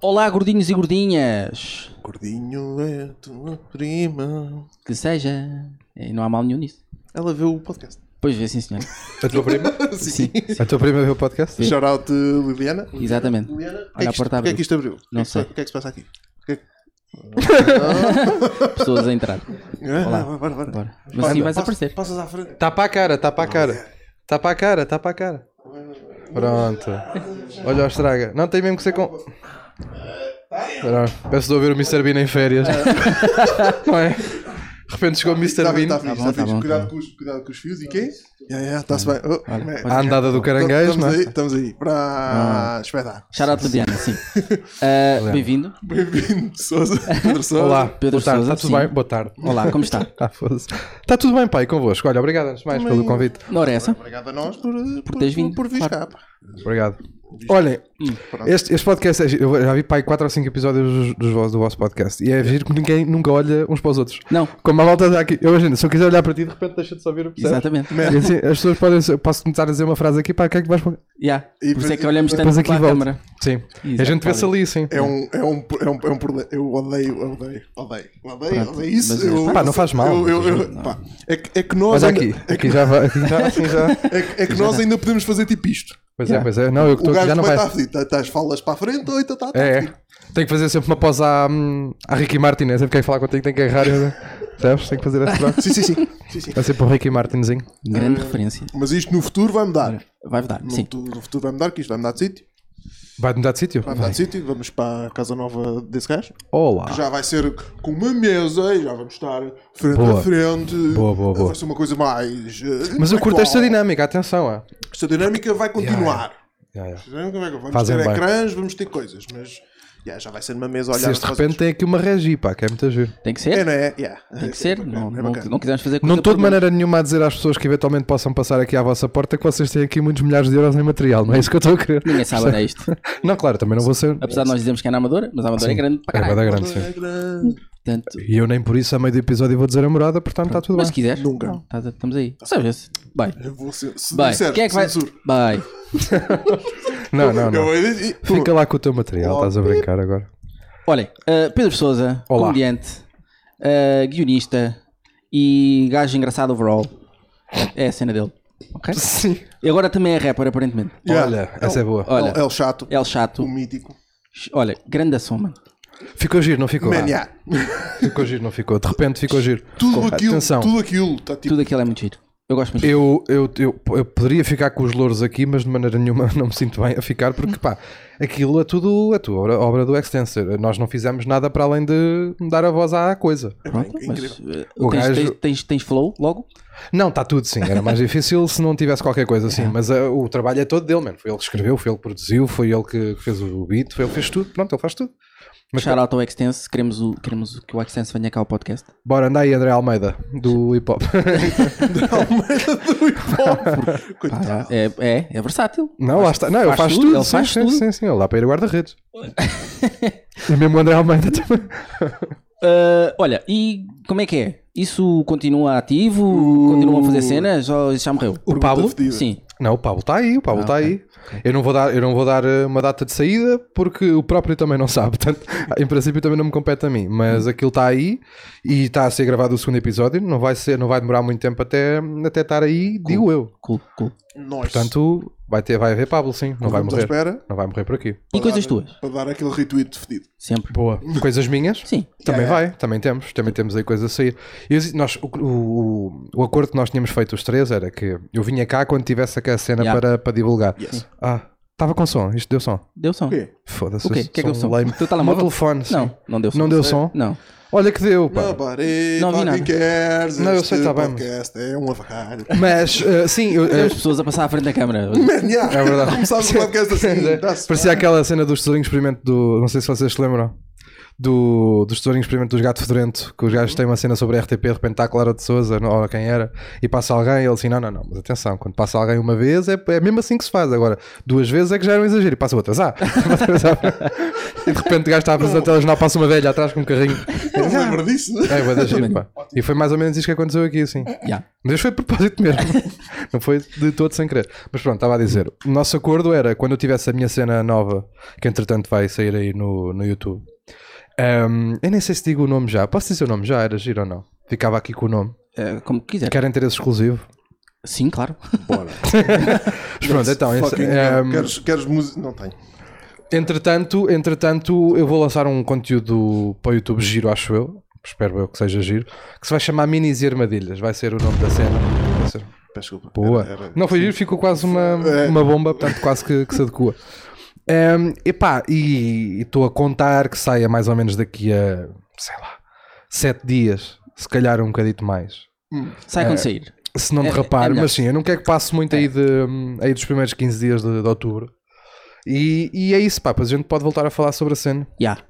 Olá, gordinhos e gordinhas. Gordinho é tua prima. Que seja. E não há mal nenhum nisso. Ela viu o podcast. Pois vê, sim, senhor. A tua prima? Sim, A tua prima viu o podcast? Shout out de Liliana. exatamente. Liliana, o que, Olha é a que, isto, porta o que é abriu. que isto abriu? Não O que é que se- sei. O que é que se passa aqui? Pessoas a entrar. Ah, bora, bora, bora. Bora. Mas assim vais Anda. Passa- aparecer. Passas à frente. Tapa Tá a cara, tapa a cara. Tapa a cara, tapa a cara. Pronto. Olha o estraga. Não, tem mesmo que ser com. Pronto. Peço de ouvir o Mr. Bean em férias. Não é? De repente chegou o Mr. Está bem, Bean está fixe, bom, está tá bom, fixe. tá Cuidado com os- Cuidado com os fios e quê? Yeah, yeah, Está-se bem. Oh, como é? à andada do caranguejo, Estamos não é? aí, estamos aí. Ah. Para espetáculo. Shout out Liliana, sim. Ah, Bem-vindo. Bem-vindo, Sousa. Pedro Sousa. Olá, Pedro boa tarde. Sousa, Está tudo sim. bem? Boa tarde. Olá, como está? Ah, foda-se. Está tudo bem, pai, convosco. Olha, obrigado antes de mais pelo convite. Não era essa? Obrigado a nós por, por, teres por, vindo. por vir cá. pá. Obrigado. Olhem, este, este podcast, é giro. eu já vi pai 4 ou 5 episódios dos, dos vossos- do vosso podcast e é giro que ninguém nunca olha uns para os outros. Não. Como a malta está aqui, eu imagino, se eu quiser olhar para ti, de repente deixa de só ouvir o percebes? Exatamente. E assim, as pessoas podem, eu posso começar a dizer uma frase aqui, pá, o que é que vais pôr? Yeah. E Por isso é depois- que olhamos tanto Depois para aqui a volta. câmara. Sim. E a Exato, gente vê-se olha. ali, sim. É um, é, um, é, um, é um problema. Eu odeio, eu odeio, odeio, odeio, odeio mas isso. é- Eu, Pá, não faz mal, eu- eu- eu- mas pá, é, que, é que nós. Mas ainda- aqui, aqui já vai, aqui já, assim já. É, que- é que nós ainda podemos fazer tipo isto. Pois é, pois é. Não, eu que O estou aqui gajo já não também vai. está fedido. Está tá, as falas para a frente ou então está. Tá, É, é. fedido. Tenho que fazer sempre uma pausa à, hum, à Ricky Martin, é sempre quem falar contigo tem que agarrar. eu- Sabes? Tenho que fazer essa pausa. Sim, sim, sim, sim, sim. Vai ser para o Ricky Martinzinho. Grande referência. Mas isto no futuro vai É. mudar. Vai dar, No sim. futuro, no futuro vai mudar, que isto vai mudar de sítio. Vai mudar de sítio? Vai mudar de sítio. Vamos para a casa nova desse gajo. Olá. que Já vai ser com uma mesa e já vamos estar frente Boa. a frente. Boa, boa, boa. Vai ser uma coisa mais. eh, Mas eu curto esta intelectual. dinâmica, atenção. É. Esta dinâmica vai continuar. Yeah, yeah. Não, como é que- Vamos Fazem ter bem. ecrãs, vamos ter coisas, mas yeah, já vai ser numa mesa olhar Vocês de repente têm aqui uma regi, pá, que é muito giro. Tem que É, ser. não é? Yeah. Tem que ser. Não, não, não quisermos fazer coisa Não estou de por- maneira nenhuma a dizer às pessoas que eventualmente possam passar aqui à vossa porta que vocês têm aqui muitos milhares de euros em material, não é isso que eu estou a querer. Ninguém sabe onde é isto. Não, claro, também não vou ser. Apesar de nós dizermos que é na Amadora, mas a Amadora é grande para É, vai caralho. dar grande, sim. Portanto, E eu nem por isso, a meio do episódio, vou dizer a morada, portanto está tudo mas se bem. quiseres, Nunca. não, tá- estamos aí. Sabes? Bem, Eu vou ser. Se bem. disser, Quem é que vai? censuro. Bem, Não, não, não. Eu- e- e- pô, Fica lá com o teu material, estás a brincar agora. olhem, ah, Pedro Souza, Olá. comediante, ah, guionista e gajo engraçado overall. É a cena dele. Ok? Sim. E agora também é rapper, aparentemente. Yeah. Olha, essa é boa. Olha, É o chato, é o chato. o mítico. Olha, grande ação, mano. Ficou giro, não ficou? Man, yeah. Ficou giro, não ficou? De repente ficou giro. Tudo aquilo, Atenção. tudo aquilo. Tá, tipo, Tudo aquilo é muito giro. Eu gosto muito. Eu, eu, eu, eu poderia ficar com os louros aqui, mas de maneira nenhuma não me sinto bem a ficar, porque pá, aquilo é tudo a tua obra, obra do Extensor. Nós não fizemos nada para além de dar a voz à coisa. Pronto, mas ah, O tens, gajo- tens, tens, tens flow logo? Não, está tudo sim, era mais difícil se não tivesse qualquer coisa assim, mas ah, o trabalho é todo dele, mano. Foi ele que escreveu, foi ele que produziu, foi ele que fez o beat, foi ele que fez tudo, pronto, ele faz tudo. Mas Shout out ao Extense, queremos, o, queremos que o Extense venha cá ao podcast. Bora, anda aí, André Almeida, do hip hop. oh, Pá, Tá. é, é, é versátil. Não, lá está. Não, ele faz tudo. Ele sim, faz sim, tudo. Sim, sim, ele dá para ir a guarda-redes. e mesmo o André Almeida também. Ah, olha, e como é que é? Isso continua ativo? Continuam a fazer cenas? Ou isso já morreu? O Pablo? fedida. Sim. Não, o Pablo está aí, o Pablo está aí. Eu, não vou dar, eu não vou dar eh, uma data de saída porque o próprio também não sabe. Portanto, em princípio também não me compete a mim. Mas aquilo está aí e está a ser gravado o segundo episódio. Não vai, ser, não vai demorar muito tempo até, até estar aí, digo eu. Cool, cool. Nós. Portanto, vai, ter, vai haver Pablo, sim. Não vai Estamos à morrer. espera Não vai morrer por aqui. E coisas tuas? para dar aquele retweet fedido. Sempre. Boa. Coisas minhas? Sim. Também vai, também temos, também temos aí coisa a sair. E os- nós, o, o- o acordo que nós tínhamos feito os três era que eu vinha cá quando tivesse aquela cena Yeah. para, para divulgar. Yes. Ah, estava com som, isto deu som. Deu som. O quê? Foda-se. O quê? O que é que deu som? lame. Teu O telemóvel? meu telefone, sim. Não, não deu som. Não deu som? Não. Olha que deu, pá. Nobody Não vi fucking nada. cares. Não, eu este sei, tá bem, mas- podcast é um avacalho. Mas, eh, sim, eu, eh, Temos pessoas a passar à frente da câmara. Man, yeah. é verdade. Começámos o podcast assim. dá-se é Parecia aquela cena dos tesourinhos experimento do. Não sei se vocês se lembram. do, do Tesourinho Experimento dos Gato Fedorento, que os gajos têm uma cena sobre a RTP, de repente está a Clara de Souza, não ou quem era, e passa alguém, e ele assim, não, não, não, mas atenção, quando passa alguém uma vez, é, é mesmo assim que se faz. Agora, duas vezes é que já era um exagero, e passa outras, ah! e de repente o gajo está a apresentar telejornal, passa uma velha atrás com um carrinho. Não me lembro disso. É, bué da giro, pá. E foi mais ou menos isso que aconteceu aqui, assim. Yeah. Mas foi de propósito mesmo. não foi de todo sem querer. Mas pronto, estava a dizer. O nosso acordo era quando eu tivesse a minha cena nova, que entretanto vai sair aí no, no YouTube. Ahm, eu nem sei se digo o nome já. Posso dizer o nome já? Era giro ou não? Ficava aqui com o nome. Eh, como quiser. Querem ter esse exclusivo? Sim, claro. Bora. Mas pronto, então. esse- Fucking ahm, Queres, queres música? Não tenho. Entretanto, entretanto, eu vou lançar um conteúdo para o YouTube giro, acho eu. Espero eu que seja giro. Que se vai chamar Minis e Armadilhas. Vai ser o nome da cena. Vai ser- Peço desculpa. Boa. Era- era- Não foi giro, ficou quase uma, É. uma bomba, portanto, quase que, que se adequa. Ehm, epá, e estou a contar que saia mais ou menos daqui a, sei lá, sete dias, se calhar um bocadito mais. Sai quando sair. Se não É- é derrapar, melhor. É. mas sim, eu não quero que passe muito aí, de, hum, aí dos primeiros 15 dias de, de outubro. E, e é isso, pá, depois a gente pode voltar a falar sobre a cena. Yeah.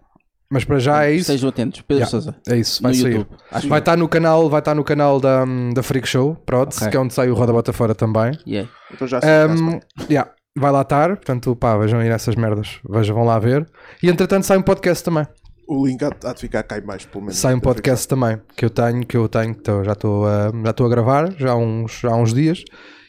Mas para já é isso. Sejam atentos. Pedro Yeah. Sousa. É isso, vai No sair. YouTube, acho Vai estar no canal, vai estar no canal da, hum, da Freak Show, Prods, Ok. que é onde sai o Roda Bota Fora também. Yeah. Então já sei. já sei. Um, yeah, vai lá estar, portanto, pá, vejam aí essas merdas, vejam, vão lá ver. E entretanto sai um podcast também. O link há há de ficar cá em baixo, pelo menos. Sai um podcast também, que eu tenho, que eu tenho, que tô- já estou a, já estou a gravar já há, uns, já há uns dias,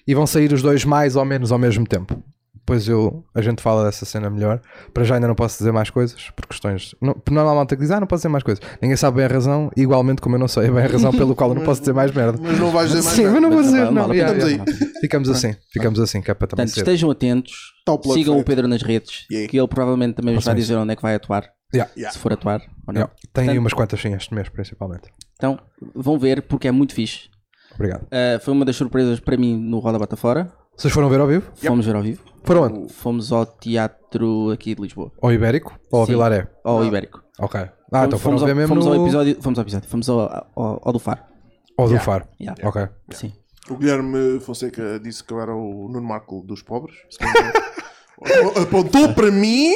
e vão sair os dois mais ou menos ao mesmo tempo. Depois eu, a gente fala dessa cena melhor. Para já ainda não posso dizer mais coisas, por questões. Não, por normalmente diz, ah, não posso dizer mais coisas. Ninguém sabe bem a razão, igualmente como eu não sei bem a razão pelo qual eu não posso dizer mais merda. Mas não vais dizer mais Sim, nada. mas não vou dizer, Vale, não. vale, yeah, vamos yeah. aí. Ficamos assim, ficamos assim, que é para também Portanto, ser. estejam atentos. Tá o plug Sigam o feito. Pedro nas redes, Yeah. que ele provavelmente também vos vai Façam dizer onde é que vai atuar. Yeah. Yeah. Se for atuar ou não. Yeah. Tem aí Portanto- umas quantas sim este mês, principalmente. Então, vão ver porque é muito fixe. Obrigado. Uh, foi uma das surpresas para mim no Roda Bata Fora. Vocês foram ver ao vivo? Fomos ver ao vivo. Foram onde? Fomos ao teatro aqui de Lisboa. Ao Ibérico ou ao Sim. Vilaré? Ao Ibérico. Ok. Ah, então foram fomos, ver ao, mesmo fomos no... ao episódio. Fomos ao episódio. Fomos ao, ao, ao do Faro. Ou do Faro. Yeah. Ok. Sim. O Guilherme Fonseca disse que eu era o Nuno Marco dos pobres. se não me engano. Apontou para mim,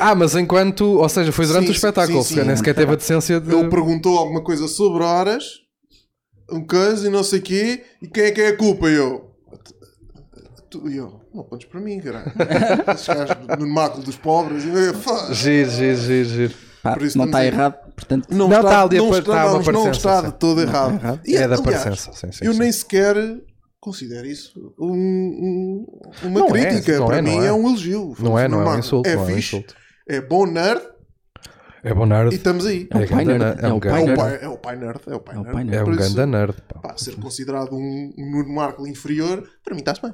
Ah, mas enquanto... Ou seja, foi durante Sim, o espetáculo. sim, porque sim. nem sequer teve a decência de... ele perguntou alguma coisa sobre horas, um caso e não sei o quê, e quem é que é a culpa? E eu. Tu, e eu, não apontes para mim, caralho. Esses gajos do Nuno Marco dos pobres. E eu, "Fá." Giro, giro, giro, giro. Pá, Por isso não estamos está aí. errado. Portanto, Não, Não, está, tá ali a não par- está, tá uma vamos- não parecença, está sim. de todo errado. E, É da aliás, parecença, sim, sim, Eu sim. nem sequer considero isso um- um- uma Não é, crítica. não Para é, não mim é. é. um elogio. Não é, não é um Marco, insulto. É não é um fixe, insulto. é bom nerd É bom e nerd. estamos aí. É, um pai ganda nerd, nerd. É é um um É pai ganda o nerd. pai, é o pai nerd. É o pai É o nerd. pai nerd. É um Por isso, ganda nerd, pá. pá, ser considerado um, um Nuno Marco inferior, para mim está-se bem.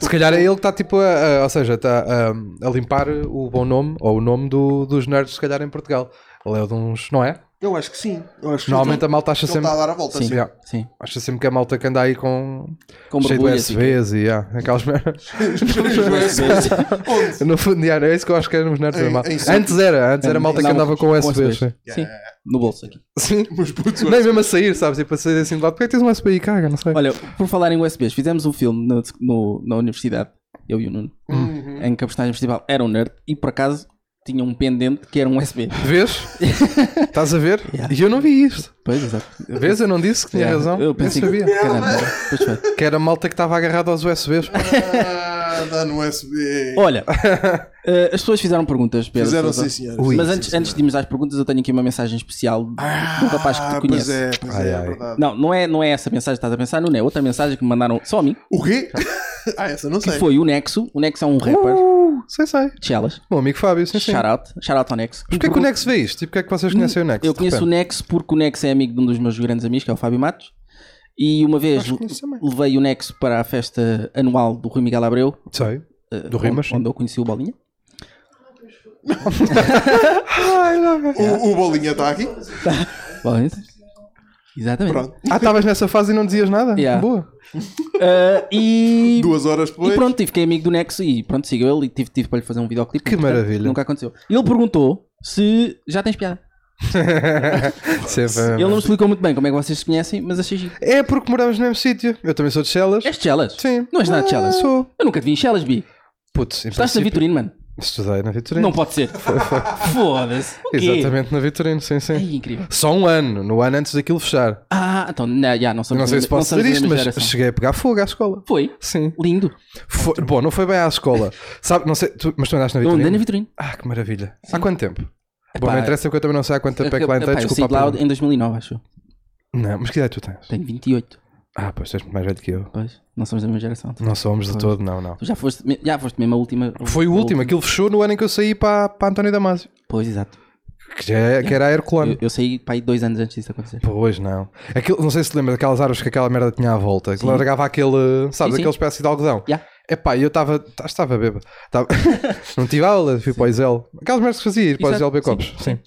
Se calhar é ele que está tipo a, a- ou seja, está um, a, limpar o bom nome ou o nome do- dos nerds, se calhar, em Portugal. Ele é de uns, não é? Eu acho que sim. Eu acho que então Normalmente a malta ele acha está sempre. a dar a volta. Sim. assim. Yeah. sim. Acha sempre que a malta que anda aí com, Com cheio de borbulhas. USBs e ah, aquelas merdas. é Onde? No fundo, yeah, é isso que eu acho que éramos nerds. Em- da malta. em cinco- antes era, antes era a Em- malta que não, andava com USBs. sim. Sim. No bolso aqui. Sim. Meus putos, Nem mesmo a sair, sabes? Tipo a sair assim de lado. Porquê que tens um USB aí? Caga, não sei. Olha, por falar em USBs, fizemos um filme no- no- na universidade, eu e o Nuno, Uhum. em que a personagem principal era um nerd e por acaso tinha um pendente que era um USB. Vês? Estás a ver? Yeah. E eu não vi isto. Pois, exato. Vês? Eu não disse que tinha Yeah, razão. Eu pensei sabia. que. Caramba, pois foi. Que era a malta que estava agarrada aos USBs. Ah, dá no USB. Olha, eh, as pessoas fizeram perguntas, Pedro. Fizeram Sousa. sim, senhores. Ui. Mas antes, antes de irmos às perguntas, eu tenho aqui uma mensagem especial do do Um rapaz que Ah, te conhece. Pois é, pois Ai, é, ai. é verdade. Não, não é, não é essa mensagem que estás a pensar, Nuno. É outra mensagem que me mandaram só a mim, O quê? ah, essa não que sei. foi o Nexo. O Nexo é um rapper, Uh, sei, sei. Chelas. Meu amigo Fábio, sim, sim. Shout out, shout out ao Nexo. Porquê que o Nex vê isto? E porquê é que vocês conhecem o Nex? Eu conheço o Nexo porque o Nexo é amigo de um dos meus grandes amigos, que é o Fábio Matos. E uma vez Acho que conheço também. levei o Nexo para a festa anual do Rui Miguel Abreu, o Sei. eh, Do Rimas, onde, onde eu conheci o Bolinha. É. O, o Bolinha está aqui. Bolinha. Exatamente. Pronto. Ah, estavas nessa fase e não dizias nada? Yeah. Boa. Eh, e Duas horas E depois. pronto, e fiquei amigo do Nexo e pronto, sigo ele e tive, tive para lhe fazer um videoclipe. Que Portanto, maravilha. Nunca aconteceu. Ele perguntou se já tens piada. Sempre. Ele não me explicou muito bem como é que vocês se conhecem, mas achei giro. É porque moramos no mesmo sítio. Eu também sou de Chelas. És de É Chelas? Sim. Não és nada de Chelas? Ah, Sou. Eu nunca te vi em Chelas, Bi. Putz, em Estás na princípio- Vitorino, mano. Estudei na Vitorino. Não pode ser. Foda-se. O quê? Exatamente na Vitorino, sim, sim. Ai, incrível. Só um ano, no ano antes daquilo fechar. Ah, então, não, já, não Eu somos não sei da- se posso somos dizer da isto, mesma mas geração. cheguei a pegar fogo à escola. Foi. Sim. Lindo. Foi- bom, não foi bem à escola. Sabe, não sei, tu- mas tu andaste na Eu andei na Vitorino. Vitorino? Ah, que maravilha. Há quanto tempo? Bom, Epá, não interessa porque eu também não sei há quanto tempo é que lá entrei, Epá, eu desculpa. saí a de lá pergunta. em 2009, acho. eu. Não, mas que idade tu tens? Tenho 28. Ah, pois tu és muito mais velho que eu. Pois, não somos da mesma geração. Não somos de todo, não, não. Tu já foste, me- já foste mesmo a última. Foi o último, aquilo fechou no ano em que eu saí para, para António Damasio, Pois, exato. que, já é- que era a Herculano. Eu, eu saí para aí dois anos antes disso acontecer. Pois não. Aquilo, não sei se te lembra daquelas árvores que aquela merda tinha à volta, que largava aquele, sabes, sim. aquele espécie de algodão. Já. Epá, eu estava, estava bêbado. Tava- não tive aula, fui para o Isel. Aquelas merdas que fazia, ir para o Exato, Isel beber sim, copos. Sim.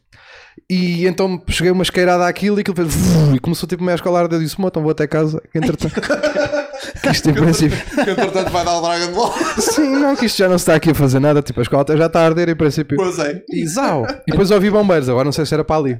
E então cheguei uma esqueirada àquilo e aquilo fez vzz, e começou tipo meia escolar. Eu disse: "Mô, então vou até casa. Que entretanto. que isto em princípio. Que entretanto vai dar o Dragon Ball. Sim, não, que isto já não se está aqui a fazer nada. Tipo, a escola até já está a arder em princípio. Pois é. E zau. E depois ouvi bombeiros, agora não sei se era para ali.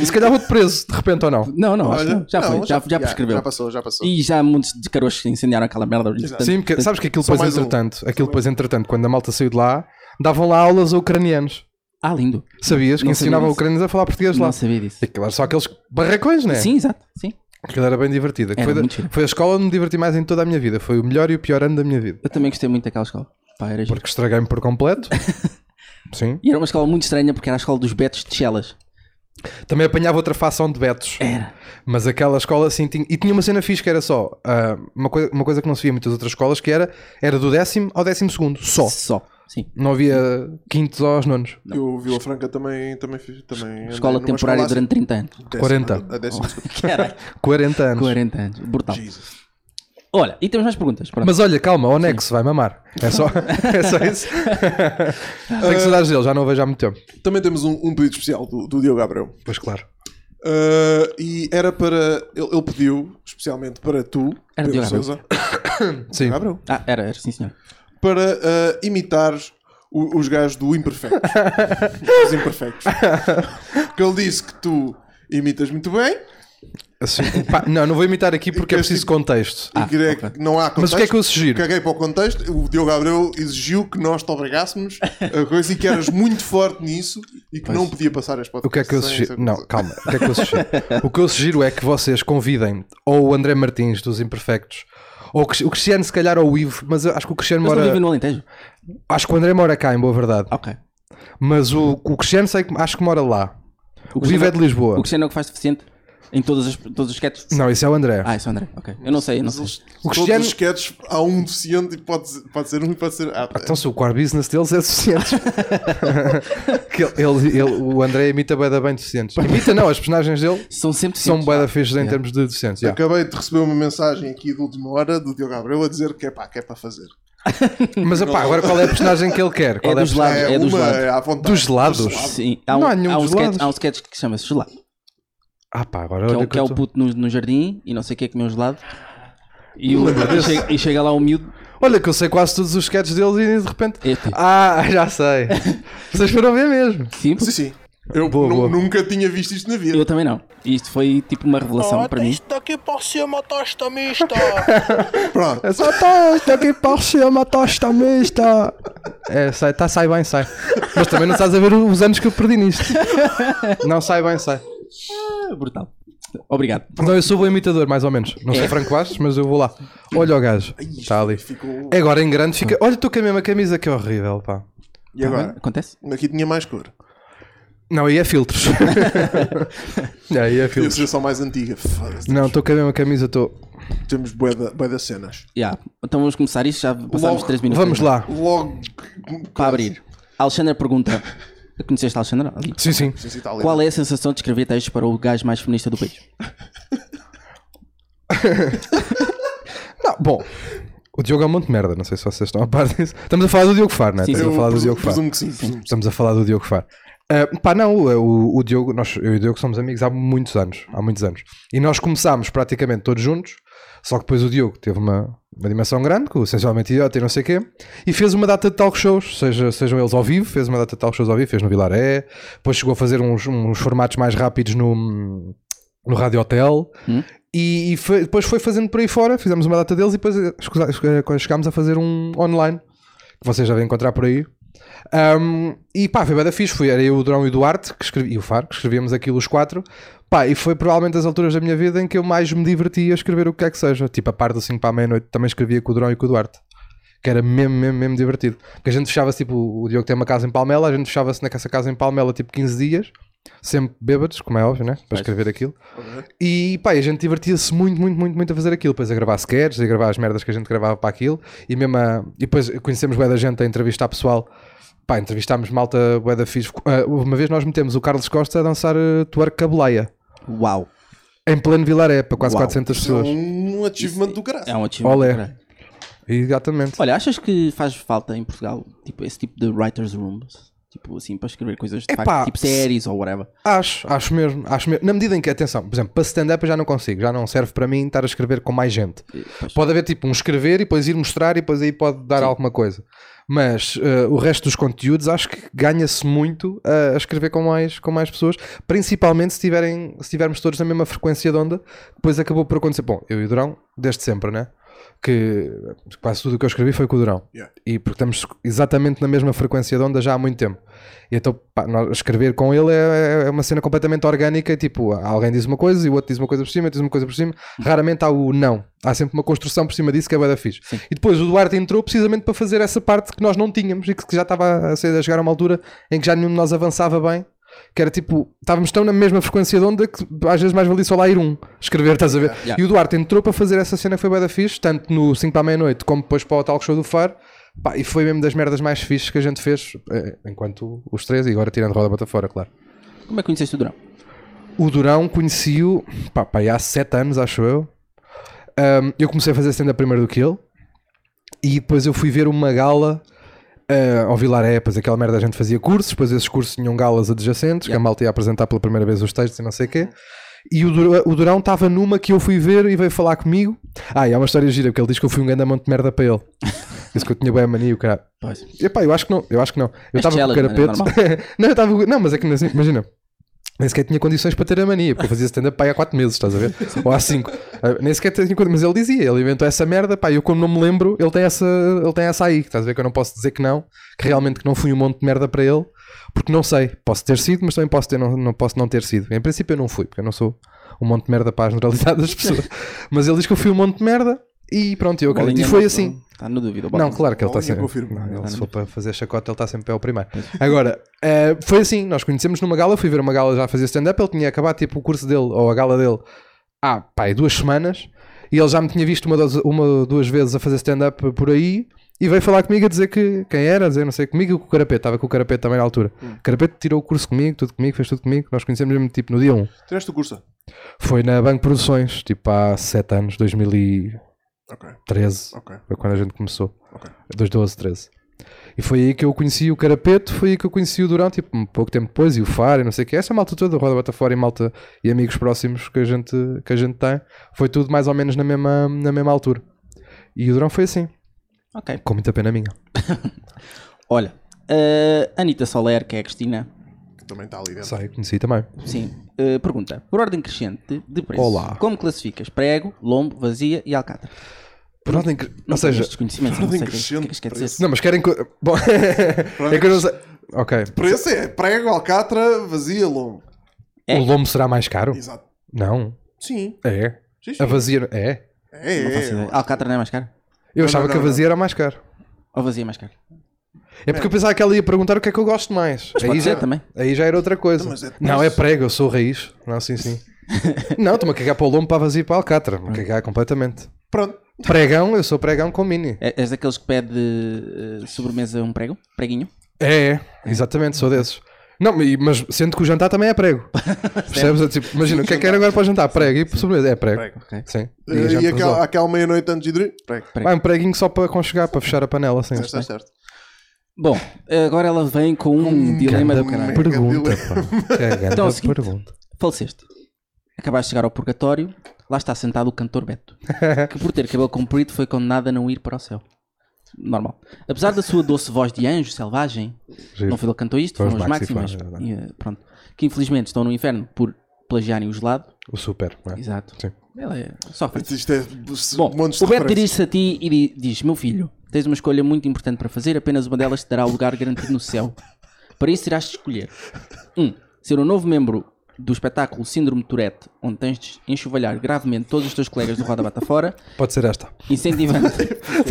E se calhar vou-te preso de repente ou não. Hum, Não, não, acho que Olha, não. Já não, foi, já, já, prescreveu. Já passou, já passou. E já muitos de caroços que incendiaram aquela merda. Portanto, Sim, porque sabes que aquilo Só depois, mais um. entretanto, aquilo depois, entretanto, quando a malta saiu de lá, davam lá aulas a ucranianos. Ah, lindo. Sabias que Não sabia ensinavam disso. ucranianos a falar português lá? Não sabia disso. Aquilo era só aqueles barracões, né? Sim, exato. Sim. Aquilo era bem divertido. Era foi, da- muito giro. foi a escola onde me diverti mais em toda a minha vida. Foi o melhor e o pior ano da minha vida. Eu também gostei muito daquela escola. Pá, era giro. Porque estraguei-me por completo. Sim. E era uma escola muito estranha porque era a escola dos betos de Chelas. Também apanhava outra facção de betos. Era. Mas aquela escola assim tinha. E tinha uma cena fixe que era só. ah, uma, coisa, uma coisa que não se via em muitas outras escolas que era. Era do décimo ao décimo segundo. Só. Só. Sim. Não havia quintos aos nonos. Eu o Vila Franca também. também, fiz- também andei Escola numa temporária escola durante Oh, 30 anos. assim, décima- 40. A décima segunda. Caralho. 40 anos. 40 anos. Brutal. Jesus. Olha, e temos mais perguntas. Pronto. Mas olha, calma, o Nexo vai mamar. É só, é só isso. Tenho saudades dele, já não o vejo há muito tempo. Também temos um, um pedido especial do, do Diogo Abreu. Pois claro. Uh, e era para. Ele, ele pediu, especialmente para tu, Era Pedro Diogo Abreu. Sousa, Sim. Diogo Abreu, Ah, era, era, sim senhor. para uh, imitares o- os gajos do Imperfectos. os Imperfectos. Porque ele disse que tu imitas muito bem Assim, pá, não, não vou imitar aqui porque é preciso contexto. e que, é que não há contexto. Mas o que é que eu sugiro? Caguei para o contexto. O Diogo Abreu exigiu que nós te obrigássemos a coisa e que eras muito forte nisso e que não podia passar as O que é que eu sem- sugiro? sem- Não, calma. O que é que eu sugiro? O que eu sugiro é que vocês convidem ou o André Martins dos Imperfectos, ou o Cris- o Cristiano, se calhar, ou o Ivo, mas eu acho que o Cristiano Mas não Ah. mora. vivem no Alentejo? Acho que o André mora cá, em boa verdade. Ok. Mas o, o Cristiano sei que acho que mora lá. O, Ivo é de Lisboa. O Cristiano é o que faz deficiente em todas as, todos os sketches? Não, esse é o André. Ah, é só o André. Ok. Eu não sei, eu não sei. O Todos Cristiano- os sketches há um deficiente e pode, ser- pode ser um e pode ser. Ah, Então, se o core business deles é deficientes. Que ele- ele- ele- o André imita bué da bem deficientes. Imita não, as personagens dele São sempre são deficientes. bué da fixes em termos de deficientes. yeah. Acabei de receber uma mensagem aqui de última hora do Diogo Abreu a dizer que é pá, que é para fazer. Mas opá, agora qual é a personagem que ele quer? Qual é a dos personagem? lados. É dos lados. à vontade. Dos lados? Sim, há um, Não há nenhum há um dos lados. sketch, há um sketch que chama-se Gelado, Ah pá, agora que é, olha o- que que é eu o tô- puto no, no jardim e não sei o que é que meu gelado. E, o- e, chega, e chega lá o miúdo. é Olha que eu sei quase todos os sketches deles e de repente... Este. Ah, já sei. Vocês foram ver mesmo. Sim, Sim, porque sim. Eu Boa, nu- boa. nunca tinha visto isto na vida. eu também não. E isto foi tipo uma revelação para mim. Está aqui por cima, tosta mista. Pronto. É só tosta aqui para o céu, uma tosta mista. É, sai, tá, sai bem, sai. Mas também não estás a ver os anos que eu perdi nisto. Não sai bem, sai. Ah, Brutal. Obrigado. Não, eu sou bom imitador, mais ou menos. Não sou É. Franco Bastos, mas eu vou lá. Olha o gajo. Está ali. Ficou... Agora em grande fica. Olha, estou com a mesma camisa, que é horrível, pá. E agora? Tá Acontece? Aqui tinha mais cor. Não, aí é filtros. É, aí E é a filtros. sugestão mais antiga. Foda-se. Não, estou com a mesma camisa, estou. Temos bué da- bué das cenas. Yeah. Então vamos começar isto, já passámos Logo, 3 minutos. Vamos lá. Logo. Para abrir. A Alexandra pergunta. Conheceste a Alexandra? Ali. Sim, sim. Qual Qual é a sensação de escrever textos para o gajo mais feminista do país? Não, bom. O Diogo é um monte de merda, não sei se vocês estão a par disso. Estamos a falar do Diogo Far, não é? Sim, Estamos sim. a falar do presumo, Diogo Far. presumo que sim. presumo que Estamos a falar do Diogo Far. Ah, pá, não, o, o Diogo, nós, eu e o Diogo somos amigos há muitos anos, há muitos anos. E nós começámos praticamente todos juntos, só que depois o Diogo teve uma, uma dimensão grande, com o essencialmente idiota e não sei o quê, e fez uma data de talk shows, seja, sejam eles ao vivo, fez uma data de talk shows ao vivo, fez no Vilaré, depois chegou a fazer uns, uns formatos mais rápidos no, no Rádio Hotel, e, e foi- depois foi fazendo por aí fora, fizemos uma data deles e depois eh, escusa- eh, chegámos a fazer um online, que vocês já devem encontrar por aí. Um, e pá, foi bem da fixe. Fui, era eu, o Drão e o Duarte que escrevi, e o Faro, que escrevíamos aquilo os quatro. Pá, e foi provavelmente as alturas da minha vida em que eu mais me divertia a escrever o que é que seja. Tipo, a parte do 5 para a meia-noite também escrevia com o Drão e com o Duarte. Que era mesmo, mesmo, mesmo divertido. Porque a gente fechava-se, tipo, o Diogo tem uma casa em Palmela, a gente fechava-se nessa casa em Palmela tipo 15 dias, sempre bêbados, como é óbvio, né? Para escrever aquilo. E pá, e a gente divertia-se muito, muito, muito, muito a fazer aquilo. Depois a gravar sketches, a gravar as merdas que a gente gravava para aquilo. E mesmo a... e depois conhecemos bem da gente a entrevistar pessoal. Pá, entrevistámos malta bué da fixe. Ah, Uma vez nós metemos o Carlos Costa a dançar ah, twerk cabeleia. Uau. Em pleno Vilaré, para quase 400 Isso é pessoas. um achievement do graça. É um achievement. Olé. caralho. Exatamente. Olha, achas que faz falta em Portugal tipo, esse tipo de writers' rooms? Tipo assim, para escrever coisas de Epá, facto, tipo se- séries ou whatever. Acho, acho mesmo, acho mesmo. Na medida em que, atenção, por exemplo, para stand-up eu já não consigo, já não serve para mim estar a escrever com mais gente. pois. Pode haver tipo um escrever e depois ir mostrar e depois aí pode dar alguma coisa. Mas eh, o resto dos conteúdos acho que ganha-se muito eh, a escrever com mais, com mais pessoas, principalmente se, tiverem, se tivermos todos na mesma frequência de onda. Depois acabou por acontecer. Bom, eu e o Durão, desde sempre, né? Que quase tudo o que eu escrevi foi com o Durão Yeah. e porque estamos exatamente na mesma frequência de onda já há muito tempo. E então, pá, nós- escrever com ele é, é uma cena completamente orgânica, tipo, alguém diz uma coisa e o outro diz uma coisa por cima, outro diz uma coisa por cima. Raramente há o não. Há sempre uma construção por cima disso que é bué da fixe. E depois o Duarte entrou precisamente para fazer essa parte que nós não tínhamos e que que já estava a, ser, a chegar a uma altura em que já nenhum de nós avançava bem. Que era tipo, estávamos tão na mesma frequência de onda que às vezes mais valia só lá ir um escrever, estás a ver? Yeah. E o Duarte entrou para fazer essa cena que foi bué da fixe, tanto no 5 para a meia-noite como depois para o talk show do Faro. Pá, e foi mesmo das merdas mais fixes que a gente fez, eh, enquanto os três, e agora tirando roda bota fora, claro. Como é que conheceste o Durão? O Durão conheci-o pá, pá, aí há sete anos, acho eu. Ahm, eu comecei a fazer stand-up primeiro do que ele. E depois eu fui ver uma gala ah, ao Vilar Epas, aquela merda a gente fazia cursos, depois esses cursos tinham galas adjacentes, que a malta ia apresentar pela primeira vez os textos e não sei o quê. E o, Dur- o Durão estava numa que eu fui ver e veio falar comigo. Ah, e há uma história gira, porque ele diz que eu fui um grande monte de merda para ele. Disse que eu tinha bem a mania, e o cara. Pois. Epá, eu acho que não, eu acho que não. Eu Mas é estava com o challenge, mano, carapeto. não, eu estava com- Não, mas é que assim, imagina. Nem sequer tinha condições para ter a mania, porque eu fazia stand-up pá, há 4 meses, estás a ver? Ou há 5. Nem sequer tinha condições, mas ele dizia, ele inventou essa merda, pá, eu como não me lembro, ele tem essa, ele tem essa aí, estás a ver? Que eu não posso dizer que não, que realmente que não fui um monte de merda para ele, porque não sei, posso ter sido, mas também posso, ter, não, não, posso não ter sido. Em princípio eu não fui, porque eu não sou um monte de merda para a generalidade das pessoas, mas ele diz que eu fui um monte de merda e pronto, eu acredito. E Bolinha foi não- é? assim. Está no dúvida. Não, claro que ele está Bolinha sempre. confirmo. Não, ele, Tá se no for para fazer chacota, ele está sempre é o primeiro. Agora, eh, foi assim: nós conhecemos numa gala, fui ver uma gala já a fazer stand-up. Ele tinha acabado tipo o curso dele ou a gala dele há pai, duas semanas e ele já me tinha visto uma, dos- uma ou duas vezes a fazer stand-up por aí. E veio falar comigo a dizer que quem era, a dizer não sei comigo e com o Carapeto, estava com o Carapeto também na altura. O Carapeto tirou o curso comigo, tudo comigo, fez tudo comigo. Nós conhecemos mesmo tipo no dia 1. Tiraste o curso? Foi na Banco Produções, tipo há 7 anos, 2013. Ok, ok. Foi quando a gente começou. Ok. Dos 12, 13. E foi aí que eu conheci o Carapeto, foi aí que eu conheci o Durão, tipo, um pouco tempo depois, e o Faro, e não sei o que. Essa é malta toda, Roda Bota Fora e malta e amigos próximos que a gente, que a gente tem, foi tudo mais ou menos na mesma, na mesma altura. E o Durão foi assim, Ok. com muita pena minha. Olha, eh, Anitta Soler, que é a Cristina, Que também está ali dentro. Sei, conheci também. sim, eh, pergunta: por ordem crescente de preço, Olá. como classificas prego, lombo, vazia e alcatra? Por ordem que- Não Ou tenho seja, estes conhecimentos, por não sei ordem o que- o que é que isto quer dizer. não, mas querem. co- Bom, é que eu não sei. Ok. Preço é prego, alcatra, vazia, lombo. É. O lombo será mais caro? Exato. Não. Sim. É. Sim, sim. A vazia. É. É, Não é, faço é. ideia. Alcatra não é mais caro? Eu Não, achava não, que a não, vazia era mais caro. Ou vazia é mais caro? É porque eu pensava que ela ia perguntar o que é que eu gosto mais. Mas aí, pode já, ser também. aí já era outra coisa. Não, Não, mas é- é prego, eu sou raiz. Não, sim, sim. não, estou-me a cagar para o lombo, para a vazia e para a alcatra. Me cagar completamente. Pronto. Pregão, eu sou pregão com mini. É- És daqueles que pede eh, sobremesa um prego? Preguinho? É, é, exatamente, sou desses. Não, e- mas sendo que o jantar também é prego. Percebes? É tipo, imagina, o que é que era agora para o jantar? Prego. E por sobremesa? É prego. Prego. Ok. Sim. E, a gente E aquela, resolve. aquela meia-noite antes de dormir? Prego. Vai um preguinho só para conchegar, para fechar a panela. Sim. Está certo. Bom, agora ela vem com um Hum, dilema do caralho. merda. Pergunta, pá. Que é a grande Então, é o seguinte. pergunta. Faleceste. Acabaste de chegar ao purgatório, lá está sentado o cantor Beto, que por ter cabelo comprido foi condenado a não ir para o céu. Normal. Apesar da sua doce voz de anjo selvagem, Giro. não foi ele que cantou isto, Foram foram os os Maxi máximos, Flash, é e, eh, pronto, que infelizmente estão no inferno por plagiarem o gelado. O super. não é? Exato. Sim. Ele é... sofre. Isto é um Bom, monte de o Beto referências. dirige-se a ti e di- diz: Meu filho, Tens uma escolha muito importante para fazer, apenas uma delas te dará o lugar garantido no céu. Para isso irás escolher 1. Um, ser um novo membro do espetáculo Síndrome de Tourette, onde tens de enxovalhar gravemente todos os teus colegas do Roda Bata Fora, Pode ser esta. incentivando Tá,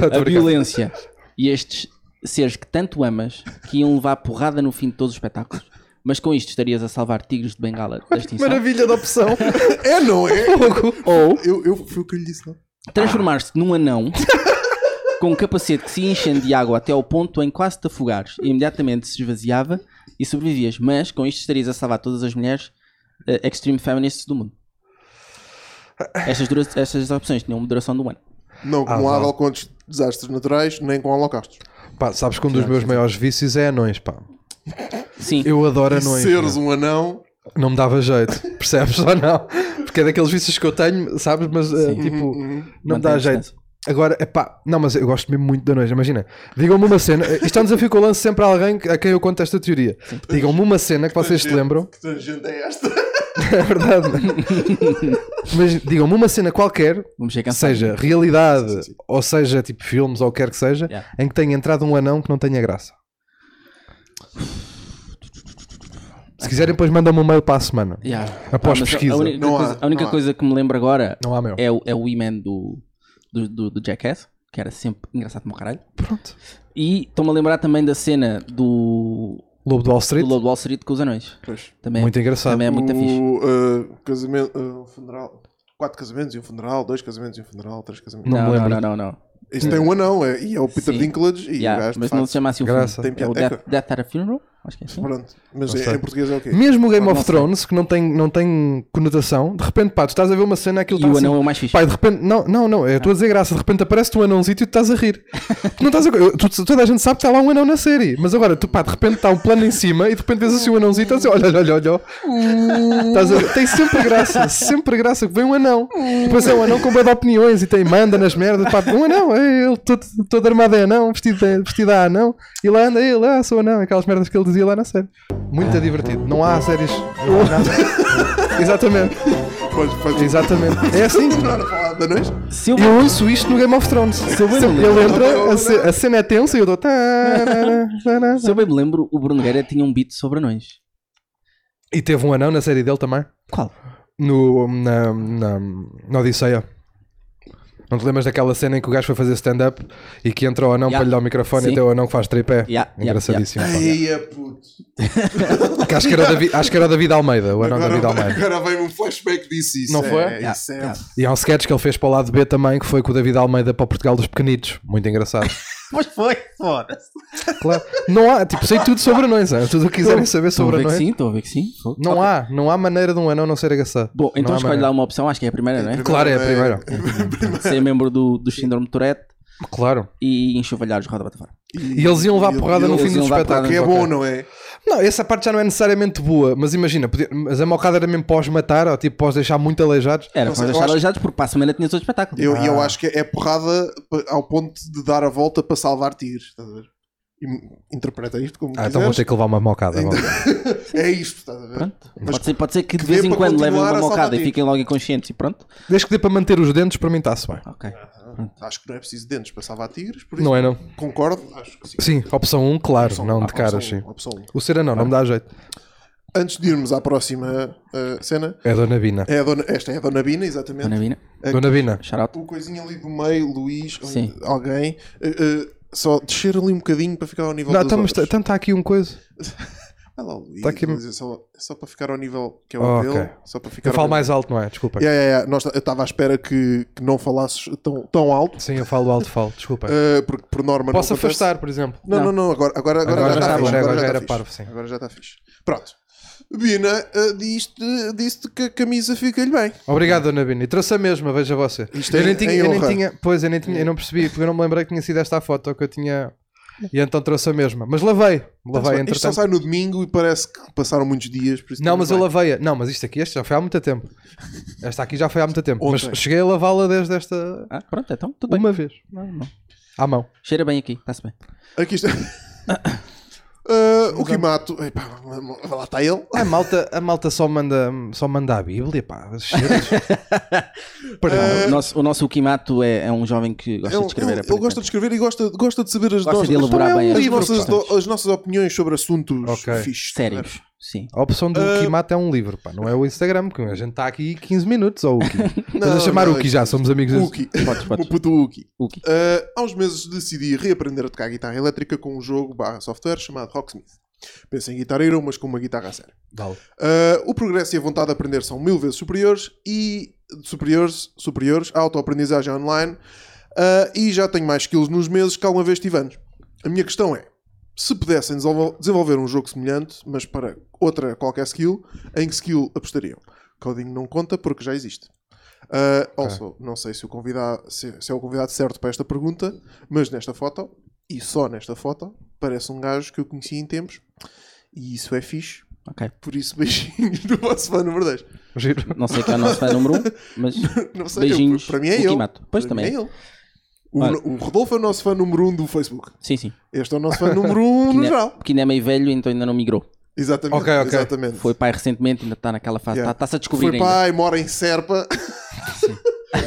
tô a brincando. violência e estes seres que tanto amas que iam levar porrada no fim de todos os espetáculos. Mas com isto estarias a salvar tigres de bengala da extinção. Maravilha da opção. É, não é? Ou Eu, eu fui o que lhe disse, não. transformar-se num anão com um capacete que se enchendo de água até ao ponto em quase te afogares. E imediatamente se esvaziava e sobrevivias. Mas com isto estarias a salvar todas as mulheres eh, extreme feminists do mundo. Estas, dura- estas opções tinham uma duração de um ano. Não Ah, com vá. água contra desastres naturais, nem com holocaustos. Pá, sabes que um dos meus maiores vícios é anões, pá. Sim. Eu adoro E anões. seres meu. um anão, Não me dava jeito, percebes ou não? Porque é daqueles vícios que eu tenho, sabes? Mas eh, Sim. tipo, uhum. não Mantém me dá a jeito. distância. Agora, epá, não, mas eu gosto mesmo muito de anões, imagina. Digam-me uma cena, isto é um desafio que eu lanço sempre a alguém que- a quem eu conto esta teoria. Digam-me uma cena que vocês se lembram que tangente é esta? É verdade. Mas digam-me uma cena qualquer, Vamos chegar É cansado. seja realidade, ou seja tipo filmes ou o que quer que seja, Yeah. em que tenha entrado um anão que não tenha graça. Se quiserem, depois mandam-me um mail para a semana. Yeah. Após Ah, mas a- pesquisa. A única, Não há, coisa, a única não há. coisa que me lembro agora Não há meu. é o, é o E-Man do, do, do, do Jackass, que era sempre engraçado como caralho. Pronto. E estou-me a lembrar também da cena do, Lobo do Wall do Street. Lobo Wall Street com os anões. Pois. Também, Muito engraçado. Também é muito fixe. O ah, casamento, ah, um funeral, quatro casamentos e um funeral, dois casamentos e um funeral, três casamentos. Não me Não, não, lembro. não, não, não. Isto tem um anão, é, e é o Peter Sim. Dinklage e Yeah, o gajo. de mas não facto. se chama assim o Graça. filme. Tem É o piada. Death, Death at a Funeral? Acho que é assim. Pronto, mas Não é- sei. em português é o quê? Mesmo o Game Não of sei. Thrones, que não tem, não tem conotação, de repente, pá, tu estás a ver uma cena aquilo E tá o assim, anão é o mais fixe. Pai, de repente, não, não, não, eu estou a dizer graça, de repente aparece-te um anãozinho e tu estás a rir. Tu não estás a, eu- tu- toda a gente sabe que está lá um anão na série, mas agora, tu, pá, de repente está um plano em cima e de repente vês assim um anãozinho e estás a dizer, olha, olha, olha, olha. Estás a- tem sempre graça, sempre graça que vem um anão. E Depois é um anão com bué de opiniões e tem manda nas merdas, pá, um anão, é ele todo, todo armado é anão, vestido, de- vestido a anão, e lá anda ele, ah, sou anão, aquelas merdas que ele dizia lá na série. Muito divertido, não há séries. não há nada. Exatamente, Podes, podes exatamente. É assim. continuar a falar de anões? Se eu Eu ouço isto no Game of Thrones. Sempre ele entra, a, ce- a cena é tensa e eu dou. tararara, tararara. se eu bem me lembro, o Bruno Guerra tinha um beat sobre anões. E teve um anão na série dele também. Qual? No, na, na, na Odisseia. Não te lembras daquela cena em que o gajo foi fazer stand-up e que entra o anão Yeah. para lhe dar o microfone Sim. e até o anão que faz tripé? Yeah, yeah, Engraçadíssimo. pá. Ei, é puto. Que acho, que era o Davi- acho que era o David Almeida, o anão David Agora, Almeida. agora vem um flashback que disse isso. Não é, foi? Isso é. Yeah. E há um sketch que ele fez para o lado B também, que foi com o David Almeida para o Portugal dos Pequenitos. Muito engraçado. Mas foi, foda-se. Claro. Não há, tipo, sei tudo sobre anões. hein? Tudo o que quiserem saber Estou a sobre ver que anões. sim, estou a ver que sim. Fogo. Ah, Não há, não há maneira de um anão não ser agaçado. Bom, então não há escolhe maneira. lá uma opção, acho que é a primeira, não é? Claro, é a primeira. Ser membro do, do síndrome de Tourette Claro. e enxovalhar os roda Bata Fora. E eles iam levar é. e- porrada e no eles fim do iam levar porrada. espetáculo. Que é Ok. bom, não é? Não, essa parte já não é necessariamente boa, mas imagina, podia- mas a mocada era mesmo pós matar, ou tipo pós deixar muito aleijados. Era Não para sei, eu deixar acho- aleijados porque para a semana tinhas outro espetáculo. Eu, e eu Ah. acho que é porrada pa- ao ponto de dar a volta para salvar tigres. Estás a ver? E- Interpreta isto como Ah, então vou quiseres. ter que levar uma mocada. vá. É isto, estás a ver? Pronto. Mas- Pode ser, pode ser que de dê vez em para quando levem uma continuar a mocada e salvar-te. fiquem logo inconscientes e pronto. Desde que dê para manter os dentes, para mim está-se bem. Ok. Acho que não é preciso dentes para salvar tigres, por isso Não é não? concordo. Acho que sim. Sim, opção 1, um, claro, Opção- não ah, de cara, opção- sim. opção um. O ser anão, não me dá jeito. Antes de irmos à próxima ah, cena, É a Dona Bina. é a dona- esta é a Dona Bina, exatamente. Dona Bina, Dona Bina, shout out. O coisinha ali do meio, Luís, onde- Sim. alguém, eh, eh, só descer ali um bocadinho para ficar ao nível não, das então outras. está aqui um coisa. Vai lá, Luís, tá aqui- Luís, é só, é só para ficar ao nível que é o Oh, dele, ok. só para ficar Eu ao falo nível- mais alto, não é? Desculpa. Yeah, yeah, yeah. Nós, eu estava à espera que, que não falasses tão, tão alto, Sim, eu falo alto, falo, desculpa. eh, porque por norma Posso não acontece. afastar, por exemplo. Não, não, não, agora, agora, agora, Agora já já está estava, fixe. agora Agora já já era está fixe. parvo, sim. Agora já está fixe. Pronto. Bina, eh, disse-te disse-te que a camisa fica-lhe bem. Obrigado, Dona Bini. Trouxe a mesma, veja você. Isto eu, é- nem tinha, é eu nem honra. tinha- pois eu nem tinha, eu não percebi, porque eu não me lembrei que tinha sido esta a foto que eu tinha. E então trouxe a mesma. Mas lavei, lavei Então, Isto só entretanto. sai no domingo e parece que passaram muitos dias. Por isso Não, mas eu vai. lavei. Não, mas isto aqui, este já foi há muito tempo. Esta aqui já foi há muito tempo. Ontem. Mas cheguei a lavá-la desde esta Ah, pronto, então, tudo bem. uma vez. Não, não. À mão. Cheira bem aqui, está-se bem. Aqui está. Ah, Eh, o Kimato. Epá, lá está ele. A malta, a malta só, manda, só manda a Bíblia, pá. os cheiros. Ah, Perdão. O nosso, o nosso Ukimato é, é um jovem que gosta Ele, de escrever. ele- ele aparentemente. gosta de escrever e gosta, gosta de saber as, Gosta nossas, de elaborar Então é um bem as as, livro, nossas, questões. do- as nossas opiniões sobre assuntos Ok. fixos. é? Sérios, sim. A opção do ah, Kimato é um livro, pá. Não é o Instagram, porque a gente está aqui 15 minutos, ó Uki. Estás a Não, chamar não, é Uki já, somos amigos. Uki. Podes, O podes. puto Uki. Uki. Ah, há uns meses decidi reaprender a tocar guitarra elétrica com um jogo barra software chamado Rocksmith. Pensei em guitarra hero, mas com uma guitarra a sério. Vale. Ah, o progresso e a vontade de aprender são mil vezes superiores e superiores, superiores à autoaprendizagem online ah, e já tenho mais skills nos meses que alguma vez tive anos. A minha questão é, se pudessem desenvol- desenvolver um jogo semelhante, mas para outra qualquer skill, em que skill apostariam? Coding não conta porque já existe. Ah, Also, não sei se, o convidado, se, se é o convidado certo para esta pergunta, mas nesta foto, e só nesta foto, parece um gajo que eu conheci em tempos, e isso é fixe, Ok. por isso, beijinhos do vosso fã número 10. Giro. Não sei quem é o nosso fã número 1, um, mas Não sei, beijinhos. eu- para mim é ele. Ukimato. Pois Para também. mim é. é ele. O, Olha. o Rodolfo é o nosso fã número 1 um do Facebook. Sim, sim. Este é o nosso fã número 1 um no ainda- geral. Porque ainda é meio velho, então ainda não migrou. Exatamente. Ok, ok. exatamente. Foi pai recentemente, ainda está naquela fase. Yeah. Está se a descobrir Foi ainda. pai, mora em Serpa.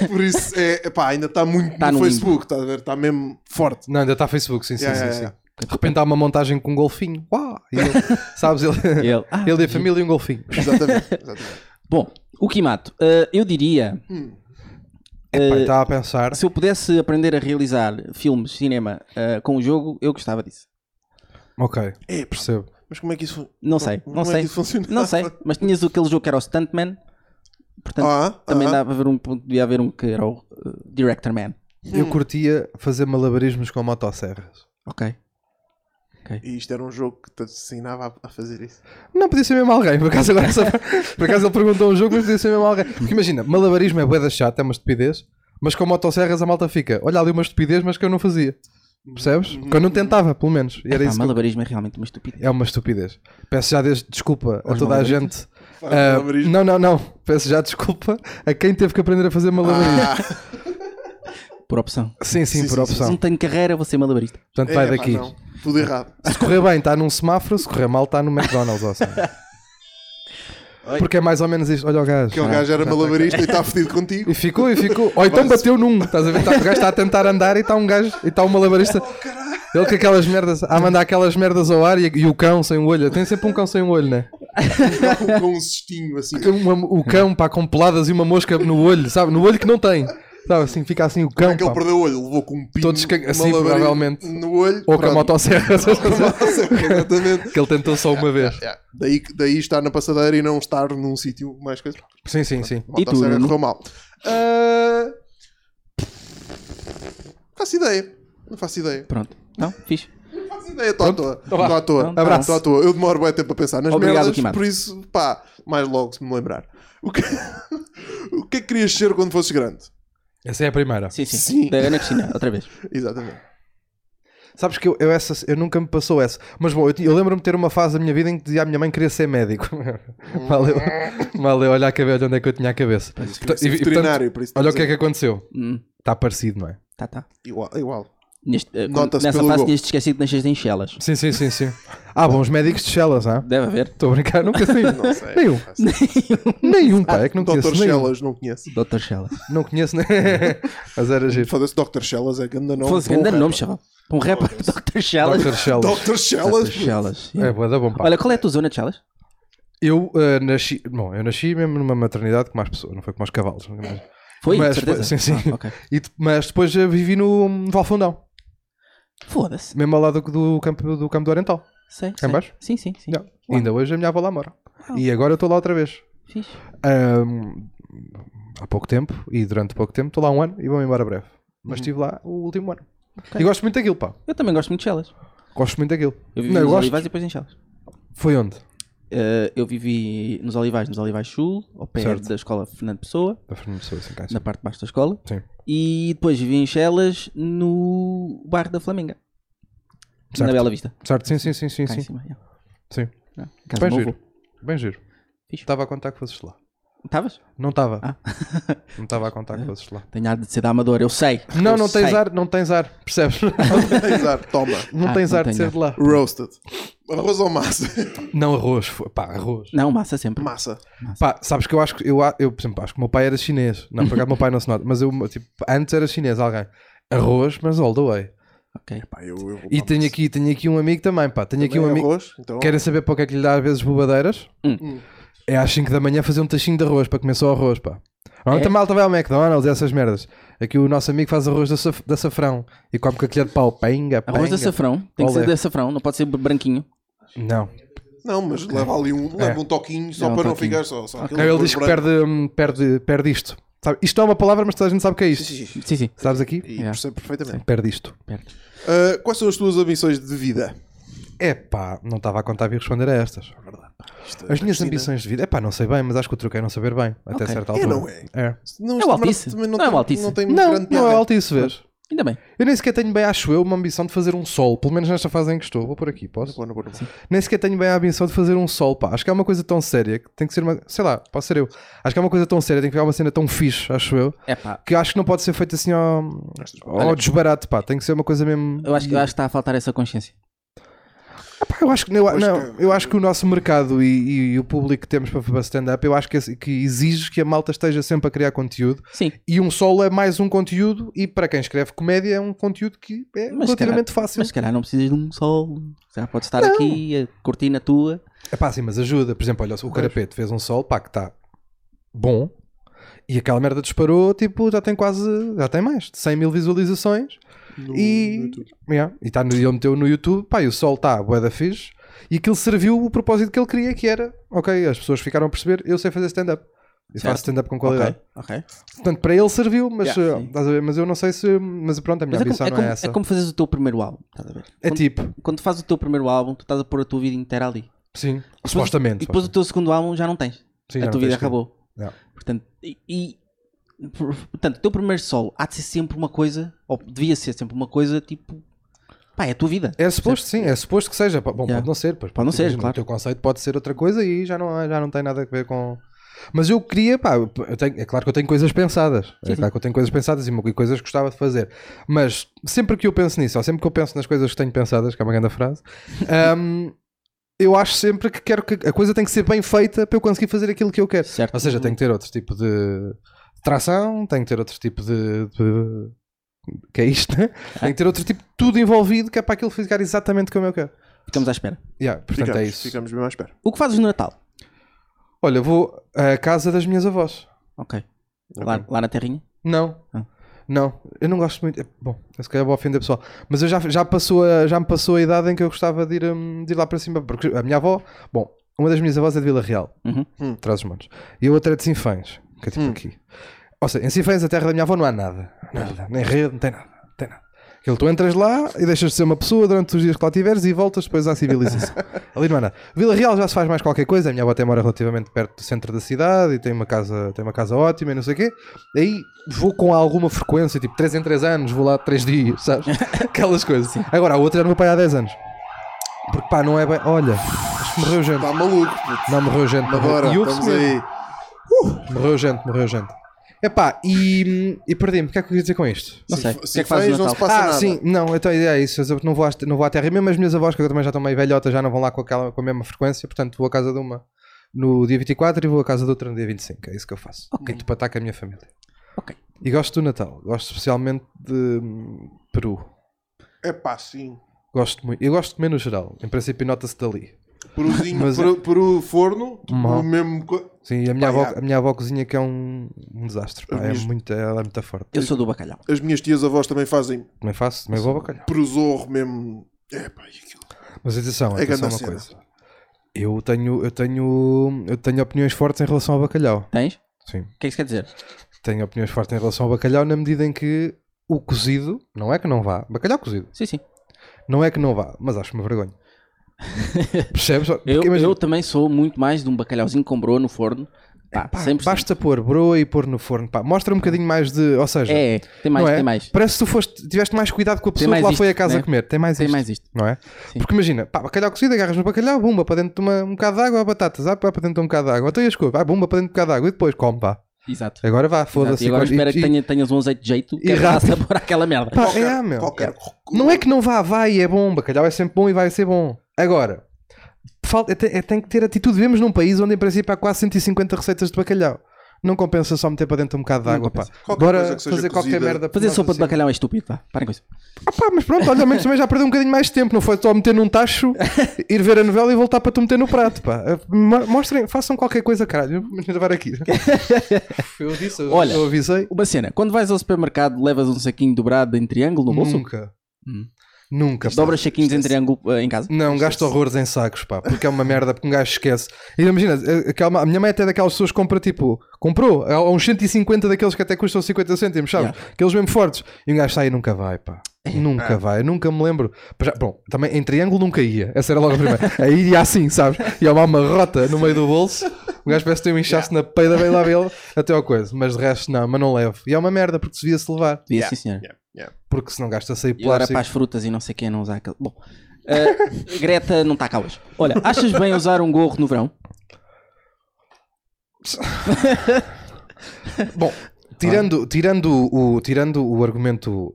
por isso, é, epá, ainda está muito Tá no, no Facebook. Está a ver? Está mesmo forte. Não, ainda está Facebook, sim, sim, Yeah, sim, yeah, sim. yeah. De repente há uma montagem com um golfinho. Uau! E ele- sabes, ele, ele, Ele. Ah, é e a família e um golfinho. Exatamente. exatamente. Bom, o Kimato, eh, eu diria, Hum. eh, Epá, Eh, Estava a tá. pensar. se eu pudesse aprender a realizar filmes, cinema eh, com o jogo, eu gostava disso. Ok, É, pá, percebo. mas como é que isso funciona? Não sei, não Como é sei. que isso funciona? Não sei, mas tinhas aquele jogo que era o Stuntman. Portanto, Ah, também ah, dava a ver um, podia haver um que era o eh, Director Man. Eu Hum. curtia fazer malabarismos com motosserras. Ok. E isto era um jogo que te ensinava a- a fazer isso. Não, podia ser mesmo alguém. Por acaso, agora essa- por acaso ele perguntou um jogo, mas podia ser mesmo alguém. Porque imagina, malabarismo é boeda chata, é uma estupidez. Mas com motosserras a malta fica. Olha ali uma estupidez, mas que eu não fazia. Percebes? Que eu não tentava, pelo menos. E era Pá, isso que eu- malabarismo é realmente uma estupidez. É uma estupidez. Peço já desde desculpa a Aos toda a malabarismos? gente. Para Ah, malabarismo. não, não, não. Peço já desculpa a quem teve que aprender a fazer malabarismo. Ah, Por opção. Sim, sim, Sim, por sim, opção. Se não tenho carreira, vou ser malabarista. Portanto, vai é, pá, daqui. não. Tudo errado. Se correr bem, está num semáforo, se correr mal, está no McDonald's. Ou assim. Porque é mais ou menos isto. Olha o gajo. Aquele é um gajo tá era malabarista e está fedido contigo. E ficou, e ficou. Ou então bateu num. Estás a ver? Tá- o gajo está a tentar andar e está um gajo. E está um malabarista. Ele com aquelas merdas. A mandar aquelas merdas ao ar e, e o cão sem o olho. Tem sempre um cão sem o olho, né? com, com um cestinho assim. Uma, o cão, pá, com peladas e uma mosca no olho, sabe? No olho que não tem. Sabe assim, fica assim o cão. Aquele Pá. perdeu o olho, levou com um pino Todo escan- assim, malabarismo provavelmente. no olho. Ou com a pronto. motosserra. Exatamente. que ele tentou só uma vez. Yeah. Daí, daí estar na passadeira e não estar num sítio mais coisa. Sim, sim, sim. E tu, Motosserra Nuno? correu mal. Ah, Não faço ideia. Não faço ideia. Pronto. Então, fixe. Não faço ideia. Estou à toa. Estou à Então toa. vá. Abraço. Estou à toa. Eu demoro bem tempo a pensar nas Obrigado, merdas, Kimato. por isso, pá, mais logo se me lembrar. O que... o que é que querias ser quando fosses grande? Essa é a primeira. Sim, sim. Sim. Da Ana Cristina, outra vez. Exatamente. Sabes que eu, eu essa, eu nunca me passou essa. Mas bom, eu, ti- eu lembro-me de ter uma fase da minha vida em que dizia à minha mãe que queria ser médico. valeu, valeu, olha a cabeça, onde é que eu tinha a cabeça. Porta- ser e- e, veterinário, por isso olha o estamos que é a- que aconteceu. Hum, Está parecido, não é? tá, tá. Igual. igual. Neste, eh, quando- Nota-se nessa pelo fase gol. tinhas esquecido que nasceste em Chelas. Sim, sim, sim, sim. Ah, bom, os médicos de Shellas, ah? Deve haver. Estou a brincar, nunca sei. Não sei. Nenhum. Nenhum, pá, é que não Dr. conheço nenhum. Shellas, não conheço. Dr. Chelas. Não conheço nem. Mas era giro. Foda-se, Dr. Shellas é grande nome. Fosse Bom grande rapper. nome, chaval. Para Um rapper, Dr. Chelas. Dr. Shellas. Dr. Shellas. Dr. Chelas. É, boa, dá bom, pá. Olha, qual é a tua zona de Chelas? Eu eh, nasci, bom, eu nasci mesmo numa maternidade com mais pessoas, não foi com mais cavalos. Mas, Foi, Mas, de certeza. sim, sim. Ah, ok. e de- mas depois eh, vivi no Valfundão, Foda-se. mesmo ao lado do campo do, campo do Oriental. Sei. Cá sei. em baixo? Sim, sim, sim. Yeah. Ainda hoje a minha avó lá mora. E agora eu estou lá outra vez. Fixe. Ahm, há pouco tempo, e durante pouco tempo, estou lá um ano e vou-me embora breve. Mas estive lá o último ano. E gosto muito daquilo, pá. Eu também gosto muito de Chelas. Gosto muito daquilo. Eu vivi Não, eu nos gosto. Olivais e depois em Chelas. Foi onde? Eh, eu vivi nos Olivais, nos Olivais Sul, ao pé Certo. da escola Fernando Pessoa, Da Fernando Pessoa, assim, cá em na cima. parte de baixo da escola. Sim. E depois vivi em Chelas no bairro da Flamenga, na Certo. Bela Vista. Certo, sim, sim, sim, sim. Cá em sim. cima. yeah. sim. Não, casa Bem do meu giro. avô. Bem giro. Fixe. Estava a contar que fosses lá. Estavas? Não estava. Ah. Não estava a contar que fosses lá. Tenho ar de ser da Amadora, eu sei. Não, Eu não tens sei. ar, não tens ar, percebes? Tens ar, Toma. Não Ah, tens não ar de tenho ser ar. de lá. Roasted. Arroz ou massa? Não arroz, fo- pá, arroz. Não, massa sempre. massa. Pá, sabes que eu acho que eu, a- eu por exemplo, acho que o meu pai era chinês. Não, por acaso o meu pai não se nota, mas eu tipo, antes era chinês alguém. Arroz, mas all the way. Ok. Pá, eu, eu vou E para tenho massa. aqui, tenho aqui um amigo também, pá. Tenho aqui Também um amigo. Arroz, então. Querem saber para o que é que lhe dá às vezes bobadeiras? Hum. É às 5 da manhã fazer um tachinho de arroz para comer só arroz, pá. Ontem É? a malta vai ao McDonald's e essas merdas. Aqui o nosso amigo faz arroz da, saf- da safrão e come com a colher de pau. Pinga, pinga. Arroz de açafrão. Tem que Qual ser é? de açafrão, não pode ser branquinho. Não. Não, mas leva ali um, É. leva um toquinho só Dá um para toquinho. não ficar só. só aquele Não, ele arroz diz que branco. perde, hum, perde, perde isto. Sabe? Isto não é uma palavra, mas toda a gente sabe o que é isto. Sim, sim, sim. Sim, sim. Sabes aqui? E Yeah. percebo perfeitamente. Perde isto. Ah, quais são as tuas ambições de vida? Epá, não estava a contar e responder a estas. Isto é As minhas Cristina. ambições de vida, epá, não sei bem, mas acho que o truque é não saber bem, até Ok. certa É, altura. não é? É. Não, É isto o também Altice. também Não é tem- o Altice. Não tem Não, grande não é piada. altice, vês? Ainda bem. Eu nem sequer tenho bem, acho eu, uma ambição de fazer um sol, pelo menos nesta fase em que estou. Vou por aqui, posso? Boa, boa, boa. Nem sequer tenho bem a ambição de fazer um sol, pá. Acho que é uma coisa tão séria que tem que ser uma. Sei lá, posso ser eu. Acho que é uma coisa tão séria, tem que ficar uma cena tão fixe, acho eu, É pá. que acho que não pode ser feita assim ao, ao desbarato, pá. Tem que ser uma coisa mesmo. Eu acho, que- eu acho que está a faltar essa consciência. Pá, eu acho que eu, Pois não, que- eu acho que o nosso mercado e, e- e o público que temos para para stand-up, eu acho que, esse- que exige que a malta esteja sempre a criar conteúdo Sim. e um solo é mais um conteúdo e para quem escreve comédia é um conteúdo que é Mas se relativamente fácil. Mas se calhar não precisas de um sol. Já podes estar aqui, a cortina tua. É pá, sim, mas ajuda. Por exemplo, olha, o Carapete fez um sol, pá, que está bom e aquela merda disparou, tipo, já tem quase, já tem mais de 100 mil visualizações e yeah, e está no, ele meteu no YouTube, pá, e o sol está, bué da fixe e aquilo serviu o propósito que ele queria, que era, ok, as pessoas ficaram a perceber, eu sei fazer stand-up. E Certo. faço stand-up com qualidade. Ok. ok. Portanto, é para ele serviu, mas, Yeah, eh, sim. estás a ver, mas eu não sei se. Mas pronto, a minha Mas é como, ambição é, não como, é essa. é como fazes o teu primeiro álbum. Estás a ver? É Quando- tipo, Quando tu fazes o teu primeiro álbum, tu estás a pôr a tua vida inteira ali. sim, Depois- supostamente. E depois o supostamente. teu segundo álbum já não tens. Sim, é já a não tua vida tens que- acabou. Yeah. Portanto, e, e- por- portanto, o teu primeiro solo há de ser sempre uma coisa, ou devia ser sempre uma coisa tipo. Pá, é a tua vida. É suposto, sim, é suposto que seja. Bom, Yeah. pode não ser, pois, Pode não ser, imagina, claro. O teu conceito pode ser outra coisa e já não, há- já não tem nada a ver com. Mas eu queria, pá, eu tenho- é claro que eu tenho coisas pensadas. é claro que eu tenho coisas pensadas e mo- e coisas que gostava de fazer. Mas sempre que eu penso nisso, ou sempre que eu penso nas coisas que tenho pensadas, que é uma grande frase, hum, eu acho sempre que quero que a coisa tem que ser bem feita para eu conseguir fazer aquilo que eu quero. Certo. Ou seja, tem que ter outro tipo de tração, tem que ter outro tipo de. de- Que é isto, né? Tem que ter outro tipo de tudo envolvido que é para aquilo ficar exatamente como eu quero. Ficamos à espera. Yeah, portanto, Ficamos, é isso. ficamos bem à espera. O que fazes no Natal? Olha, vou à casa das minhas avós. Ok. Lá, lá na terrinha? Não. Ah. Não, eu não gosto muito. é, Bom, eu se calhar vou ofender pessoal, mas eu já, já, passou a- já me passou a idade em que eu gostava de ir, hum, de ir lá para cima, porque a minha avó, bom, uma das minhas avós é de Vila Real, Uhum. Hum. traz os montes, e a outra é de Sinfãs, que é tipo aqui. Ou seja, em Sinfãs, a terra da minha avó, não há nada, nada, nem rede, não tem nada, não tem nada. Aquilo, tu entras lá e deixas de ser uma pessoa durante os dias que lá tiveres e voltas depois à civilização. Ali não há nada. Vila Real já se faz mais qualquer coisa. A minha avó até mora relativamente perto do centro da cidade e tem uma casa, tem uma casa ótima e não sei o quê. Aí vou com alguma frequência, tipo 3 em 3 anos, vou lá 3 dias, sabes? Aquelas coisas. Agora, a outra já não vou para aí há 10 anos. Porque pá, não é bem. Olha, acho que morreu gente. Tá Está maluco. puto. Não, morreu gente. morreu- Agora, e houve-se estamos mesmo. aí. Morreu gente, morreu gente. Epá, e, e perdi-me. O que é que eu queria dizer com isto? Não Se- sei. O que se é que fazes fez, no não se Natal? passa ah, nada. sim, não, então a ideia é isso. Eu não vou, à, não vou à terra. E mesmo as minhas avós, que eu também já estão meio velhotas, já não vão lá com, aquela, com a mesma frequência. Portanto, vou à casa de uma no dia 24 e vou à casa de outra no dia 25. É isso que eu faço. Okay. Tento patar com a minha família. Ok. E gosto do Natal. Gosto especialmente de hum, Peru. É pá, sim. Gosto muito. Eu gosto de comer no geral. Em princípio, nota-se dali. Peruzinho, Mas- é- peru, peru forno, Uhum. o mesmo. co- Sim, e a minha, Pá, avó, já. a minha avó cozinha que é um, um desastre. pá. As É minhas- muito, ela é muito forte. Eu sou do bacalhau. As minhas tias avós também fazem Também faço, também vou ao bacalhau. peruzorro mesmo. É pá, e aquilo. Mas atenção, É atenção grande a uma cena. coisa. Eu tenho, eu tenho, eu tenho opiniões fortes em relação ao bacalhau. Tens? O Sim. que é que isso quer dizer? Tenho opiniões fortes em relação ao bacalhau na medida em que o cozido, não é que não vá, bacalhau cozido, Sim, sim. não é que não vá, mas acho uma vergonha. Percebes? Porque Eu, imagina, eu também sou muito mais de um bacalhauzinho com broa no forno. Pá, pá, 100%. basta pôr broa e pôr no forno, pá, mostra um bocadinho mais de, ou seja, É, é. tem mais, não é? tem mais. Parece que tu foste, tiveste mais cuidado com a pessoa que mais lá isto, foi a casa né? comer, tem mais Tem isto. mais isto. não é? Sim. Porque imagina, pá, bacalhau cozido, agarras no bacalhau, bumba para dentro de uma, um bocado de água, batatas, ah, pá, para dentro de um bocado de água, até as couves, ah, bumba para dentro de um bocado de água e depois come, pá. Exato. Agora vá, Exato. foda-se. E agora co- espera e- que tenha- tenhas um azeite de jeito que e rápido. passa por aquela merda. Pá, é, meu. Qualquer. Não é que não vá, vai, é bom, bacalhau é sempre bom e vai ser bom. Agora, falta, é, te- é- tem que ter atitude. Vivemos num país onde, em princípio, há quase 150 receitas de bacalhau. Não compensa só meter para dentro um bocado de Não água, pá. compensa. Qualquer Bora coisa que seja fazer qualquer cozida. merda. por Fazer nós sopa de assim. bacalhau é estúpido, pá. Parem com isso. Ah pá, mas pronto, olha, ao menos também já perdeu um bocadinho mais de tempo, não foi só meter num tacho, ir ver a novela e voltar para tu meter no prato, pá. Eh, Mo- Mostrem, façam qualquer coisa, caralho, vamos gravar aqui. Eu disse, eu, Olha, eu avisei. Uma cena, quando vais ao supermercado, levas um saquinho dobrado em triângulo no bolso? Nunca. Hum. Nunca. pá. Dobras saquinhos em triângulo eh, em casa? Não, gasto horrores em sacos, pá, porque é uma merda, porque um gajo esquece. E imagina, a- aquela- a minha mãe é até daquelas pessoas que compra tipo, comprou, há uns 150 daqueles que até custam 50 cêntimos, sabes? Aqueles mesmo fortes. E um gajo sai e nunca vai, pá. É, Nunca vai, nunca me lembro. Pois já- bom, também em triângulo nunca ia. Essa era logo a primeira. Aí ia assim, sabes? Ia uma amarrota no meio do bolso. O gajo parece que tem um inchaço na peida, bem lá dele, até ao coisa. Mas de resto, não, mas não levo. E é uma merda, porque se devia-se levar. Devia, Yeah. sim, senhor. Yeah, yeah. Porque se não gasta-se aí E agora para plástico. as frutas e não sei quem não usar aquele. Bom, eh, Greta não está cá hoje. Olha, achas bem usar um gorro no verão? Bom, tirando, tirando, o, tirando o argumento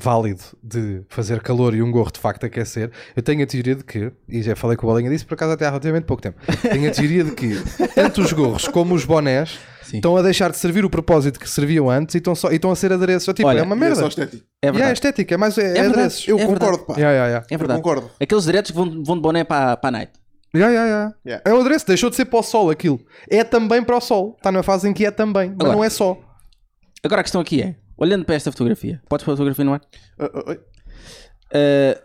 válido de fazer calor e um gorro de facto aquecer, eu tenho a teoria de que, e já falei com o Bolinha disso por acaso até há relativamente pouco tempo, tenho a teoria de que tanto os gorros como os bonés Sim. estão a deixar de servir o propósito que serviam antes e estão, só, e estão a ser adereços. Tipo, Olha, é uma E É merda. só É, estético. É verdade. é estética, é mais é, verdade. adereços. Eu É concordo, pá. Yeah, yeah, yeah. É verdade. Eu concordo. Aqueles diretos que vão, vão de boné para, para a night. Yeah, yeah, yeah. Yeah. É o adereço, deixou de ser para o sol aquilo. É também para o sol. Está na fase em que é também, mas Agora. não é só. Agora a questão aqui é: olhando para esta fotografia, podes pôr a fotografia no ar? Ah, ah, ah. Está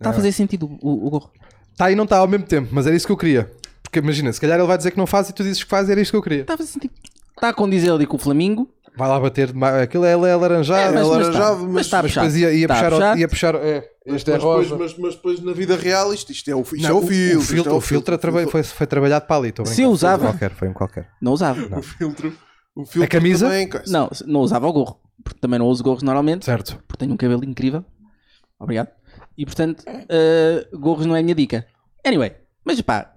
tá a fazer sentido o, o- o gorro. Está Tá, e não está ao mesmo tempo, mas era isso que eu queria. Porque imagina, se calhar ele vai dizer que não faz e tu dizes que faz, era isto que eu queria. Está Tá a fazer sentido. Está a condizer ali com o Flamingo. Vai lá bater, ma- aquilo é, é É, alaranjado, mas, mas, está, alaranjado, mas tá mas- está a puxar. depois ia, ia Está a puxar, puxar. ia puxar, é, este é Mas depois- rosa. mas- mas depois na vida real isto, isto é o, isto Não, é o, o- o filtro. isto filtro, é o filtro é traba- foi, foi trabalhado para ali. estou a Se brincar. eu Foi um usava- qualquer, foi um qualquer. Não usava. O Um filtro. O filtro A camisa? também, coisa. Não, não usava o gorro. Porque também não uso gorros normalmente. Certo. Porque tenho um cabelo incrível. Obrigado. E portanto, eh, gorros não é a minha dica. Anyway, mas pá,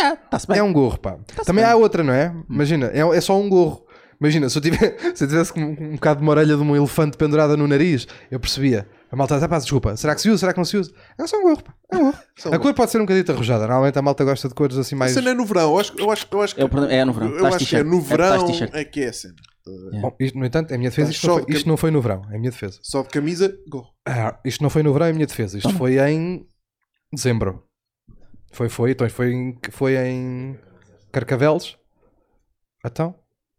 já, está-se bem. É um gorro, pá. Também bem. há outra, não é? Imagina, é, é só um gorro. Imagina, se eu, tiver, se eu tivesse com um, um bocado de uma orelha de um elefante pendurada no nariz, eu percebia. A malta diz, "Ah, pá, desculpa, será que se usa? Será que não se usa? É só um gorro, pá. É um gorro. Só um a cor pode ser um bocadito arrojada. Normalmente a malta gosta de cores assim mais. A cena é no verão. Eu acho, eu acho, eu acho que, É o problema- é no verão. Eu Estás acho que é t-shirt. no É, estás verão t-shirt. é, que é a cena. Bom, isto, no entanto, é a minha defesa. Tá, Isto não, só foi, que- isto não foi no verão. É a minha defesa. Só de camisa, go. Ah, isto não foi no verão, é a minha defesa. Isto foi em dezembro. Foi, foi, então foi em, foi em Carcavelos. Então,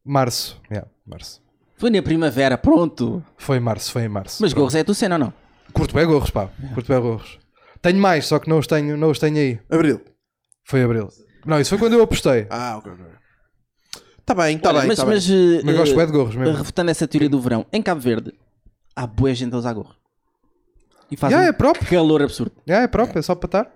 março. Yeah, março. Foi na primavera, pronto. Foi em março, foi em março. Mas É. Pronto. gorros é a tua cena ou não? Curto bem gorros, pá. Curto bem gorros. Tenho mais, só que não os tenho, não os tenho aí. Abril. Foi abril. Não, isso foi quando eu apostei. Ah, ok, ok. Está bem, está Olha, bem. mas, tá mas, bem. eh, Mas gosto eh, bem de gorros mesmo. refutando essa teoria do verão, em Cabo Verde há boa gente a usar gorro. E faz Yeah, um é próprio. calor absurdo, Yeah, é próprio, é só para estar.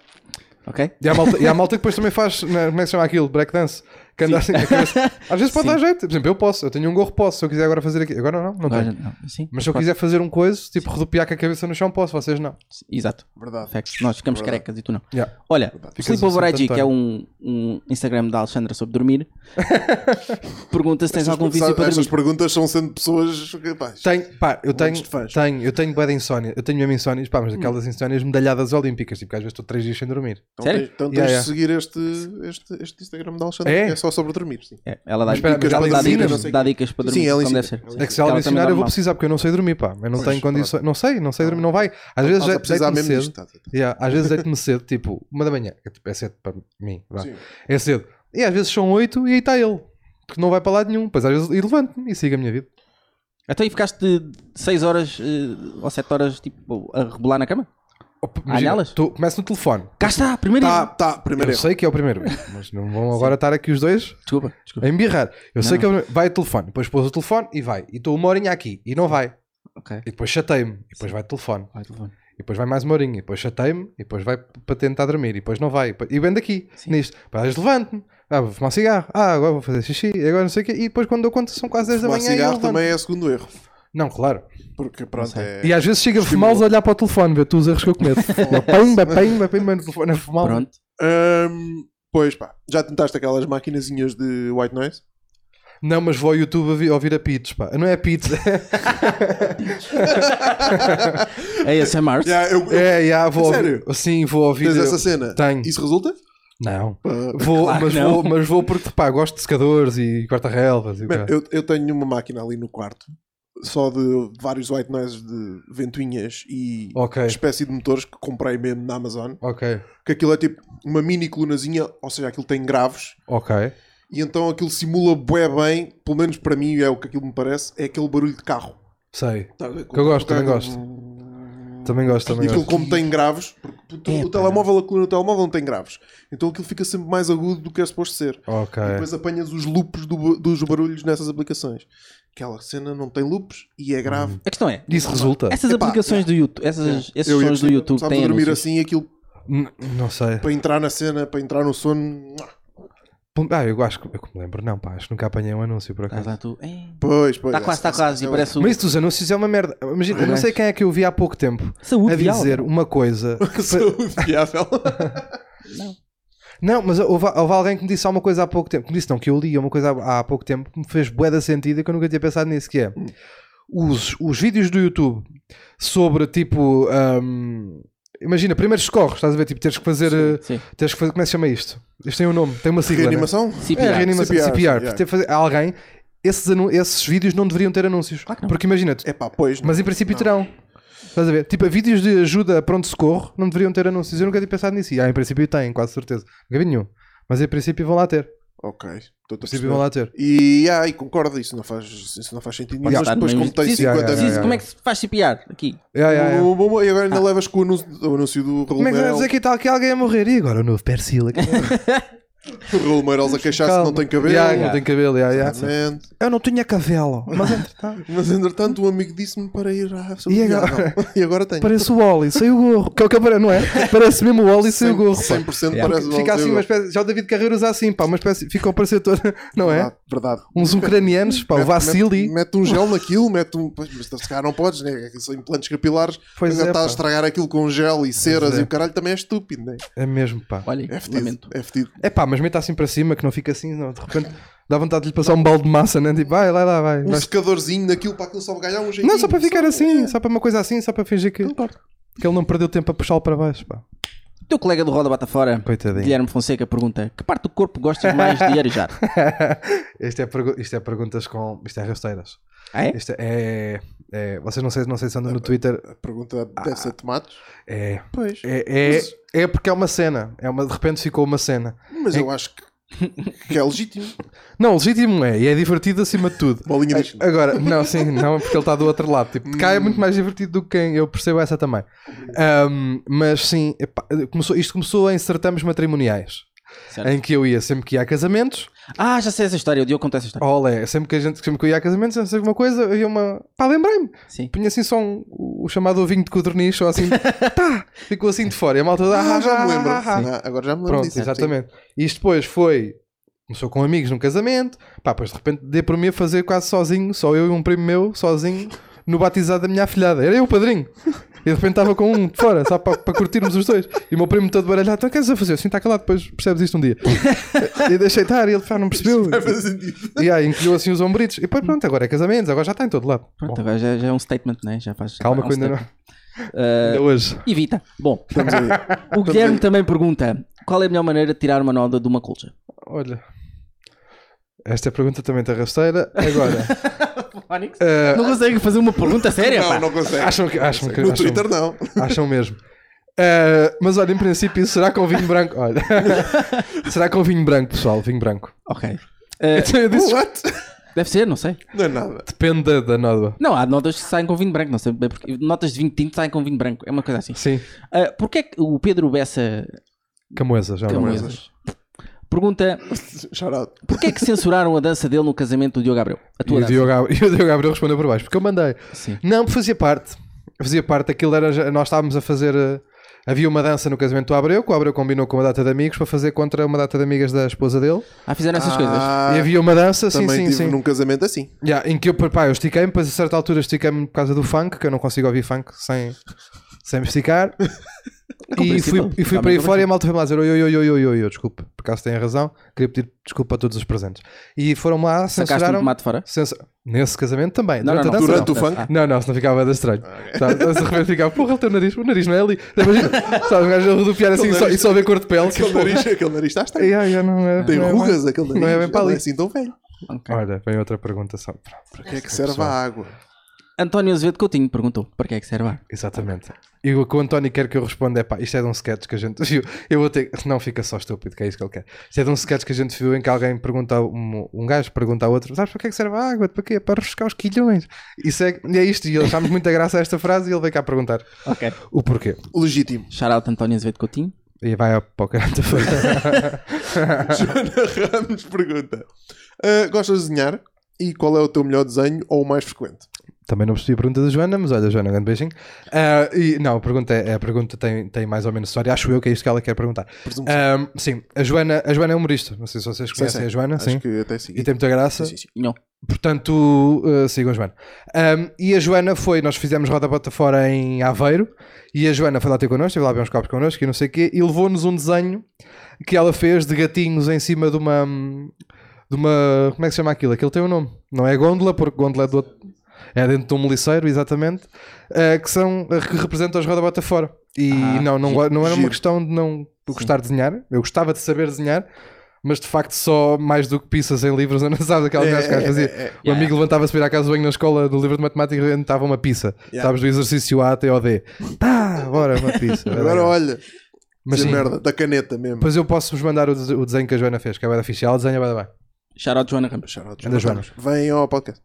ok? E há, malta, e há malta que depois também faz, né, como é que se chama aquilo? Breakdance. Que anda assim, que parece- às vezes pode Sim. dar jeito. Por exemplo, eu posso, eu tenho um gorro, posso. Se eu quiser agora fazer aqui. Agora não, não Agora, tenho. não, sim, Mas se eu pronto. quiser fazer um coiso, tipo rodopiar com a cabeça no chão, posso, vocês não. Exato. Verdade. Facts. Nós ficamos carecas e tu não. Yeah. Olha, o Ficas Sleepover assim, IG, que é tanto um, um Instagram da Alexandra sobre dormir, pergunta se tens Essas- algum vício sabe, para Estas dormir. perguntas são sendo pessoas. Rapaz, Tenho, pá, eu tenho, Montes de fãs. tenho, eu tenho bué de insónia. Eu tenho mesmo insónias, pá, mas aquelas Hum. insónias medalhadas olímpicas, tipo, que às vezes estou três dias sem dormir. então Sério? tens, então Yeah, tens yeah. de seguir este, este, este Instagram da Alexandre. É? que É só sobre dormir. Sim. É, ela dá, Mas espera, dicas, mas ela dá, ensina, dicas, não sei dá quê. dicas para Sim, dormir, como ela ensina. deve ser. Ela É que se ela me Ela também ensinar, eu dorme vou mal. precisar, porque eu não sei dormir, pá. Eu não tenho condições, não sei, não sei dormir, não vai. Às vezes Estás a já é precisar deito-me mesmo cedo. disto. tá, tá, tá. Yeah, às vezes deito-me cedo, tipo, uma da manhã, que é, tipo, é cedo para mim, vá. Sim. é cedo. E às vezes são oito e aí está ele, que não vai para lado nenhum. Pois às vezes e levanto-me e sigo a minha vida. Então aí ficaste 6 horas eh, ou 7 horas tipo, a rebolar na cama? Opa, Há imagina, nelas? Tu começo no telefone. Cá está, primeiro Tá, erro. tá, primeiro Eu erro. sei que é o primeiro, mas não vão agora estar aqui os dois Desculpa, desculpa. a embirrar. Eu sei Não. que é o primeiro. vai o telefone, depois pôs o telefone e vai. E estou uma horinha aqui e não vai. Ok. E depois chatei-me, e depois vai o telefone. Vai, telefone. E depois vai mais uma horinha, e depois chatei-me, e depois vai p- para tentar dormir, e depois não vai. E depois- E vem daqui, Sim. nisto. Pá, às vezes levanto-me, ah, vou fumar um cigarro, ah, agora vou fazer xixi, e agora não sei o quê. E depois quando eu conto são quase 10 da Fumar manhã e eu cigarro levanto. também é o segundo erro. Não, claro. Porque, pronto, sei. é. E às vezes chega a fumá-los a olhar para o telefone, ver tu os erros que eu cometo. Eu pimba, pimba, pimba no telefone, a fumá-los. Pronto. Hum, Ahm, pois pá, já tentaste aquelas maquinazinhas de white noise? Não, mas vou ao YouTube ouvi- ouvir a Pits, pá. Não é a Pits, É esse, é Mars. Yeah, eu, eu, é, já, vou ouvir- Sério? Sim, vou ouvir. tens essa cena? Tenho. Isso resulta? Não. Vou, mas, não. Vou, mas vou porque, pá, gosto de secadores e corta-relvas e o Man, caralho. eu, eu tenho uma máquina ali no quarto só de vários white noises de ventoinhas e Ok. espécie de motores que comprei mesmo na Amazon. Ok, Que aquilo é tipo uma mini colunazinha, ou seja, aquilo tem graves ok. e então aquilo simula bué bem, pelo menos para mim é o que aquilo me parece, é aquele barulho de carro. Sei. Tá a ver? Que eu gosto, também gosto. Também E gosto, também aquilo gosto. como tem graves, porque o, É, te- o pá. telemóvel, a coluna do telemóvel não tem graves. Então aquilo fica sempre mais agudo do que é suposto ser. Ok. E depois apanhas os loops do ba- dos barulhos nessas aplicações. Aquela cena não tem loops e é grave. Uhum. A questão é, Isso resulta? essas Epá, aplicações do YouTube, essas, esses é. Eu ia sons do dizer, YouTube sabes, têm a dormir anúncios. assim, aquilo N- Não sei. para entrar na cena, para entrar no sono. Ah, eu acho que, eu que me lembro, não, pá, acho que nunca apanhei um anúncio por Estás acaso. Ah, lá tu, "Ei, Pois, assim. Está é, pois. Tá quase, está quase, e tá. parece um o Mas isso dos anúncios é uma merda. Imagina, eu não sei quem é que eu vi há pouco tempo saúde é a vial. dizer uma coisa. um- Saúde viável. Não, mas houve, houve alguém que me disse alguma coisa há pouco tempo, que me disse não, que eu li uma coisa há, há pouco tempo que me fez bué da sentido e que eu nunca tinha pensado nisso, que é os, os vídeos do YouTube sobre tipo. hum, imagina, primeiros socorros, estás a ver? Tipo, tens que fazer. uh, eh, Sim. Tens que fazer como é que se chama isto? Isto tem um nome, tem uma sigla. né? Reanimação? CPR. É, reanimação, CPR, CPR. yeah. Ter que fazer- alguém, esses, anu- esses vídeos não deveriam ter anúncios. Porque imagina, tu- É pá, pois. mas em princípio Não. terão. Estás a ver? Tipo, vídeos de ajuda a pronto-socorro não deveriam ter anúncios. Eu nunca tinha pensado nisso. E, ah, em princípio têm, quase certeza. Nunca vi nenhum. Mas em princípio vão lá ter. Em Ok. Estou a princípio perceber. vão lá ter. E aí, concordo, isso não faz, isso não faz sentido nenhum. Mas Mas tá, depois, mas- como tens Sim, sim, 50 sim, mil. Preciso- Como é que se faz CPR? Aqui. Yeah, yeah, yeah. Bom, bom, bom, E agora ainda levas com o anúncio, o anúncio do é, Ah. Como é que vai Raul dizer que tal que alguém a morrer? E agora o novo Persila. Meireles a queixar-se que não tem cabelo. Yeah, não tem cabelo. yeah, yeah. Exatamente. Eu não tinha cabelo. Mas entretanto. Mas entretanto, um amigo disse-me para ir à E agora? E agora tenho. Parece o Wally, sem o gorro. Que é o que apare- não é? Parece mesmo o Wally sem o gorro. pá. 100% Yeah. parece Fica assim uma espécie. Já o David Carreiro usa assim, pá, uma espécie. Fica a parecer todo. Não é? Verdade, Ah, verdade. Uns ucranianos, pá, o Mete- Vassili. Mete, mete um gel naquilo, mete um. Pois, mas se calhar não podes, né? Aquilo São implantes capilares. Pois Agora é, está a pá. estragar aquilo com gel e ceras é. e o caralho também é estúpido, né? É mesmo, pá. Olha, É fedido. lamento. É fedido. É pá, mas meta assim para cima, que não fica assim, não. De repente dá vontade de lhe passar um balde de massa, né? Tipo, vai, lá, lá, vai. Um Vai- secadorzinho naquilo para aquilo só ganhar um jeitinho. Não, só para ficar assim, só para uma coisa assim, só para fingir que. Que ele não perdeu tempo a puxá-lo para baixo, pá. O teu colega do Roda Bata Fora, é. Coitadinho. Guilherme Fonseca, pergunta que parte do corpo gostas mais de arejar? Isto é, pergu- isto é perguntas com. Isto é rasteiras. Ah, é? Isto é. é... é- Vocês não sei, não sei se andam no Twitter. A pergunta deve ser tomates. Ah. É. Pois. É, é, é porque é uma cena. É uma, de repente ficou uma cena. Mas eu acho que, que é legítimo. Não, legítimo é. E é divertido acima de tudo. Bolinha diz. Agora, não, sim, não, é porque ele está do outro lado. Tipo, de cá é muito mais divertido do que quem. Eu percebo essa também. Ahm, mas sim, epá, começou, isto começou em certames matrimoniais. Certo. Em que eu ia sempre que ia a casamentos, "Oh, Ah, já sei essa história, o Diogo conta essa história. olé, sempre que, a gente, sempre que eu ia a casamentos, não sei alguma coisa, eu ia uma. pá, lembrei-me, Sim. Oh. punha assim só um- o chamado ovinho de codorniz, ou assim, tá, ficou assim de fora, e a malta, ah, Ah, já me lembro. ah, ah, ah. Ah, agora já me lembro Pronto, disso. exatamente. E Isto depois foi. Começou com amigos num casamento, pá, depois de repente dei por mim a fazer quase sozinho, só eu e um primo meu, sozinho, no batizado da minha afilhada. Era eu o padrinho. E de repente estava com um de fora, só para, para curtirmos os dois. E o meu primo todo baralhado, então o que queres a fazer? Assim, está calado, depois percebes isto um dia. E deixei estar, e ele, pá, não percebeu. Vai fazer sentido. E aí encolheu assim os ombritos. E depois pronto, agora é casamentos, agora já está em todo lado. Pronto, Bom, agora já, já é um statement, né? Já faz. calma é um que eu ainda não. statement. Ah, Ainda hoje. evita. Bom, Estamos aí. o Guilherme também pergunta qual é a melhor maneira de tirar uma onda de uma colcha? Olha. Esta pergunta também está rasteira. Agora. eh, Não consegue fazer uma pergunta séria, pá? Ah. Não, não consegue. Acham que. Acham que No acham- Twitter não. Acham mesmo. Uh, mas olha, em princípio, será com vinho branco? Olha, será com vinho branco, pessoal? Vinho branco. Então, Ok. Ah, Eu disse, What? deve ser, não sei. Não é nada. depende da, da nódoa. Não, há notas que saem com vinho branco, não sei bem porque. Notas de vinho tinto saem com vinho branco, é uma coisa assim. Sim, Ah, porquê é que o Pedro Bessa camoesa, já não lembro. Camões pergunta Shout out. porquê é que censuraram a dança dele no casamento do Diogo Abreu? A E tua o, dança. Diogo, Gab- e o Diogo Gabriel respondeu por baixo, porque eu mandei. Sim. Não, fazia parte. Fazia parte, aquilo era. já- Nós estávamos a fazer. uh, Havia uma dança no casamento do Abreu, que o Abreu combinou com uma data de amigos para fazer contra uma data de amigas da esposa dele. Ah, fizeram essas coisas. Ah, e havia uma dança, sim, também sim, estive sim. num casamento assim. Ya, em que eu, pá, eu estiquei-me, depois a certa altura estiquei-me por causa do funk, que eu não consigo ouvir funk sem, sem me esticar. E assim, compreensível, fui, e fui totalmente para aí fora e compreensível. a malta foi-me a dizer: oi, oi, oi, oi, oi, oi, oi, desculpe, por acaso têm razão, queria pedir desculpa a todos os presentes. E foram lá, Sacaste um censuraram. tomate fora? censu- Nesse casamento também. Não, não, durante não. a dança, Durante o não. funk? Ah. Não, não, senão ficava da estranho. Tá, tá, se de repente ficava, porra, ele tem o nariz, o nariz não é ali. Imagina, sabe, um gajo a rodopiar assim e só, e só vê cor de pele. Que, Aquele porra, nariz, aquele nariz está estranho. ai, ai, já não é, Tem não é rugas, bem. aquele nariz. Não é bem para Ele ali. é assim tão velho. Ah, Ok. Olha, vem outra pergunta só. Pronto. Para que é que serve a água? António Azevedo Coutinho perguntou: para que é que serve a água? Exatamente. E o que o António quer que eu responda é pá, isto é de um sketch que a gente viu. Eu vou ter. Não fica só estúpido, que é isso que ele quer. Isto é de um sketch que a gente viu em que alguém pergunta, a um, um gajo pergunta a outro: sabes para que é que serve a água? Para quê? Para refrescar os quilhões. Isso é, e é isto. E achámos muita graça a esta frase e ele veio cá perguntar Ok. o porquê. Legítimo. Shout out António Azevedo Coutinho. E vai ao para o caralho da frente. Joana Ramos pergunta: "Ah, Gostas de desenhar? E qual é o teu melhor desenho ou o mais frequente? Também não percebi a pergunta da Joana, mas olha, Joana, um grande beijinho. Ah, e, não, a pergunta, é, a pergunta tem, tem mais ou menos história, acho eu que é isto que ela quer perguntar. Presumo Ah, sim, a Joana, a Joana é humorista, não sei se vocês conhecem é sim. a Joana, Acho sim. que até segui. E tem muita graça, Sim, sim, sim. Não. portanto ah, sigam a Joana. Ah, e a Joana foi, nós fizemos Roda Bota Fora em Aveiro, e a Joana foi lá ter connosco, teve lá ver uns copos connosco e não sei o quê, e levou-nos um desenho que ela fez de gatinhos em cima de uma. de uma. como é que se chama aquilo? Aquilo tem um nome. Não é gôndola, porque gôndola é do outro. É dentro de um meliceiro, exatamente, eh, que são que representam as roda bota fora. E Ah, não, não, giro, go- não era uma giro. questão de não gostar de desenhar. Eu gostava de saber desenhar, mas de facto só mais do que pisas em livros, eu não sabes aquelas É, coisas que é, às vezes é, é. O amigo levantava-se para ir à casa do banho na escola do livro de matemática e estava uma pizza. Yeah. Sabes, do exercício A até ao D. Tá, bora, uma pizza. Agora olha, mas mas sim, merda, da caneta mesmo. Depois eu posso-vos mandar o, des- o desenho que a Joana fez, que é bem da ficha. Ela desenha bem, bem. Shout out Joana Ramos. Shout out, Anda, Joana. Vem ao podcast.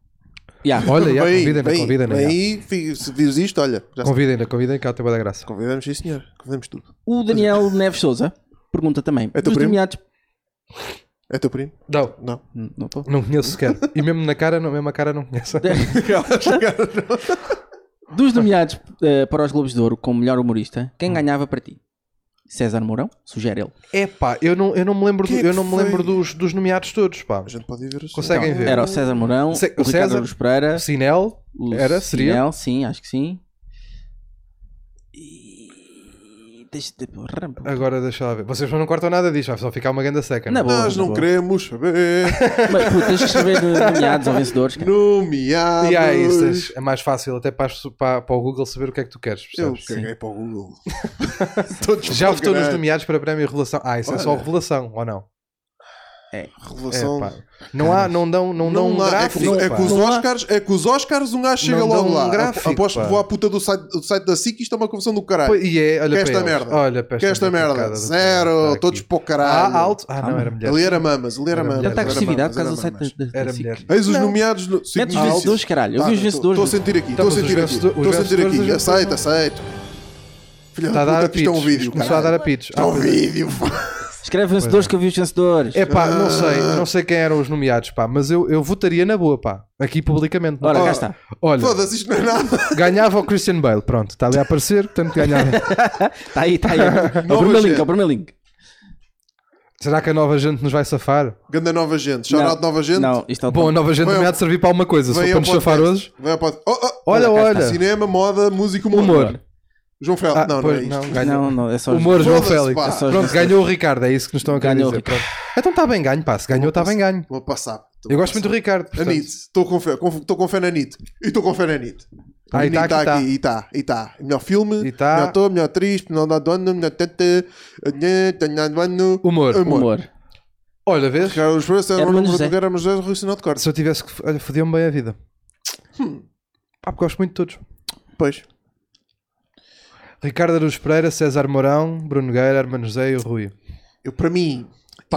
Yeah. Olha, yeah, Vem, convidem-na, vem, convidem-na. vem yeah. aí, fi- se vires isto, olha. Já Convidem-na, convidem que ela tem bué da graça. Convidamos, sim, senhor. Convidamos tudo. O Daniel Neves Souza pergunta também: É teu dos primo? nomeados. É teu primo? Não, Não. Hum, Não estou. não conheço sequer. E mesmo na cara, não, mesmo a cara não conheço. Dos nomeados eh, para os Globos de Ouro como melhor humorista, quem ganhava para ti? César Mourão? Sugere ele. É pá, eu não, eu não me lembro, do- Que é eu que não me foi? lembro dos, dos nomeados todos, pá. A gente pode ir ver os Conseguem Não, ver? Era o César Mourão, Ce- o Ricardo o César- Aruz Pereira, Sinel, o era, seria? Sinel, sim, acho que sim. E... Deixa de... Agora deixa lá ver. Vocês não cortam nada disto, vai só ficar uma ganda seca. Na Não, é? boa, Nós na não boa. queremos saber. Ah. Mas puto, tens que escrever nomeados ou vencedores. cara. Nomeados. E há isso, é mais fácil até para, as- para, para o Google saber o que é que tu queres. Eu percebes? caguei para o Google. Todos Já para o votou nos caralho. nomeados para prémio Revelação. Ah, isso é só Olha. revelação, ou não? É, Revelação. pá. Não há, não dão, não, dão um um- dá, é, gráfico. com, é, pá. com os Não há. Oscars, é com os Oscars um gajo chega Não logo dá um lá. gráfico, Aposto pá. que vou à puta do site, do site da SIC e isto é uma confusão do caralho. Pô, E é, olha Que para esta eles. merda. Olha para Que é esta merda. pancada do- Zero. Está Todos aqui. para o caralho. Ah, alto. Ah, não, Calma. era mulher. Ali era mamas, ali era Era mamas. Ele está era com agressividade por mamas, causa do era site mamas. da- da- da Era SIC. mulher. Eis os nomeados. No... Sim, Mete os ah, vencedores, caralho. Eu vi os vencedores. Estou a sentir aqui, estou a Então, mas os sentir aqui. vencedores- Estou a os sentir aqui. vencedores- Aceito, aceito. Filha Está a da dar puta, que isto é um apitos. vídeo. Começou a Ah, caralho. dar apitos. Isto é um vídeo. Escreve vencedores que eu vi os vencedores. É pá, Ah. não sei, não sei quem eram os nomeados, pá, mas eu, eu votaria na boa, pá, aqui publicamente. Ora, Olha, cá está. Olha, Foda-se, isto não é nada. ganhava o Christian Bale, pronto, está ali a aparecer, portanto ganhava. Está aí, está aí. É o primeiro link, é o primeiro link. Será que a nova gente nos vai safar? Ganda nova gente. Shout de nova gente. Não, isto é o Bom, a nova gente Vem também há de servir para alguma coisa, só Vem para ao nos safar podcast. hoje. Vem ao podcast. Oh, oh, Olha, Olha, cá está. olha, Cinema, moda, música, humor. humor. João Fel. Ah, não, não pois, é isto. não, ganhou. Não, não, é só os- Humor João Foda-se, Félix. pá. É só os Pronto, vencedores. ganhou o Ricardo, é isso que nos estão a querer Ganhou o dizer. pronto. Então está bem ganho, pá, se ganhou está bem ganho. Vou passar. Eu gosto muito do Ricardo, A portanto. NIT, estou com fé, conf- estou com fé na NIT. E estou com fé na NIT. Ah, A e NIT tá, tá aqui tá. aqui, e está, e está. Melhor filme, E tá. melhor ator, melhor atriz, melhor dona, melhor tete, eh, Humor. Humor. Olha, vês? Ricardo Luz Pereira, Sérgio Hermano Nuno José. Verdugo, Hermano José, Rui Sinal de Cortes. Se eu tivesse que. f- Olha, fodiam bem a vida. Hum. Pá, porque gosto muito de todos. Pois. Ricardo Aruz Pereira, César Mourão, Bruno Nogueira, Armando José e o Rui. Eu, para mim,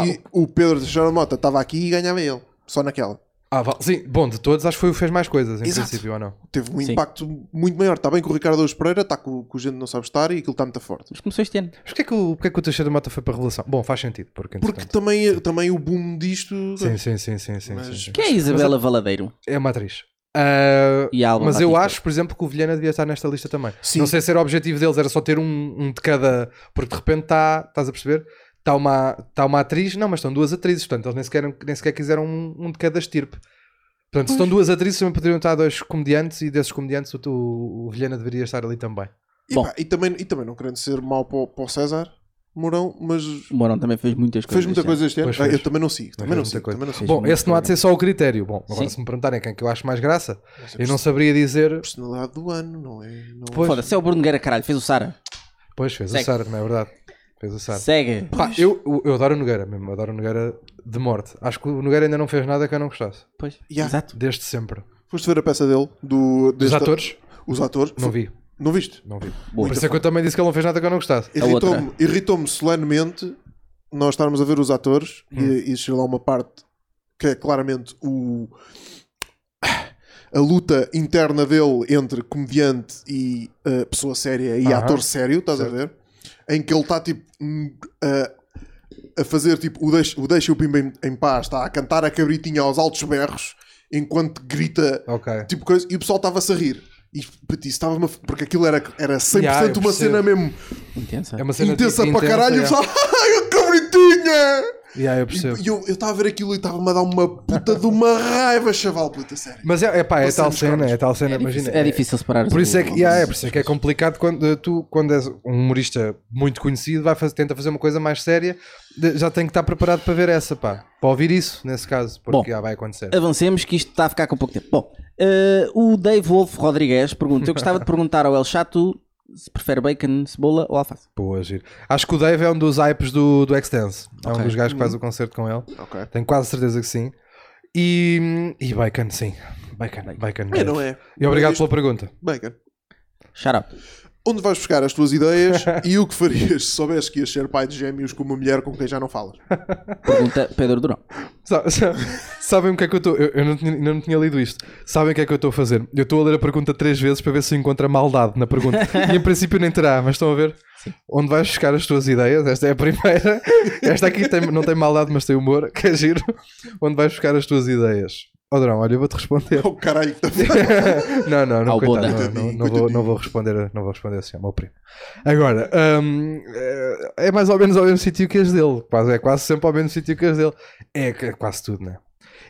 e o Pedro de Chara Mota estava aqui e ganhava ele, só naquela. Ah, val- sim, bom, de todos acho que foi o que fez mais coisas, em Exato. princípio, ou não? Teve um Sim. impacto muito maior. Está bem que o Ricardo Luz Pereira está com, com gente que não sabe estar e aquilo está muito forte. Mas começou este ano. Mas porquê que o, porquê que o Teixeira Mota foi para a Revelação? Bom, faz sentido, porque, Porque entretanto- também, também o boom disto. é- Sim, sim, sim, sim, sim, Mas- sim, sim. Que é a Isabela Valadeiro É uma atriz. Ah, e a Alba mas eu Batista. acho, por exemplo, que o Vilhena devia estar nesta lista também. Sim. Não sei se era o objetivo deles, era só ter um, um de cada. Porque de repente está, estás a perceber? Está uma, está uma atriz, não, mas estão duas atrizes, portanto, eles nem sequer, nem sequer quiseram um, um de cada estirpe. Portanto, se estão duas atrizes, também poderiam estar dois comediantes e desses comediantes o, o, o Vilhena deveria estar ali também. E, Bom. pá, e também, e também não querendo ser mau para o, para o César Mourão, mas O Morão também fez muitas coisas. fez muita já. coisa este ano. Pois fez. Ah, eu também não sigo, também Fez não muita sigo. coisa. Também não sigo. Bom, esse não há de ser só o critério. Bom, agora Sim. se me perguntarem quem é que eu acho mais graça, Essa eu não saberia dizer. personalidade do ano, não é? Não Pois. Foda-se, é o Bruno Guerra, caralho, fez o Sara. Pois fez Segue. o Sara, não é verdade? Fez o Sara. Segue. Pá, eu, eu- eu adoro o Nogueira mesmo, eu adoro o Nogueira de morte. Acho que o Nogueira ainda não fez nada que eu não gostasse. Pois, Yeah. exato. Desde sempre. Foste ver a peça dele, do, Dos deste- atores? Os atores? Não vi, Não viste? não vi. Boa. Por isso é que eu também disse que ele não fez nada que eu não gostasse. A outra. Irritou-me irritou solenemente nós estarmos a ver os atores Hum. e, e chega lá uma parte que é claramente o a luta interna dele entre comediante e eh, pessoa séria e Aham. ator sério, estás a ver? Em que ele está tipo hum, a, a fazer tipo o deixa o, deixa o Pimba em, em paz, está a cantar a cabritinha aos altos berros enquanto grita Ok. É tipo coisa, e o pessoal estava-se a rir. E puto, isso estava porque aquilo era, era 100% Yeah, eu uma cena mesmo Intensa. É uma cena intensa tipo, para caralho, yeah. só "Ai, que bonitinha! Yeah, eu percebo. E- E eu eu estava a ver aquilo e estava-me a dar uma puta de uma raiva, chaval, puta, sério. Mas é, é pá, é Passamos tal cena, cornos. é tal cena, É imagina. difícil, é difícil separar os Por isso é que, dois. yeah, é, por isso é, que é complicado quando eh, tu, quando és um humorista muito conhecido, vai fazer, tenta fazer uma coisa mais séria, de- já tem que estar preparado para ver essa, pá. Para ouvir isso, nesse caso, porque Bom. já vai acontecer. Avancemos que isto está a ficar com pouco tempo. Bom, eh, o Dave Wolf Rodrigues pergunta: Eu gostava de perguntar ao El Chato se prefere bacon, cebola ou alface. Boa, giro. Acho que o Dave é um dos hypes do, do X-Dance. É um Ok. dos gajos que faz Uhum. o concerto com ele. Ok. Tenho quase certeza que sim. E, e bacon, sim. Bacon, bacon. É, não é? E obrigado pela pergunta. Bacon. Shut up. Onde vais buscar as tuas ideias e o que farias se soubesses que ias ser pai de gêmeos com uma mulher com quem já não falas? Pergunta Pedro Durão. Sa- sa- Sabem o que é que eu estou. Eu, eu não, tinha, ainda não tinha lido isto. Sabem o que é que eu estou a fazer? Eu estou a ler a pergunta três vezes para ver se eu encontro a maldade na pergunta. E em princípio nem terá, mas estão a ver? Onde vais buscar as tuas ideias? Esta é a primeira. Esta aqui tem- não tem maldade, mas tem humor, que é giro. Onde vais buscar as tuas ideias? Odrão, olha, eu vou-te responder. Oh caralho, que tá- não, não, não, Ao coitado, Boda. não, não, não vou, não vou responder, não vou responder assim ao meu primo. Agora, hum, é é mais ou menos ao mesmo sítio que as dele, quase, é quase sempre ao mesmo sítio que as dele, é, que- quase tudo, né?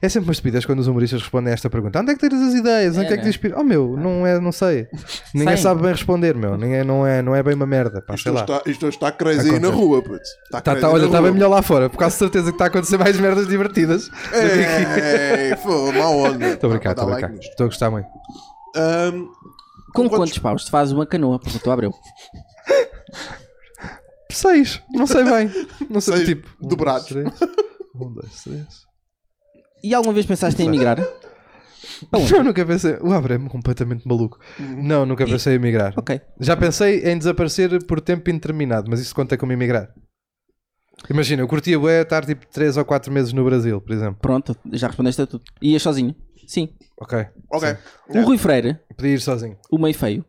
É sempre uma estupidez quando os humoristas respondem a esta pergunta: onde é que tens as ideias? Onde É, é, que te né? inspiras? Oh meu, não, é, não sei. Ninguém Sim. sabe bem responder, meu. Ninguém, não, é, não é bem uma merda. Pá, sei isto, lá. está, isto está crazy aí na Acontece. rua, puto. Está Tá, crazy tá, na olha, está rua. bem melhor lá fora, por causa de certeza que está a acontecer mais merdas divertidas. Ei, foi má onda. Estou a brincar, Dá estou a É. Tá, like brincar. nisto. Estou a gostar muito. Ahm, Com Com quantos- quantos paus te faz uma canoa? Perguntou Abreu. Seis, não sei bem. Não sei, Seis tipo. dobrados. dois, três. Um, dois, três. E alguma vez pensaste em emigrar? Aonde? Uhum. Eu nunca pensei. O Abraham é completamente maluco. Não, nunca pensei em emigrar. Ok. Já pensei em desaparecer por tempo indeterminado, mas isso é conta como emigrar. Imagina, eu curtia bué estar tipo 3 ou 4 meses no Brasil, por exemplo. Pronto, já respondeste a tudo. Ias sozinho? Sim. Ok. ok. É. O Rui Freire, Podia ir sozinho. o meio feio,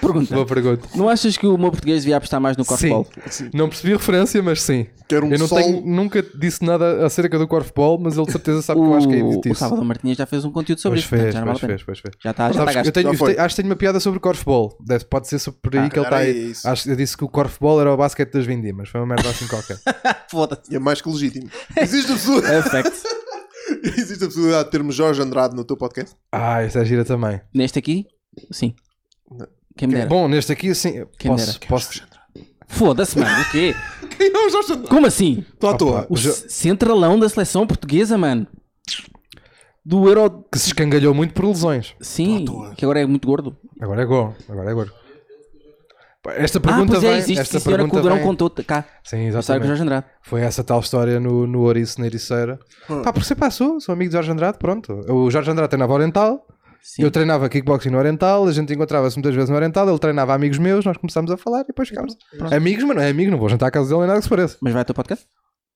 pergunta: Boa pergunta. Não achas que o meu português devia apostar mais no corfball? Não percebi a referência, mas sim. Assim, Quero um eu não sol. tenho, nunca disse nada acerca do corfball, mas ele de certeza sabe que eu acho que é O, o disso. Salvador Martinez já fez um conteúdo sobre Pois isso. portanto, fez, já não vale pois a pena. fez, pois fez. Ah, Já está, já Sabes, está eu gasto. tenho- Já eu foi. tenho- acho que tenho uma piada sobre o corfball. Deve- Pode ser sobre por aí que ele está calhar é aí. isso. acho, eu disse que o corfball era o basquete das vindimas. Foi uma merda assim qualquer. Foda-se. E é mais que legítimo. Existe a, possibilidade, É Perfect. existe a possibilidade de termos Jorge Andrade no teu podcast? ah, isso é gira também. Neste aqui, sim. Quem me dera. Bom, neste aqui assim. Quem posso, dera. posso... Foda-se, mano. O quê? Quem é o Jorge Andrade? Como assim? Estou à toa. O Jo- c- centralão da seleção portuguesa, mano. Do Euro. Que se escangalhou muito por lesões. Sim, que agora é muito gordo. Agora é gol. Agora é gol. Pá, Esta Ah, pergunta pois vem. é, existe. esta Sim, senhora, que o pergunta Durão vem- contou cá. Sim, A história com o exatamente. Jorge Andrade. Foi essa tal história no, no Ouriço, na Ericeira. Pá, porque você passou. Sou amigo de Jorge Andrade, pronto. O Jorge Andrade treinava Oriental. Sim. Eu treinava kickboxing no Oriental, a gente encontrava-se muitas vezes no Oriental, ele treinava amigos meus, nós começámos a falar e depois ficámos. Amigos, mas não é amigo, não vou jantar à casa dele nem nada que se pareça. Mas vai ao teu podcast?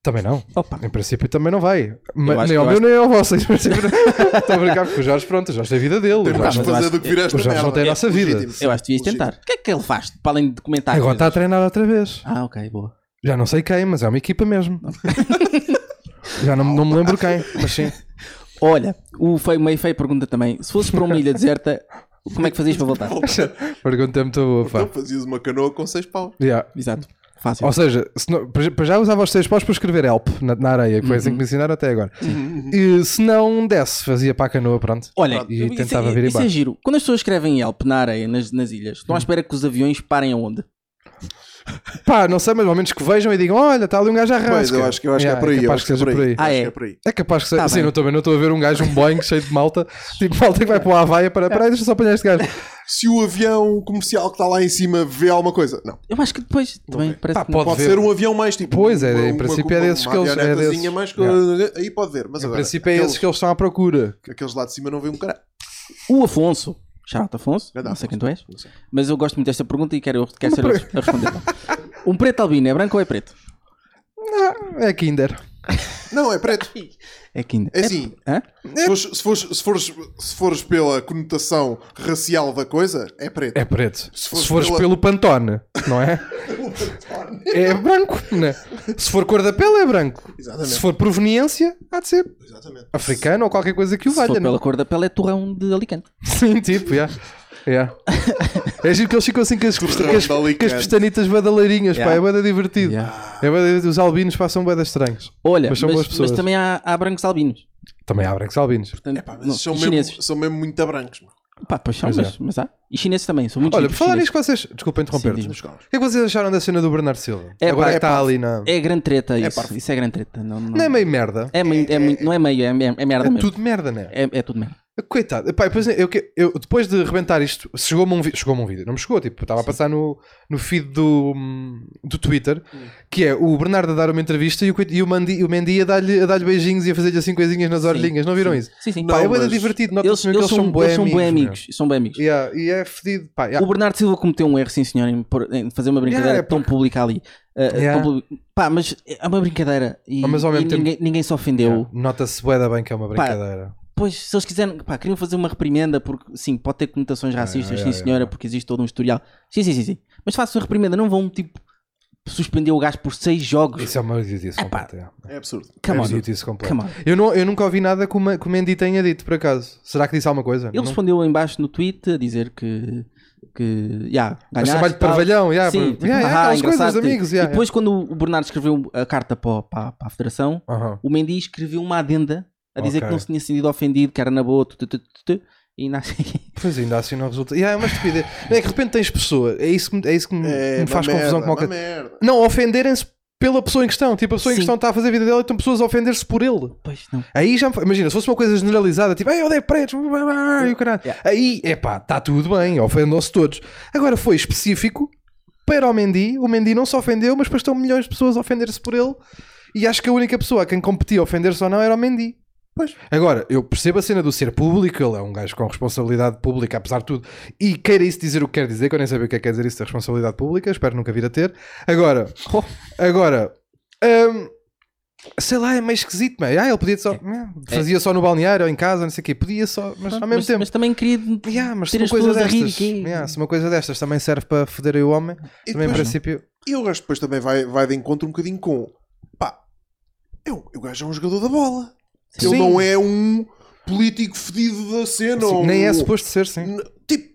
Também não. Opa. Em princípio também não vai. Eu acho Mas nem que ao eu meu nem ao vosso. Em princípio não. Estou a brincar porque o Jorge, pronto, o Jorge tem a vida dele. o Temos Jorge que não- eu fazer acho- do que virar esta o Jorge merda. É não tem a nossa vida. Legítimo, sim. Eu acho que devias Legítimo. tentar. O que é que ele faz? Para além de comentar. É, Agora tá está a coisas? treinar outra vez. Ah, ok, boa. Já não sei quem, mas é uma equipa mesmo. Já não, não me lembro quem, mas sim. Olha, o feio, meio feio pergunta também: se fosses para uma ilha deserta, como é que fazias para voltar? Pergunta muito boa, pá. Então fazias uma canoa com seis pau. Yeah. Exato. Fácil. Ou seja, se não- para já- para já usava os seis paus para escrever help na, na areia, que foi Uhum. assim que me ensinaram até agora. E se não desse, fazia para a canoa, pronto. Olha, e isso, tentava isso, vir é embaixo. giro. Quando as pessoas escrevem Yelp na areia, nas, nas ilhas, estão à espera que os aviões parem aonde? Pá, não sei, mas ao menos que vejam e digam: olha, está ali um gajo à Pois, rasca. eu acho que, eu acho Yeah, que é por aí. eu capaz acho que é por aí. Ah, Acho é? que é por aí. É capaz que seja. Tá sim, bem. não, também não estou a ver um gajo, um Boeing cheio de malta, tipo malta que vai para uma Havaia para. Peraí, deixa eu só apanhar este gajo. Se o avião comercial que está lá em cima vê alguma coisa, não. Eu acho que depois também parece Pá, que pode Pode ver. ser um avião mais tipo. Pois, é, uma- em uma- princípio uma- é desses uma que eles- é avionetazinha desses. mais que- Aí pode ver, mas Em agora. princípio é aqueles, esses que eles estão à procura. aqueles lá de cima não vê um caralho. O Afonso, shout Afonso, Grande não sei Afonso. quem tu és, Não sei. mas eu gosto muito desta pergunta e quero, quero ser a, a responder. Um preto albino é branco ou é preto? Ah, Não, é Kinder. Não, é preto. É Kinder. É assim. Hã? Se fores, se, fores, se, fores, se fores pela conotação racial da coisa, é preto. É preto. Se, fores fores pela- pelo Pantone, não é? é branco, né? Se for cor da pele, é branco. Exatamente. Se for proveniência, há de ser Exatamente. africano ou qualquer coisa que o Se valha. for né? pela cor da pele é torrão de Alicante. Sim, tipo, já. Yeah. É giro que eles ficam assim com as, Turrão com as- de com as Alicante. pestanitas badaleirinhas, Yeah. pá, é bada divertido. Yeah. É bué divertido. os albinos passam bada estranhos. Olha, Mas mas, são boas mas pessoas. também há, há brancos albinos. Também há brancos albinos. Portanto, Pá, mas não, são, e mesmo, chineses. são mesmo muito a brancos. mano. Pá, pois são, Pois é. mas, mas há. E chineses também, são muito Olha, por giros, falar chineses. nisso que vocês. Desculpa interromper-te. Sim, diz-me. O que é que vocês acharam da cena do Bernardo Silva? É Agora pá, que é está pá. ali na. É grande treta isso. parvo. isso é grande treta. Não, não- Não é meio merda. é meio- é muito- não é meio, é, é- é merda É mesmo. tudo merda, né? É, é tudo mesmo. Coitado, Epá, depois, eu, que- eu- depois de rebentar isto, chegou-me um, vi- chegou-me um vídeo, não me chegou, tipo, estava a passar no, no feed do, hum, do Twitter, que é o Bernardo a dar uma entrevista e o, coit- e o, Mandi, o Mendy a dar-lhe, a dar-lhe beijinhos e a fazer-lhe assim coisinhas nas orelhinhas, não viram Sim. isso? Sim, sim. Pá, Não, é bué mas divertido, eles, nota-se mesmo eles que são, um- eles são bem bué amigos. São bem amigos. meu. Yeah, e é fedido, pá, yeah. O Bernardo Silva cometeu um erro, sim senhor, em, pôr- em fazer uma brincadeira Yeah, é tão pública ali. Uh, uh, Yeah. tão pub- Pá, mas é uma brincadeira e, Ah, mas ao e mesmo tempo- ninguém, ninguém se ofendeu. nota-se bué da bem que é uma Pá, brincadeira. Pois, se eles quiserem, pá, queriam fazer uma reprimenda, porque sim, pode ter conotações racistas, yeah, sim senhora, yeah. porque existe todo um historial. Sim, sim, sim, sim. Mas façam uma reprimenda, não vão tipo suspender o gajo por seis jogos. Isso é uma idiotice Epá, completa. yeah. É absurdo. Come É on. idiotice completa. Come on. Eu, não, eu nunca ouvi nada que o Ma- que o Mendy tenha dito, por acaso. Será que disse alguma coisa? Ele Não- respondeu aí embaixo no tweet a dizer que. que yeah, Mas ganhaste trabalho de e tal. parvalhão, yeah, Sim, por- tipo, yeah, yeah, "Ah, aquelas coisas, engraçado-te." amigos, yeah, e depois, quando o Bernardo escreveu a carta para, o- para, para a Federação, Aham. o Mendy escreveu uma adenda a dizer Ok. que não se tinha sentido ofendido, que era na boa, tu, tu, tu, tu, tu, e na... Pois ainda assim não resulta. Yeah, é uma estupidez. É que de repente tens pessoa. É isso que me, é isso que me, É, me uma faz merda, confusão com uma qualquer. merda. Não, ofenderem-se pela pessoa em questão. Tipo, a pessoa em Sim. questão está a fazer a vida dela e estão pessoas a ofender-se por ele. pois não. Aí já me... Imagina, se fosse uma coisa generalizada, tipo, "Ei, eu odeio pretos, blá, blá, blá", e o caralho. Yeah. Aí, epá, está tudo bem, ofendam-se todos. Agora foi específico para o Mendy, o Mendy não se ofendeu, mas depois estão milhões de pessoas a ofender-se por ele. E acho que a única pessoa a quem competia ofender-se ou não era o Mendy. Pois. Agora, eu percebo a cena do ser público, ele é um gajo com responsabilidade pública, apesar de tudo, e queira isso dizer o que quer dizer, que eu nem sabia o que é que quer dizer isso da responsabilidade pública, espero nunca vir a ter. Agora, Oh. agora, hum, sei lá, é meio esquisito, meio. Ah, ele podia só. Fazia só no balneário ou em casa, não sei o quê, podia só, mas ao mesmo É. mas, tempo. mas também queria Yeah, mas se ter uma as coisa pessoas a destas, rir. que- yeah, se uma coisa destas também serve para foder aí o homem, E também em depois- princípio. E o gajo depois também vai, vai de encontro um bocadinho com. Pá, é um- o gajo é um jogador da bola. Sim. Ele não é um político fedido da cena. Sim, ou nem um- é suposto ser, sim. N- Tipo,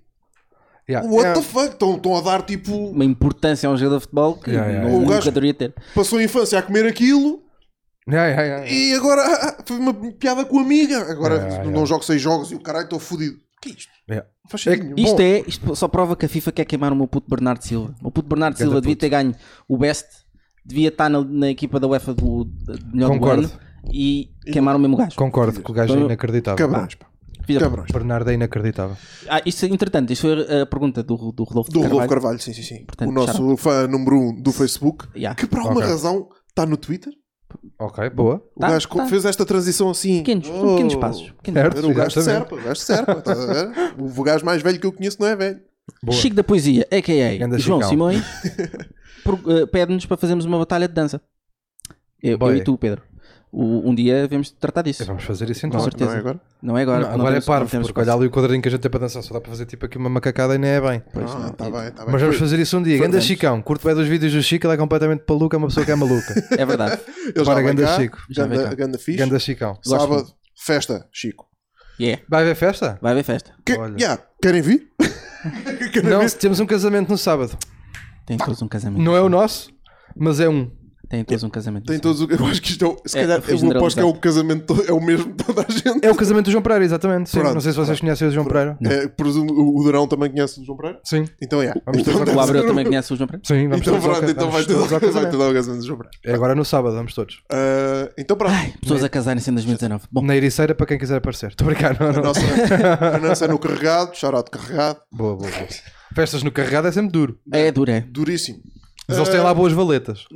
Yeah. what Yeah. the fuck? Estão, estão a dar tipo. Uma importância a um jogador de futebol que Yeah, yeah, não- yeah. O nunca gajo- deveria ter. Passou a infância a comer aquilo Yeah, yeah, yeah, yeah. e agora ah, foi uma piada com a amiga. Agora Yeah, É. yeah, não yeah. jogo seis jogos e o caralho estou fodido. Que é isto? Yeah. Não faz É sentido que- nenhum. Isto Bom. é, isto só prova que a FIFA quer queimar o meu puto Bernardo Silva. O puto Bernardo Ganda Silva devia puto. ter ganho o best, devia estar na, na equipa da UEFA do de melhor Concordo. do ano e queimar o mesmo gajo. Concordo que o gajo é Então, inacreditável. Cabrões, pá. Filha da puta. Cabrões. Bernardo é inacreditável. Ah, isto, entretanto, isto foi a pergunta do, do Rodolfo Do Rodolfo Carvalho. Carvalho, sim, sim, sim. Portanto, o nosso fã número um do Facebook, Yeah. que por alguma Ok. razão está no Twitter. Ok, boa. O Tá, gajo tá. fez esta transição assim. Pequenos, são pequenos passos. Pequenos Certo. Era o gajo de Exatamente. Serpa, o gajo de Serpa, estás a ver? O gajo mais velho que eu conheço não é velho. Boa. Chico da Poesia, a.k.a. Ganda João Chicão. Simões, pro- eh, pede-nos para fazermos uma batalha de dança. Eu, eu Boy. e tu, Pedro. O- um dia devemos tratar disso. Vamos fazer isso então. Com Não, certeza. não é agora? Não é agora. Não, agora é temos- parvo, temos porque olha espaço. ali o quadradinho que a gente tem para dançar, só dá para fazer tipo aqui uma macacada e nem é bem. Pois, Ah, não, tá é- bem, tá bem. Mas vamos fazer isso um dia. Ganda Vamos. Chicão, curto bem dos vídeos do Chico, ele é completamente maluco, é uma pessoa que é maluca. É verdade. Ele já Bora, vai ganda cá, Chico. Já vai Ganda, cá. ganda fixe. Ganda Chicão. Gosto Sábado, festa, Chico. Yeah. Vai haver festa? Vai haver festa. Que, Olha. yeah, querem vir? Não, se temos um casamento no sábado. Tem todos um casamento. Não é o nosso? mas é um. Têm todos um casamento. Tem todos o. Eu acho que isto é. o- Se É, calhar, foi eu aposto que é generalizado. o casamento. todo- É o mesmo de toda a gente. É o casamento do João Pereira, exatamente. Sim, Pronto. não sei se vocês conhecem o João Pereira. É, presumo, o o Durão também conhece o João Pereira? Sim, Então, é. Vamos Então, ter deve O ser- Abreu também conhece o João Pereira? sim, vamos Então, todos ao pronto, ca- então vai vamos ter todos ao vai ter casamento. dado o casamento do João Pereira. É agora no sábado, vamos todos. Ah, Então, pronto. Pessoas a casarem-se em 2019. Bom, Na Ericeira, para quem quiser aparecer. Estou a brincar, não, A não. nossa finança é no carregado, charote carregado, Boa, boa, boa. Festas no carregado é sempre duro. é duro, é. duríssimo. Mas eles É. têm lá boas valetas.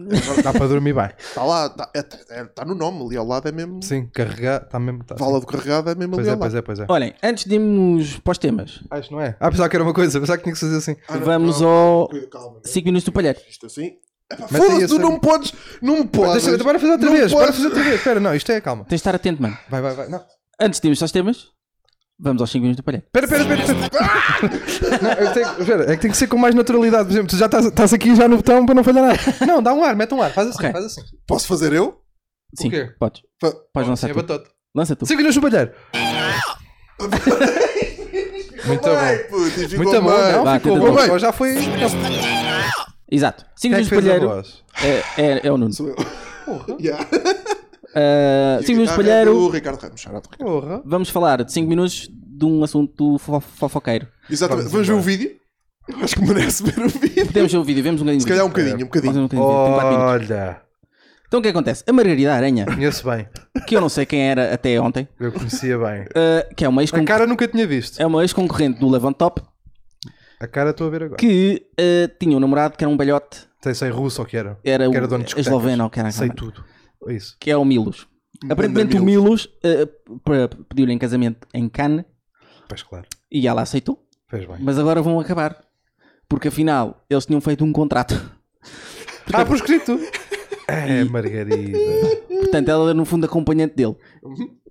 Dá para dormir bem. Está Tá lá, está no nome, ali ao lado é mesmo. Sim, carregar, está mesmo. Tá, Vala do carregado é mesmo pois ali é, ao pois lado. é, pois é. Olhem, antes de irmos para os temas, Ah, isto não é. Ah, pensava que era uma coisa, pensava que tinha que fazer assim. Ah, não, vamos não, ao Calma, 5 minutos do palheiro. isto assim. Epá, Mete aí Foda-se, esse- tu não podes. Não podes. Deixa eu para fazer outra Não vez, para podes. fazer outra vez. Espera, não, isto é calma. Tens de estar atento, mano. Vai, vai, vai. Não. Antes de irmos aos temas, vamos aos 5 minutos do palheiro. Espera, espera, espera. espera. Ah! Não, eu tenho- espera, é que tem que ser com mais naturalidade. Por exemplo, tu já estás, estás aqui já no botão para não falhar nada. Não, dá um ar, mete um ar, faz assim, Ok. faz assim. Posso fazer eu? Sim, quê? podes. Fa- Podes Sim, lançar é tu. batota. Lança tu. Cinco minutos no palheiro. Muito Ai, bom. puto, e ficou Muito bom, bem. não? Vá, ficou tenta bom. bem. Agora Já foi. Exato. 5 Quem é que minutos do fez a palheiro voz? é, é, é o Nuno. Sou eu. Yeah. 5 minutos Ah, do é palheiro, do Ricardo Ramos. charote carregado. Porra. vamos falar de 5 minutos de um assunto fo- fofoqueiro. Exatamente. Vamos Vamos ver o vídeo? Eu acho que merece ver o vídeo. Podemos ver o vídeo, vemos um bocadinho. Se calhar um bocadinho, um bocadinho. Olha, Então o que acontece? A Margarida Aranha, conheço bem. que eu não sei quem era até ontem, Eu conhecia bem. uh, que é uma A ex-concorrente cara nunca tinha visto. é uma ex-concorrente do Levant Top, A cara estou a ver agora. que uh, tinha um namorado que era um balhote, Tem sem russo ou que era? era Que era um dono de discotecas. esloveno, ou que era Sei tudo. É Isso. que é o Milos. Aparentemente o Milos uh, pra- pediu-lhe em casamento em Cannes Pois claro. e ela aceitou. Fez bem. Mas agora vão acabar. Porque afinal, eles tinham feito um contrato. Ah, por escrito. É, Margarida. Portanto, ela era no fundo acompanhante dele.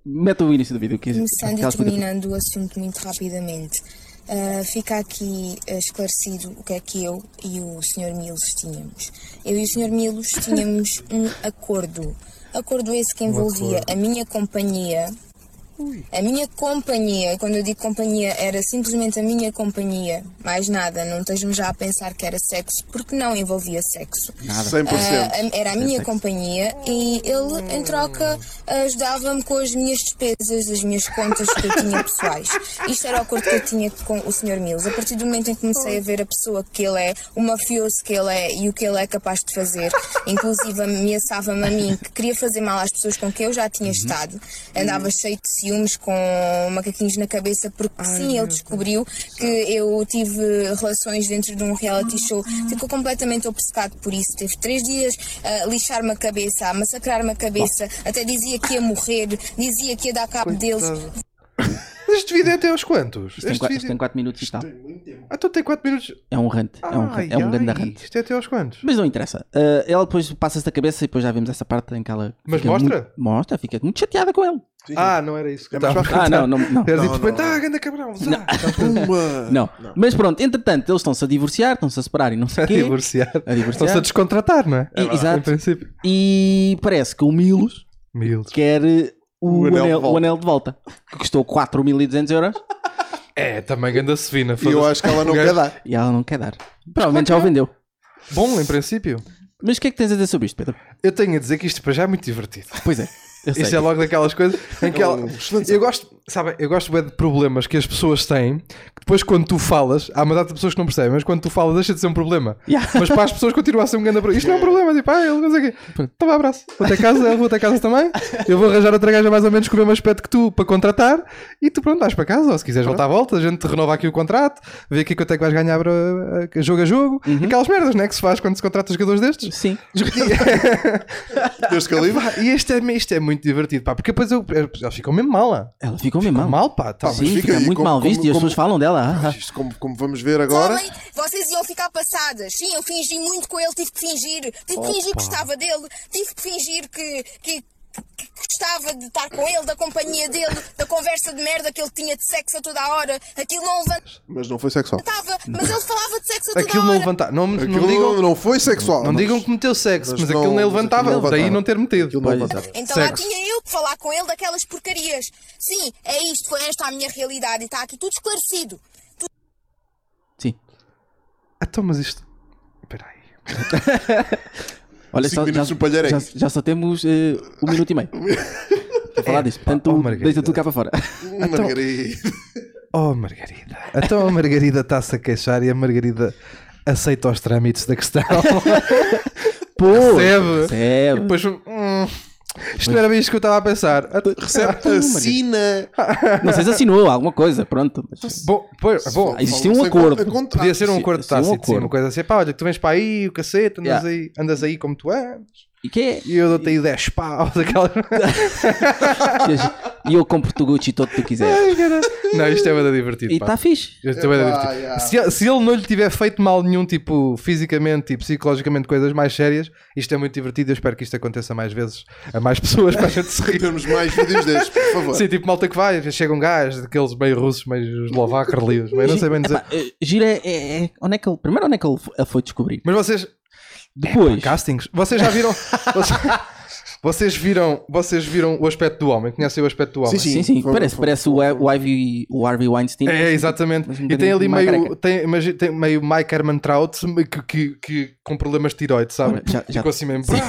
Mete o início do vídeo. Que Começando aquela e explica- terminando um o assunto muito rapidamente, ah, fica aqui ah, esclarecido o que é que eu e o Sr. Milos tínhamos. Eu e o Sr. Milos tínhamos um acordo. Acordo esse que envolvia a minha companhia. A minha companhia, quando eu digo companhia, era simplesmente a minha companhia, mais nada, não estejam já a pensar que era sexo, porque não envolvia sexo. É, 100%. Ah, era a minha companhia e ele, em troca, ajudava-me com as minhas despesas, as minhas contas que eu tinha pessoais. Isto era o acordo que eu tinha com o Sr. Mills. A partir do momento em que comecei a ver a pessoa que ele é, o mafioso que ele é e o que ele é capaz de fazer, inclusive ameaçava-me a mim que queria fazer mal às pessoas com que eu já tinha estado, andava cheio de ciúmes com macaquinhos na cabeça, porque sim, ele descobriu que eu tive relações dentro de um reality show, ficou completamente obcecado por isso. Teve três dias a lixar-me a cabeça, a massacrar-me a cabeça, até dizia que ia morrer, dizia que ia dar cabo deles. Este vídeo é até aos quantos? Isto tem, Este qua- isto tem vídeo. 4 minutos e tal. Ah, então tem 4 minutos. É um rant. É um, rant, é um Ai, grande ai, rant. Isto é até aos quantos? Mas não interessa. Ah, ela depois passa-se da cabeça e depois já vimos essa parte em que ela. Mas fica mostra? muito- mostra, fica muito chateada com ele. Ah, não era isso que eu É mais estava a Ah, perguntar. não, não. não. Era tipo, Não, não, ah, não. ganda cabrão. zá." Pumba. Não. Mas pronto, entretanto, eles estão-se a divorciar, estão-se a separar e não sei A o quê. divorciar. A divorciar. Estão-se a descontratar, não é? E- exato. Em princípio. E parece que o Milos Milos. quer eh, o, O anel de anel, o volta. anel de volta, que custou 4.200 euros. É, também ganda Sevina. E eu acho que ela não O quer gajo- dar. E ela não quer dar. Provavelmente já o vendeu. Bom, em princípio. Mas o que é que tens a dizer sobre isto, Pedro? Eu tenho a dizer que isto para já é muito divertido. Pois é, eu sei. Isso é logo daquelas coisas em que ela... excelente Eu gosto, sabe, eu gosto bué de problemas que as pessoas têm, que depois quando tu falas, há uma data de pessoas que não percebem, mas quando tu falas deixa de ser um problema. Yeah. Mas para as pessoas continua a ser um grande problema. Isto não é um problema, tipo, ah, ele não sei o quê. Então vá, abraço. Vou até casa, eu vou até casa também. Eu vou arranjar outra gaja mais ou menos com o mesmo aspecto que tu para contratar e tu pronto, vais para casa, ou se quiseres voltar à volta, a gente renova aqui o contrato, vê aqui quanto é que vais ganhar para- a- jogo a jogo, Uhum. aquelas merdas, né, que se faz quando se contrata jogadores destes. Sim. Deste calibre. Pá, E este é, isto é muito divertido, pá, porque depois eu, eles ficam mesmo mal, lá. Ela ficou mesmo mal. Mal, mal pá, tá Sim, mas fica, fica aí, muito como- mal visto como- e as como- pessoas falam dela. ah, ah. Isto, como, como vamos ver agora. Homem, vocês iam ficar passadas. Sim, eu fingi muito com ele, tive que fingir. Tive que fingir que gostava dele, tive que fingir que, que, que gostava de estar com ele, da companhia dele, da conversa de merda que ele tinha de sexo a toda a hora. Aquilo não levantava, Mas não foi sexual. Então, mas ele falava de sexo a toda Aquilo a não hora. levantar. Não, me- Aquilo não digam, não foi sexual. não mas- digam que meteu sexo, mas, mas aquilo não- nem mas levantava. aquilo não Daí levantava. não ter metido. Aquilo não Pois. levantava. Então lá sexo. tinha eu que falar com ele daquelas porcarias. Sim, é isto, foi esta a minha realidade e está aqui tudo esclarecido. Sim. Ah, Então, mas isto. Espera aí. Olha, Cinco só, já, minutos no palheiro é já, isto. já só temos eh, um minuto e meio É, para falar disto. Portanto, oh, Margarida. deixa tudo cá para fora. Então- Margarida. Oh, Margarida. Então a Margarida está-se a queixar e a Margarida aceita os trâmites da questão. Pô, Recebe. E Recebe. depois, hum, isto não era bem isto que eu estava a pensar. Ah, Recebe, assina. Não sei se assinou alguma coisa, pronto. Mas... Bom, pois, bom, Aí Existia um Sem acordo. con- é contrato. podia ser um sim, acordo sim, um tácito, sim, acordo. uma coisa assim. Pá, olha, que tu vens para aí, o cacete, andas, Yeah. aí, andas aí como tu és. E que é? E eu dou-te aí 10 paus. Aquela... E eu compro-te o Gucci todo que tu quiseres. não, isto é muito divertido. E pá. está fixe. Isto é bué da Epá, divertido. yeah. Se, se ele não lhe tiver feito mal nenhum, tipo fisicamente e psicologicamente, coisas mais sérias, isto é muito divertido. Eu espero que isto aconteça mais vezes a mais pessoas para a gente se rir. Temos mais vídeos destes, por favor. Sim, tipo malta que vai, chega um gajo daqueles meio russos, meio eslovacos, relios, meio não sei bem dizer. Epá, eh, Gira é- é. é- Onde é que ele. Primeiro, onde é que ele f- a foi descobrir? Mas vocês, Depois. castings, vocês já viram. vocês, vocês viram, vocês viram o aspecto do homem? Conhecem o aspecto do homem? sim, Sim, sim, foi- parece, foi- parece o, I- o Ivy, o Harvey Weinstein. É, exatamente. Mas um e tem bocadinho ali mais meio, careca. tem, imagi- tem meio Mike Herman Trout que, que, que- com problemas de tiroides, sabe? Olha, já- já- Ficou assim mesmo.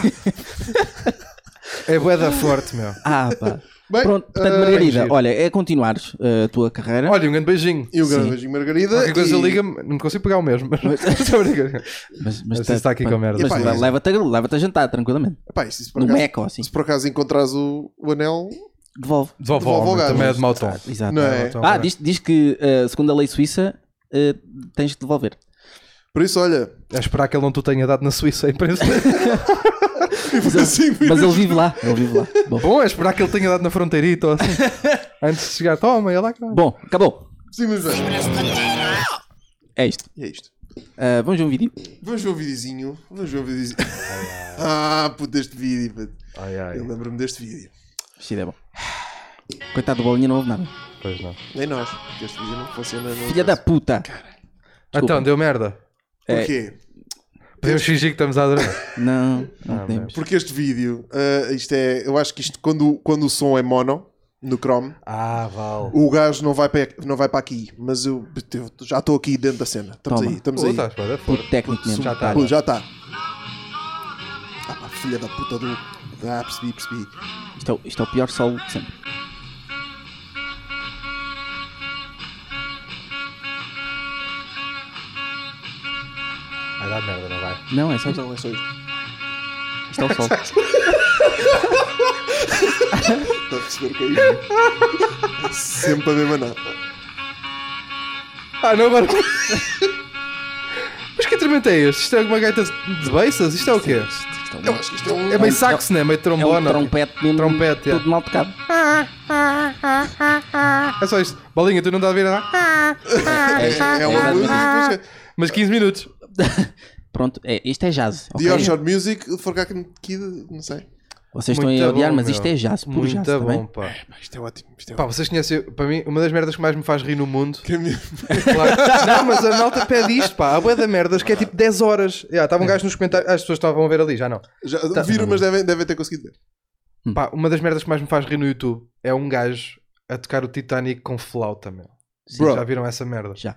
é boeda forte, meu. Ah, pá. Bem, Pronto, portanto, eh, Margarida, giro. olha, é continuares eh, a tua carreira. Olha, um grande beijinho. E o grande Sim. beijinho, Margarida. Qualquer coisa e- liga-me, não consigo pegar o mesmo. Mas... Só brincadeira. mas, mas tá- isso está aqui pá, com merda. mas Epá, é le- isso- leva-te a, leva-te a jantar tranquilamente. Epá, e se, por No acaso, Meco, assim. se por acaso encontrares o, o anel, Devolve. Devolve Devolve ao ao homem, gajo. também é de mau tom. Exato. não é? Então, Ah, agora- diz, diz que, eh, segundo a lei suíça, eh, tens de devolver. Por isso, olha. É esperar que ele não tu tenha dado na Suíça é a imprensa. Mas, assim, Mas ele vive lá. Ele vive lá. Bom, Bom, é esperar que ele tenha dado na fronteirita ou assim. Antes de chegar, toma, é lá que Bom, acabou. sim, mas bem. É isto. E é isto. Eh, vamos ver um vídeo. Vamos ver um videozinho. Vamos ver um videozinho. ah, puto, este vídeo. puto. Ai, ai. Eu lembro-me deste vídeo. Isto é bom. Coitado do bolinha, não houve nada. Pois não. Nem nós. Porque este vídeo não funciona. não- Filha da puta. Então, deu merda. É, Porquê? Podemos fingir que estamos a adorar. não, Ah, não podemos. Porque este vídeo, ah, isto é, eu acho que isto, quando, quando o som é mono, no Chrome, Ah, vale. o gajo não vai para, não vai para aqui. Mas eu, eu já estou aqui dentro da cena. Estamos Toma. aí, estamos Pô, tá. aí. estás bué da forte. Puto técnico mesmo. Já tá. está. Pô, já está. Ah, pá, filha da puta do. Ah, percebi, percebi. Isto é, o- isto é o pior solo de sempre. Vai dar merda, não vai? Não, é só isto. Não, é só isto. Isto é o solo. Está a perceber o que é isto? É Sempre a mesma nota. Ah, não, agora. Mas que instrumento é este? Isto é uma gaita de bassas? Isto é o quê? Isto é Eu um- acho que isto é um. É meio sax, né? Meio É um trombona. trompete mesmo. Trompete, é. Todo mal tocado. É só isto. Bolinha, tu não estás a ver nada? É, é uma música. Mas 15 minutos. Pronto, é, isto é jazz. ok? The Orchard Music, de Forgotten Kid, não sei. Vocês estão aí a Muito odiar, bom, mas meu. isto é jazz. Puro Muito jazz, tá bom, bem? pá. Pá, Isto é ótimo. Isto é Pá, ótimo. vocês conhecem, para mim, uma das merdas que mais me faz rir no mundo. Que é mesmo. Claro. não, mas a malta pede isto, pá. A boia da merdas que é tipo 10 horas. Já, É. Estava um gajo nos comentários. As pessoas estavam a ver ali, já não. Já viram, mas devem, devem ter conseguido ver. Pá, uma das merdas que mais me faz rir no YouTube é um gajo a tocar o Titanic com flauta, meu. Bro. já viram essa merda? Já.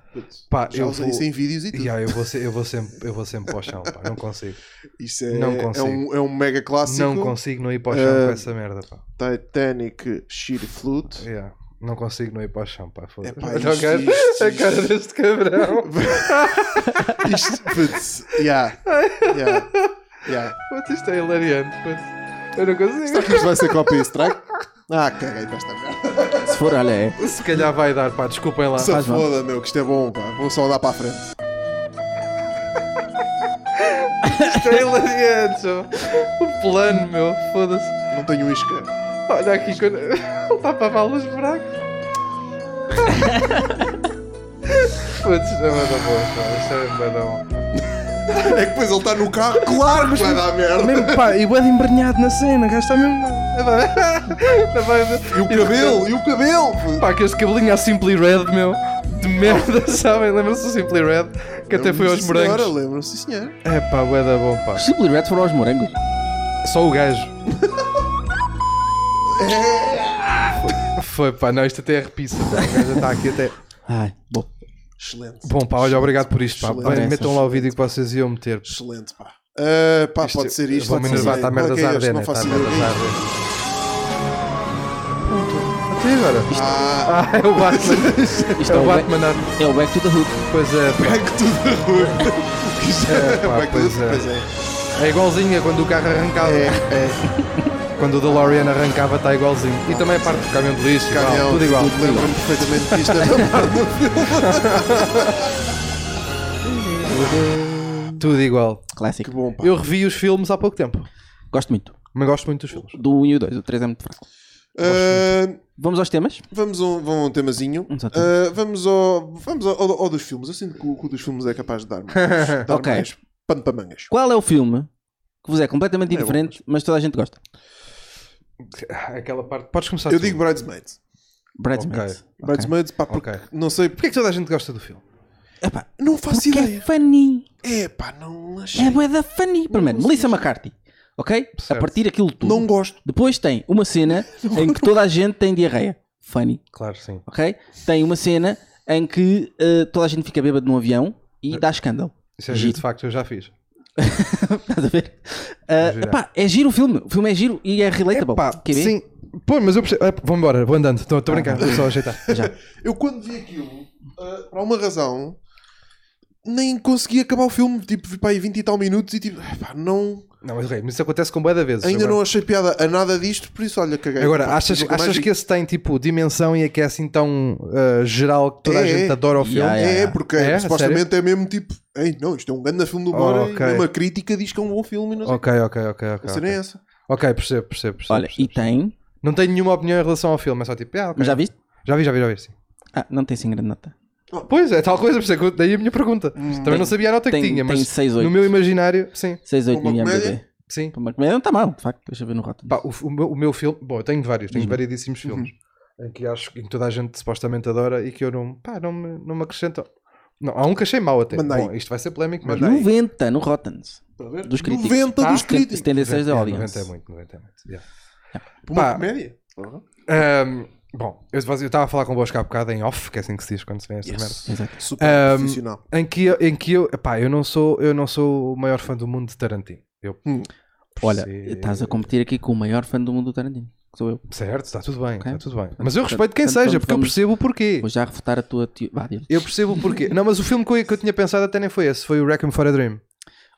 Pá, Já Ah, eu usei vou... isso em vídeos e tudo. Ya, eu, vou se- eu, vou sempre, eu vou sempre para o chão, pá. Não consigo. Isso é, Não é, consigo. um, é um mega clássico. Não consigo não ir para o chão Eh, com essa merda, pá. Titanic Sheer Flute. Ya, Não consigo não ir para o chão, pá. Foda-se. Epá, Olha o isto- gajo- isto- a cara deste cabrão. Isto, putz, yeah, yeah, yeah. Puta, Isto é hilariante. puta. Eu não consigo. Isto vai ser copy strike? Ah, caguei para esta merda. Se for, olha, é. Se calhar vai dar, pá. Desculpem lá. Se Faz mal. foda, meu, que isto é bom, pá. Vou só andar para a frente. Isto é hilariante, meu. O plano, meu. Foda-se. Não tenho um isca. Olha aqui quando... Ele está para balas buracos. Putz, isto é uma da boa, pá. Isto é uma da boa. É que depois ele está no carro, claro que vai dar merda. Mesmo, pá, e o Ed embrenhado na cena, gasta mesmo. É pá, é pá, é pá. E o cabelo, e o cabelo. Pá, que este cabelinho à Simply Red, meu. De merda, sabem? Lembram-se do Simply Red? Que É um até foi aos Agora morangos. lembram-se, sim, senhor. É pá, o Ed é bom, pá. Simply Red for aos morangos. Só o gajo. Foi, pá, não, isto até arrepiça. pá. O gajo está aqui até. Ai, bom. Excelente, Bom, pá, olha, obrigado por isto, pá. Excelente. Bem, metam lá o vídeo que vocês iam meter. excelente, pá. Ah, pá, pode ser isto. Vou-me pode ser enervar, isto. está a merda Ok, é este a arder, não né? faço Está a merda ideia. a arder. Pronto. Até agora. Ah, Ah, é o Batman. Isto é é o o Batman. ah, É o Back to the Hook. Pois é, pá. back to the hood. É, pá, Back to pois the é. hood, pois é. É igualzinho a quando o carro arrancava. Quando o DeLorean arrancava, está igualzinho. E também a parte do caminhão de lixo, igual, Caminhão, tudo igual. tudo, Lembro-me perfeitamente que isto é era parte do Tudo igual. Clássico. Que bom, pá. Eu revi os filmes há pouco tempo. Gosto muito. Mas gosto muito dos filmes. Do 1 e o 2. O 3 é muito fraco. Ah, Vamos aos temas? Vamos a um, vamos a um temazinho. Vamos ao tema. Ah, vamos ao, vamos ao, ao- ao dos filmes. Eu sinto que o, que o dos filmes é capaz de dar, dar Ok. mais pano para mangas. Qual é o filme que vos é completamente bom, indiferente, mas toda a gente gosta? Aquela parte. Podes começar Eu tu. digo Bridesmaids. Bridesmaids. Bridesmaids, pá, porque Ok. não sei. Porquê é que toda a gente gosta do filme? Epá, Não faço porque é ideia. funny. É pá, não achei. É bué da funny. Primeiro, Melissa McCarthy. Ok? Certo. A partir daquilo tudo. Não gosto. Depois tem uma cena em que toda a gente tem diarreia. Funny. Claro, sim. Ok? Tem uma cena em que eh, toda a gente fica bêbado num avião e dá escândalo. Isso é Giro. giro, de facto, eu já fiz. Estás a ver? Ah, girar. epá, é giro o filme. O filme é giro e é relatable. Epá, Quer ver? sim. Pô, mas eu percebo. Ep, Vou embora, vou andando. Estou estou a brincar, vou só ajeitar. Eu quando vi aquilo, ah, por alguma razão, nem consegui acabar o filme. Tipo, vi para aí 20 e tal minutos e tipo, ah, pá, não. Não, mas ok, mas isso acontece com boa da vezes. Ainda Agora- não achei piada a nada disto, por isso olha, caguei. Agora, Pá, achas, nunca mais achas vi. que esse tem tipo dimensão e é que é assim tão uh, geral que toda É, a gente é. adora o filme? Yeah, yeah. É, porque É? A supostamente é mesmo tipo, Ei, não, isto é um grande filme de uma Oh, hora ok. e mesmo a crítica diz que é um bom filme e não sei o Ok, ok, ok. que. ok, A cena é ok. essa. Ok, percebo, percebo. percebo, Olha, e percebo. tem. Não tenho nenhuma opinião em relação ao filme, é só tipo, ah, ok. Mas já viste? Já vi, já vi, já vi, sim. Ah, não tem sem grande nota. Pois é, tal coisa, por isso é que eu- daí a minha pergunta. Também não sabia a nota tem- que tinha, tem mas seis, oito. no meu imaginário, sim, 6, 8 Uma no IMDb. comédia? sim. Para uma comédia não está mal, de facto. Deixa eu ver no Rotten. Pá, o, o meu, o meu filme, bom, eu tenho vários, tenho variedíssimos filmes em que acho em que toda a gente supostamente adora e que eu não, pá, não me, não me acrescentam. Não, há um que achei mau até. Manda aí. Bom, isto vai ser polémico, mas. 90 no Rotten. Dos críticos. 90 dos Setenta- críticos. 76 da 90 é audience. muito, 90 é muito. yeah. Por uma Pá. comédia? Ahm, bom, eu eu estava a falar convosco há bocado em off, que é assim que se diz quando se vê esta merda. Yes. Exato. Super Ahm, profissional. Em que, eu- em que eu, epá, eu não, sou, eu não sou o maior fã do mundo de Tarantino. Eu, Hum. Olha, Sim. estás a competir aqui com o maior fã do mundo do Tarantino. Que sou eu. Certo, está tudo bem, Ok. está tudo bem. Mas eu respeito quem Portanto, seja, porque eu vamos- percebo o porquê. Vou já refutar a tua. Tio... Vá, diz. Eu percebo o porquê. Não, mas o filme que eu, que eu tinha pensado até nem foi esse, foi o Requiem for a Dream.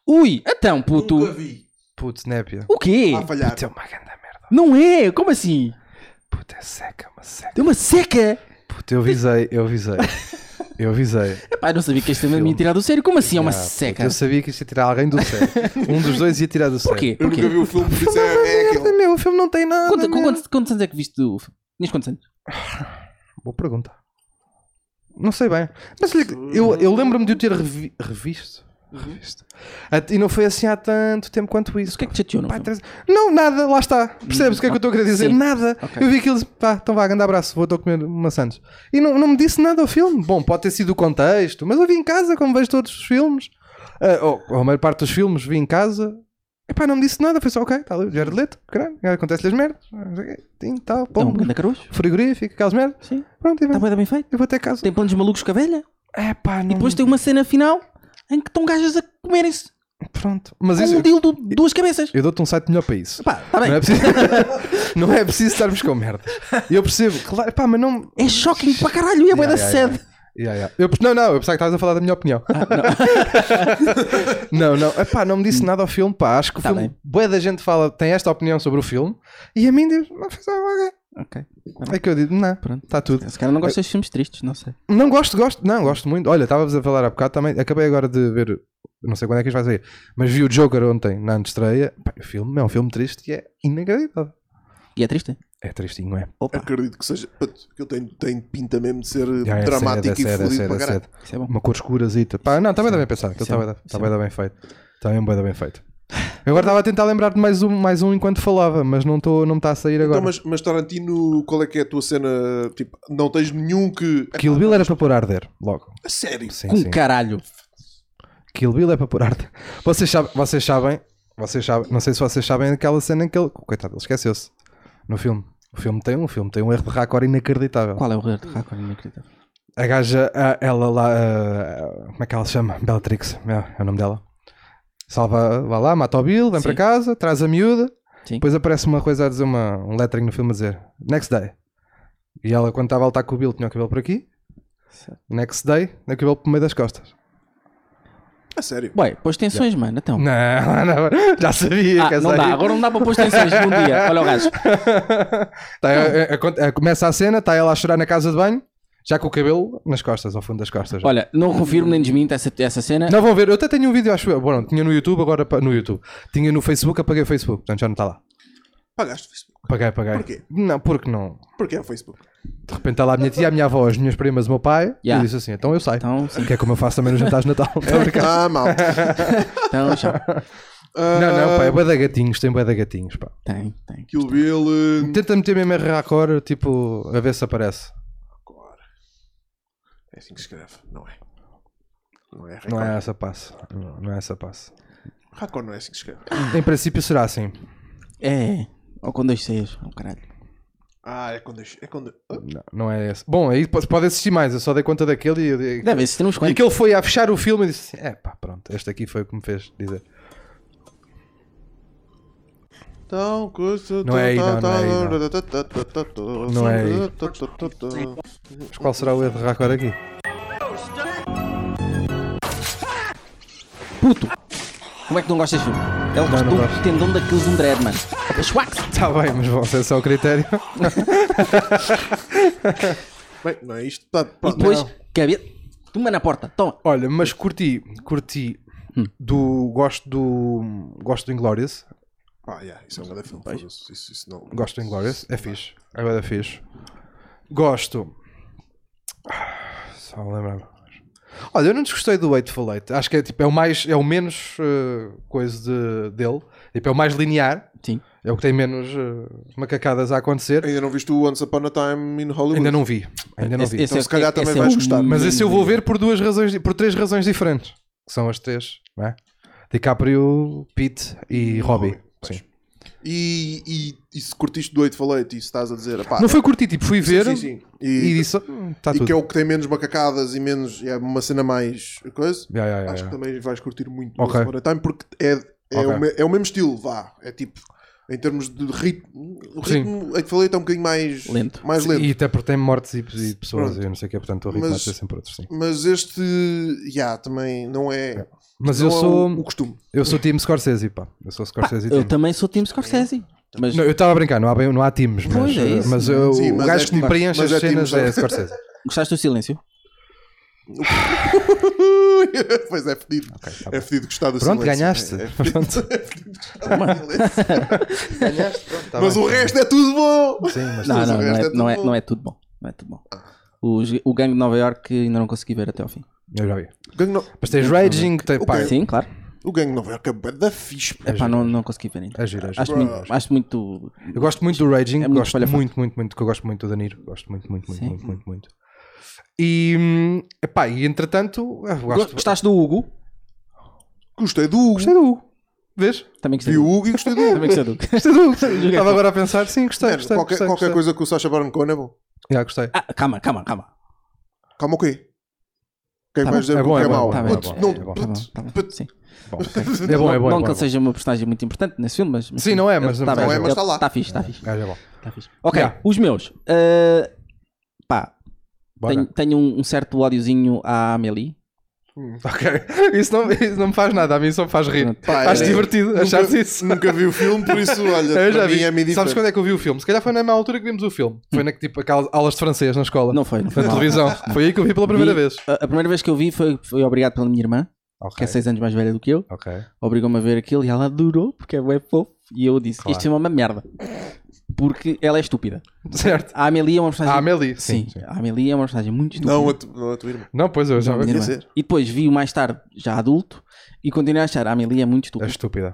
Ui, então, puto. Nunca vi. Putz, népia. O quê? Ah, falhar. Puta, é uma grande merda. Não é? Como assim? Puta, é seca, uma seca. Deu uma seca! Puta, eu visei, eu visei. Eu visei. Epá, eu não sabia que este tema me ia Filme. tirar do sério. Como assim é uma Ah, puta, seca? Eu sabia que isto ia tirar alguém do sério. Um dos dois ia tirar do sério. Porquê? Eu nunca Porquê? vi o filme, por isso é, é Merda, aquele. meu, o filme não tem nada. Quanto- com meu. quantos, quantos anos é que viste o filme? Tinhas quantos anos? Boa pergunta. Não sei bem. Mas olha que eu, eu lembro-me de o ter revi- revisto. Revisto. At- E não foi assim há tanto tempo quanto Mas isso. o que é que te chateou no Pá, filme? três- Não, nada, lá está. Percebes o que é que eu estou a querer dizer? Sim. Nada. Ok. Eu vi aquilo, pá, então vá, grande abraço, vou estou a comer uma Santos. E não, não me disse nada ao filme. Bom, pode ter sido o contexto, mas eu vi em casa, como vejo todos os filmes. Ah, ou, ou a maior parte dos filmes vi em casa. E pá, não me disse nada, foi só, ok, está ali, Jared Leto, caralho, acontece-lhe as merdas. Ah, não Tá sei o quê, Tim, tal, É um pum, grande caroço. frigorífico, aquelas merdas. Sim. Pronto, e Está vamos. bem, bem feito. Eu vou até casa. Tem planos malucos com a velha. É pá, não. E depois tem uma cena final em que estão gajas a comerem-se Pronto. Mas com isso. um Eu, dildo de duas cabeças. eu dou-te um site melhor para isso. Pá, está Não é bem. preciso, não é preciso estarmos com merda. Eu percebo, claro, pá, mas não. É shocking para caralho. E é bué da Yeah, yeah, sede. Yeah, yeah. Eu, não, não, eu pensava que estavas a falar da minha opinião. não, não, epá, não me disse nada ao filme, pá. Acho que o Tá filme, bem. boa da gente fala, tem esta opinião sobre o filme, e a mim diz, não fez algo, Ok. ok. É que eu digo, não, Pronto. está tudo. Esse cara não gosta de filmes tristes, não sei. Não gosto, gosto, não, gosto muito. Olha, estava-vos a falar há bocado também. Acabei agora de ver, não sei quando é que isto vai sair, mas vi o Joker ontem na estreia. Pá, o filme é um filme triste e é inacreditável. E é triste. É tristinho, é. Opa, Acredito que seja. puto, que eu tenho, tenho pinta mesmo de ser Já é dramático cedo, é cedo, é e fodido cedo, é para caralho. cedo. isso é bom. Uma cor escurazita. Pá, não, também dá bem pensado. Aquilo Sim. está bem, tá Sim. bem, bem feito. Tá Está bem, bem, bem feito. Eu agora estava a tentar lembrar de mais um, mais um enquanto falava, mas não, tô, não me está a sair agora. Então, mas, mas Tarantino, qual é que é a tua cena? Tipo, não tens nenhum que. Kill Bill era para pôr a arder, logo. A sério. Sim, Com sim. caralho. Kill Bill é para pôr a arder. Vocês sabem, vocês sabem, vocês sabem, não sei se vocês sabem aquela cena em que ele. Coitado, ele esqueceu-se no filme. O filme tem um, o filme tem um erro de raccord inacreditável. Qual é o erro de Hakon? Inacreditável. A gaja, a- ela lá. ah, como é que ela se chama? Bellatrix, é, é o nome dela. Salva, vai lá, mata o Bill, vem Sim. para casa, traz a miúda. Sim. Depois aparece uma coisa a dizer, uma, um lettering no filme a dizer Next Day. E ela, quando estava a lutar com o Bill, tinha o cabelo por aqui. Certo. Next Day, tinha o cabelo por meio das costas. É sério. Ué, pôs tensões, mano, então. Não, não, já sabia Ah, que não essa dá, aí- agora não dá para pôr tensões num dia. Olha o gajo. Tá, é- é- é- é- começa a cena, está ela a chorar na casa de banho, já com o cabelo nas costas, ao fundo das costas. Olha, não confirmo nem desminto essa, essa cena. Não vão ver, eu até tenho um vídeo, acho eu. Bom, não, tinha no YouTube, agora pa- no YouTube. Tinha no Facebook, apaguei o Facebook, portanto já não está lá. Pagaste o Facebook. Apaguei, apaguei. Porquê? Não, porque não. Porquê é o Facebook? De repente está lá a minha tia, a minha avó, as minhas primas, o meu pai, Yeah. e disse assim: então eu saio. Então, sim. Que é como eu faço também nos jantares de Natal. Tô a brincar. Ah, mal. Então, já. não, não, pá, é bué de gatinhos, tem bué de gatinhos, pá. Tem, tem. Kill Bill. eh, Tenta meter mesmo a cor, tipo, a ver se aparece. Agora. É assim que se escreve, não é? Não é Não Raccord. é essa passe. Não, não é essa passe. Raccord não é assim que se escreve. Em princípio será assim. É, ou com dois Cs. Oh, caralho. Ah, é quando. É quando... Ah, Não, não é esse. Bom, aí po- pode existir mais, eu só dei conta daquele e. Deve existir uns E quantos. aquele foi a fechar o filme e disse: É pá, pronto, este aqui foi o que me fez dizer. Então, coisa. Não é aí, não, não é aí, Não é aí. Mas qual será o erro de racor aqui? Puto! Como é que não gostas de filme? Ele gosta de não gosto. um tendão daqueles de um dread, mano. Schwax! Está bem, mas bom, se esse é o critério. Bem, não é isto. Tá, E pronto, depois, não. cabeça. Toma na porta, toma. Olha, mas curti, curti do. Gosto do. Gosto do Inglorious. Pá, yeah, isso é um grande filme. foda-se, Isso, isso não. Gosto do Inglorious. É fixe. Agora é fixe. Gosto. Ah, Só me lembrar. Olha, eu não desgostei do Eightful Eight. Acho que é, tipo, é o mais. É o menos eh, coisa de- dele. Tipo, é o mais linear. Sim. É o que tem menos eh, macacadas a acontecer. Ainda não viste o Once Upon a Time in Hollywood? Ainda não vi. Ainda não vi. Então, se calhar também vais gostar. Mas é esse esse é eu o vou ver por duas razões, por três razões diferentes. Que são as três, não é? DiCaprio, Pete e Robbie. Sim. E, e, e se curtiste do 8 falei e se estás a dizer. Pá, Não foi curtir, tipo, fui ver Sim, sim, sim. e E, disse, está e Tá tudo. que é o que tem menos macacadas e menos. É uma cena mais. Coisa. Ya, ya, ya, Acho ya. que também vais curtir muito É. o Ok. Once Upon a Time porque é, é, Ok. o, me- é o mesmo estilo, vá. É tipo, em termos de ritmo, o Sim. ritmo é que falei, está um bocadinho mais Lento. Mais lento. E até porque tem mortes e, e pessoas Pronto. e não sei o que, portanto o ritmo Mas- deve ser sempre outro, sim. Mas este, já, também não é. Mas não é eu o- sou, o costume. eu sou time Scorsese, pá. Eu sou Scorsese Eu time. também sou time Scorsese. Mas Não, eu estava a brincar, não há, bem- não há times, mas, eh, Pois, é isso. mas eu, Sim, o mas gajo é que me time. preenche Mas as é time, cenas é sabe? Scorsese. gostaste do silêncio? pois é fedido. tá é fedido gostar do Pronto, silêncio. ganhaste. É- é Pronto. Tá mas bem. o resto é tudo bom. Sim, mas Não, o não, não resto é é, tudo não, é, bom. não é tudo bom. Não é tudo bom. O, o Gangue de Nova York ainda não consegui ver até ao fim. eu já vi. Gangue no... Mas tens Raging, tem, pá, Sim, claro. O gangue de Nova York é bué da fixe. pá. É pá, não, não consegui ver ainda. É giro, é giro. Acho muito, acho muito. Eu gosto muito do Raging, É muito gosto espalhafato. muito, muito, muito, que eu gosto muito do Danilo. Gosto muito, muito, muito, Sim. muito, muito, muito. E, hum, epá, e entretanto, eu gosto. Gostaste do Hugo? Gostei do Hugo. Gostei do Hugo. Vês? Também gostei Vi do o Hugo. Hugo e gostei do Hugo. Também gostei do Hugo. Gostei do Hugo. Estava agora a pensar, sim, É, gostei, Mano, gostei. qualquer gostei, qualquer gostei. coisa que o Sacha Baron Cohen é bom. Já, gostei. Ah, calma, calma, calma. Calma o quê? Quem Tá vai bom, dizer é o bom, que é é bom, mau? é bom, é Putz, bom, não, é bom. Tá bom, putz, tá bom. putz. Sim. Bom, ok. É bom, é não bom. não é bom, que é ele bom. seja uma personagem muito importante nesse filme, mas. Sim, não é, ele mas- tá mas bem, é ele bom. Mas tá lá. Tá fixe, tá fixe. Ah, já é bom. Tá fixe. Ok, Yeah. os meus. Uh, pá, Bora. tenho, tenho um, um certo ódiozinho à Amélie. Ok. Isso não, isso não me faz nada, a mim só me faz rir. Pronto. Pá, Acho é- divertido, nunca- achares isso. Nunca vi o filme, por isso, olha, Eu já para mim vi. é meio Sabes diferente. quando é que eu vi o filme? Se calhar foi na mesma altura que vimos o filme. Foi na que, tipo, aquelas aulas de francês na escola. Não foi, não foi Na mal. televisão. Foi aí que eu vi pela primeira Vi- vez. A, a primeira vez que eu vi foi, foi obrigado pela minha irmã, que Ok. é 6 anos mais velha do que eu. Ok. Obrigou-me a ver aquilo e ela adorou, porque é bem fofo. E eu disse: Claro. Isto é uma merda. Porque ela é estúpida. Certo. A Amélie é uma A personagem. Amélie. sim, sim. a Amélie é uma personagem muito estúpida. Não a, tu, não a tua irmã. Não, pois eu já Minha Podia irmã. ser. é? E depois vi-o mais tarde, já adulto, e continuei a achar a Amélie é muito É estúpida. estúpida.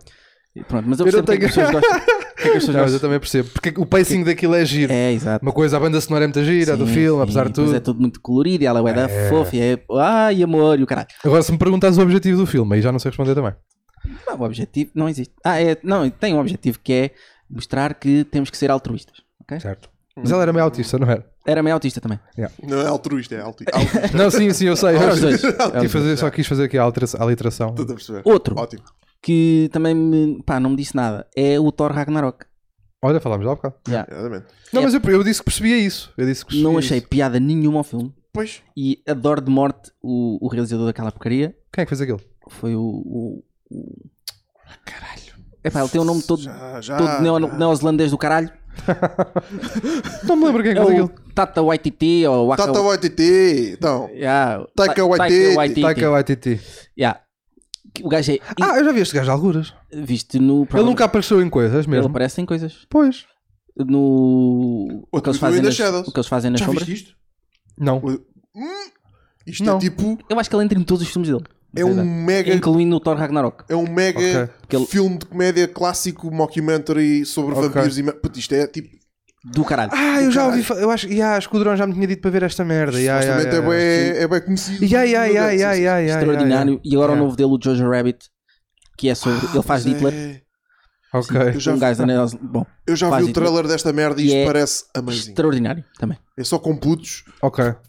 E Pronto, mas eu Eu não percebo porque é que as tenho- pessoas gostam. Porque é que as pessoas Não, mas eu gostam. também percebo. Porque o pacing daquilo é giro. É, exato. Uma coisa, a banda sonora é muito gira do Sim, filme, sim, apesar de depois tudo. É tudo muito colorido e ela é, da É. fofa e é. Ai, amor, e o caralho. Agora, se me perguntas o objetivo do filme, aí já não sei responder também. Não, o objetivo não existe. Ah, é. Não, tem um objetivo que é mostrar que temos que ser altruístas. ok? Certo. Mas ela era meio autista, não era? Era meio autista também. Não é altruísta, é altruísta. altruísta Não, sim, sim, eu sei. Era Eu os dois. Era os quis dois. fazer, só quis fazer aqui a alteração. a literação. estás a perceber? Outro. Ótimo. que também me, pá, não me disse nada. É o Thor Ragnarok. Olha, falámos lá um bocado. Yeah. Exatamente. Não, É. mas eu, eu disse que percebia isso. Eu disse que percebia Não achei isso. piada nenhuma ao filme Pois. e adoro de morte o, o realizador daquela porcaria. Quem é que fez aquilo? Foi o. o, o... Ah, Caralho. É pá, ele tem o nome todo, Já, ah, já. todo é um neo- neozelandês do caralho. Não me lembro quem é que É fez o aquilo. Tata Waititi ou Waka... Tata Waititi. Então. Yeah, Taika Ta- Waititi. Taika Waititi. Yeah. O gajo é. Ah, eu já vi este gajo alguras. Viste no. Ele nunca apareceu em coisas Ele mesmo. aparece em coisas. Pois. No. O que, Outro eles do In fazem the nas, Shadows. o que eles fazem nas Já sombras. viste isto? Não. Isto Não. é tipo. Eu acho que ele entra em todos os filmes dele. É um mega. Incluindo o Thor Ragnarok. É um mega Ok. Porque ele- filme de comédia clássico, mockumentary sobre Ok. vampiros e. ma- Puto, isto é tipo. Do caralho. Ah, eu já ouvi. fa- Eu acho, yeah, acho que o Drão já me tinha dito para ver esta merda. Yeah, yeah, supostamente yeah, é, yeah. bem, é bem conhecido. Yeah, yeah, no yeah, Brasil, yeah, sim, sim. yeah, yeah, Extraordinário. yeah, E agora Yeah. o novo dele, o Jojo Rabbit, que é sobre. ele faz de Mas Hitler. é- Ok. Eu já um vi- gajo da Neos... Bom, Eu já Faz vi o Hitler. trailer desta merda e E isto é parece amazing. extraordinário também. É só com putos Ok. Yeah,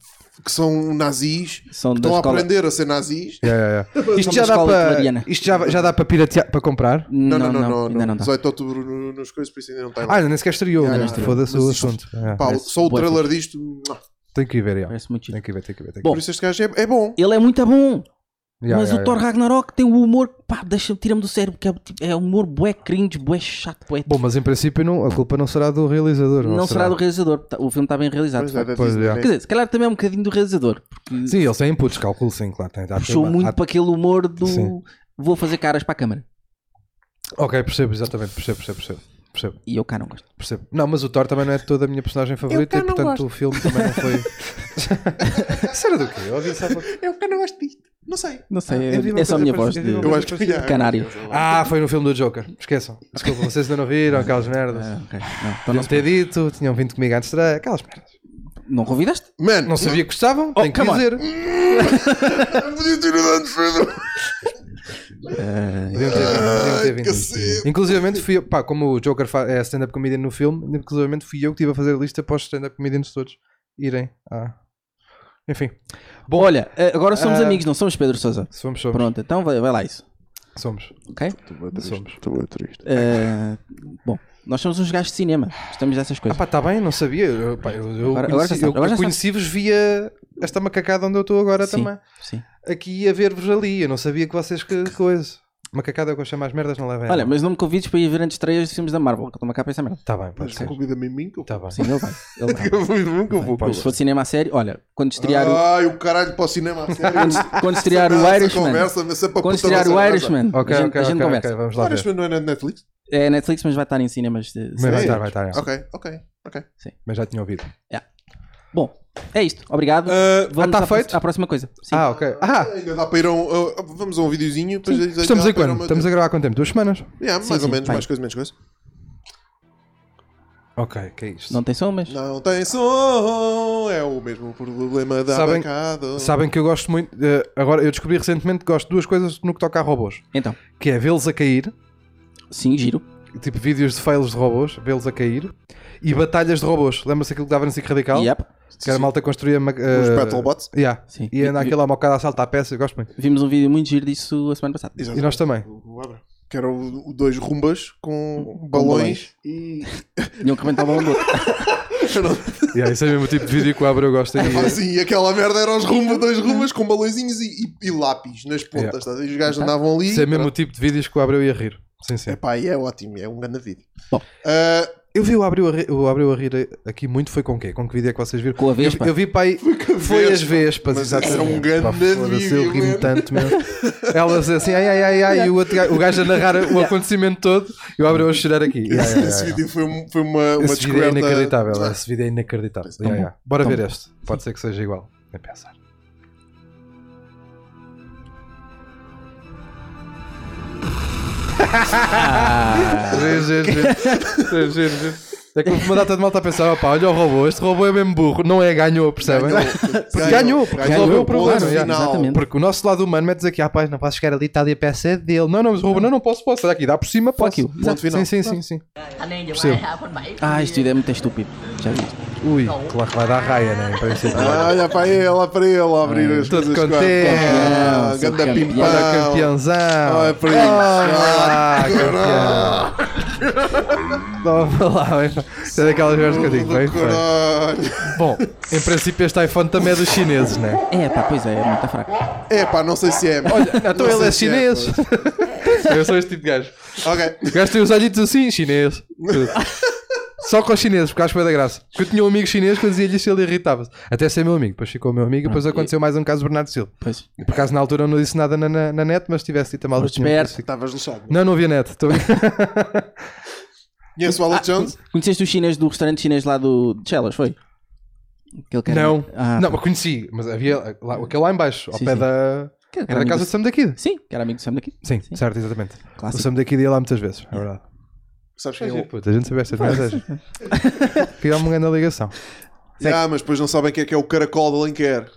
que são nazis, São que da estão a escola- aprender a ser nazis. yeah, yeah. Isto Somos já dá escola para. italiana. Isto já, já dá para piratear, para comprar? Não, não, não, não. ainda não, não dá. 18 de outubro no- nas coisas, por isso ainda não está. Ah, nem sequer estreou. Yeah, né? yeah, yeah. Foda-se o Mas isto- assunto. Yeah. Pá, parece só o bué trailer disto. muah. Tem que ir ver, yeah. Parece muito Tem chido. que ir ver, tem que ir ver. Tem que ir Bom, Por isso este gajo é, é bom. Ele é muito bom, ver. Yeah, mas yeah, o Thor yeah. Ragnarok tem o humor, pá, deixa, tira-me do cérebro, que é, tipo, é humor bué cringe, bué chato, bué. Bom, mas em princípio não, a culpa não será do realizador. não será, do realizador, tá- o filme está bem realizado. Pois é, de facto. da Pois Disney, é. né? Quer dizer, se calhar também é um bocadinho do realizador, porque Sim, eles têm inputs, calculo sim, claro. Tem, há- puxou há- muito para aquele humor do Sim. vou fazer caras para a câmara. Ok, percebo, exatamente, percebo, percebo, percebo. Percebo, E eu cá não gosto. percebo. Não, mas o Thor também não é toda a minha personagem favorita cá e não portanto gosto. o filme também não foi. Isso era do quê? Eu ouvi isso há pouco. Eu que não gosto disto. Não sei. Não sei, Ah, eu vi é, uma é só a coisa minha voz de, parecida, eu vi Eu acho que é. de canário. Ah, foi no filme do Joker. Esqueçam. Desculpa, vocês ainda não viram aquelas merdas. Ah, ok. Não, então não, Deviam ter dito, tinham vindo comigo antes de aquelas merdas. não convidaste? Mano, Não sabia que gostavam, tenho que Oh, come on. dizer. não podia ter ido antes, Pedro. Deviam ter vindo, deviam ter vindo. Cacete. Inclusive fui eu, pá, como o Joker fa- é stand-up comedian no filme, inclusive fui eu que estive a fazer a lista para os stand-up comedians todos irem. Ah. Enfim, Bom, olha, eh, agora somos Ah. amigos, não somos Pedro Sousa. somos, somos. Pronto, então vai, vai lá isso, Somos. ok? Somos. Eh, bom, nós somos uns gajos de cinema, estamos dessas Ah coisas. pá, está bem, não sabia. Eu, pá, eu, eu Agora- agora já conheci- sabes, eu- agora eu já conheci-vos via esta macacada onde eu estou agora sim, também. sim. Aqui a ver-vos ali. Eu não sabia que vocês que que coisa. Macacada é o que eu chamo as merdas, não levem. Olha, mas não me convides para ir ver antes estreias de filmes da Marvel, que eu estou-me cá a pensar merda. Está Tá bem, pode Mas ser. convida-me em mim que eu Está bem. Sim, ele vai. Ele vai. convido-me que eu vou. Pode Se ser. for de cinema a sério, olha, quando estrear o. Ai, o caralho para o cinema a sério. Quando estrear Ah, Essa o Irishman. conversa, mas sempre a Quando puta da estrear o cerveja. Irishman, Ok, a gente, ok, a gente ok, conversa. ok, vamos O lá ver. Irishman não é na Netflix? É Netflix, mas vai estar em cinemas. De... Mas tá vai Sim. estar, vai estar. já. Ok, ok, ok. Mas já tinha ouvido. Bom, é isto. Obrigado. Ah, Vamos tá à, pro- feito? à próxima coisa. Sim. Ah, ok. Ah, Ainda dá para ir a um. a- a- vamos a um videozinho. depois ainda dá estamos para a ir quando? uma- Estamos a gravar há quanto tempo? Duas semanas? Yeah, Sim, mais ou sim, menos, vai. mais coisa, menos coisa. Ok, que é isto. Não tem som, mas. Não tem som, é o mesmo problema da Sabem- bancada. Sabem que eu gosto muito. eh, agora, eu descobri recentemente que gosto de duas coisas no que toca a robôs: Então, que é vê-los a cair, sim, giro. tipo vídeos de fails de robôs, vê-los a cair, e batalhas de robôs. Lembra-se aquilo que dava na SIC Radical? Yep. Que era a malta construía. ma- Os eh, Battlebots. yeah. Sim. E anda Vi- aquilo lá mocada a saltar a peça, eu gosto muito. Vimos um vídeo muito giro disso a semana passada. E nós também. Que eram o- dois rumbas com balões. balões e. Tinham que arrebentar o balão do outro. Yeah, esse é mesmo o tipo de vídeo que o Abra eu gosto. Ah, E, Sim, aquela merda era os rumbas, dois rumbas com balõezinhos e, e- e lápis nas pontas. tá? E os gajos andavam ali. esse é mesmo o tipo de vídeos que o Abra eu ia rir. Sim, sim. Epá, e é ótimo, é um grande vídeo. Bom. Ah, Eu vi o Abreu a, ri- o Abreu a rir aqui muito, foi com o quê? Com que vídeo é que vocês viram? Com a Vespa. Eu, eu vi para aí, a foi as Vespa. Vespas, Mas isso era um exatamente. grande né? Pá, foda-se, eu vídeo, ri-me mano. tanto mesmo. Elas assim, ai, ai, ai, ai, e o, outro gajo, o gajo a narrar o acontecimento todo e o Abreu a chorar aqui. Yeah, yeah, yeah, esse yeah. vídeo foi, um- foi uma, uma Esse vídeo é descoberta. inacreditável, esse vídeo é inacreditável. Tão Yeah, bom. yeah. então, Bora Tão ver bom. este, pode ser que seja igual, nem pensar. Giro, giro, giro. Giro, giro, giro. É que uma data de malta a pensar, opá, olha o robô, este robô é mesmo burro, não é, ganhou, percebem? Porque ganhou, porque resolveu o problema. ponto já. final. Exatamente. Porque o nosso lado humano mete-nos aqui, ah, pá, não posso chegar ali, está ali a peça é dele. Não, não, mas o robô, não, não posso, posso. Olha aqui, dá por cima, posso. you. Exato. Ponto final. Sim, sim, sim, sim. Além de Percebo. mais, há por baixo. Ah, este vídeo é muito estúpido. Já vi. isto. Ui, claro que vai dar raia, né? Em princípio. Ah, olha para ele, olha para ele a abrir as todo coisas. com a- contente. Ah, Sou Ganda campeão. pimpão. Olha, campeãozão. Olha para isso. Ah, Ah, caralho. campeão. Toma lá, bem feito. É daquelas vezes que eu digo, bem Do feito. caralho. Bom, em princípio este iPhone também é dos chineses, né? É, pá, pois é, é muito fraco. É pá, não sei se é. Olha, Não então ele é sei se chinês. Eu sou este tipo de gajo. pá. Ok. O gajo tem os olhitos assim, chinês. Só com os chineses, porque acho que foi da graça. Porque eu tinha um amigo chinês que eu dizia-lhe isso e ele irritava-se. Até ser meu amigo, depois ficou meu amigo e depois aconteceu mais um caso do Bernardo Silva. Pois. E por acaso na altura eu não disse nada na, na, na net, mas se tivesse dito a mal. Foste tinha-me esperto. crucificado. Estavas lixado. Não, não havia net. Estou... Conheço o Ah, Alex Jones? Conheceste o chinês do restaurante chinês lá do de Chelas, foi? Aquele que era- não, Ah, não, mas conheci, mas havia lá, aquele lá em baixo, ao Sim, pé sim. da. que era Era da amigo casa do- do Sam da Kid. Sim, que era amigo do Sam daqui. Sim, certo, exatamente. O Clássico. Sam da Kid ia lá muitas vezes, é verdade. Sabes quem Mas, é o. puta, a gente sabia estas merdas. Fica-me ganhando a ligação. Ah, mas depois não sabem quem é que é o caracol de Alenquer.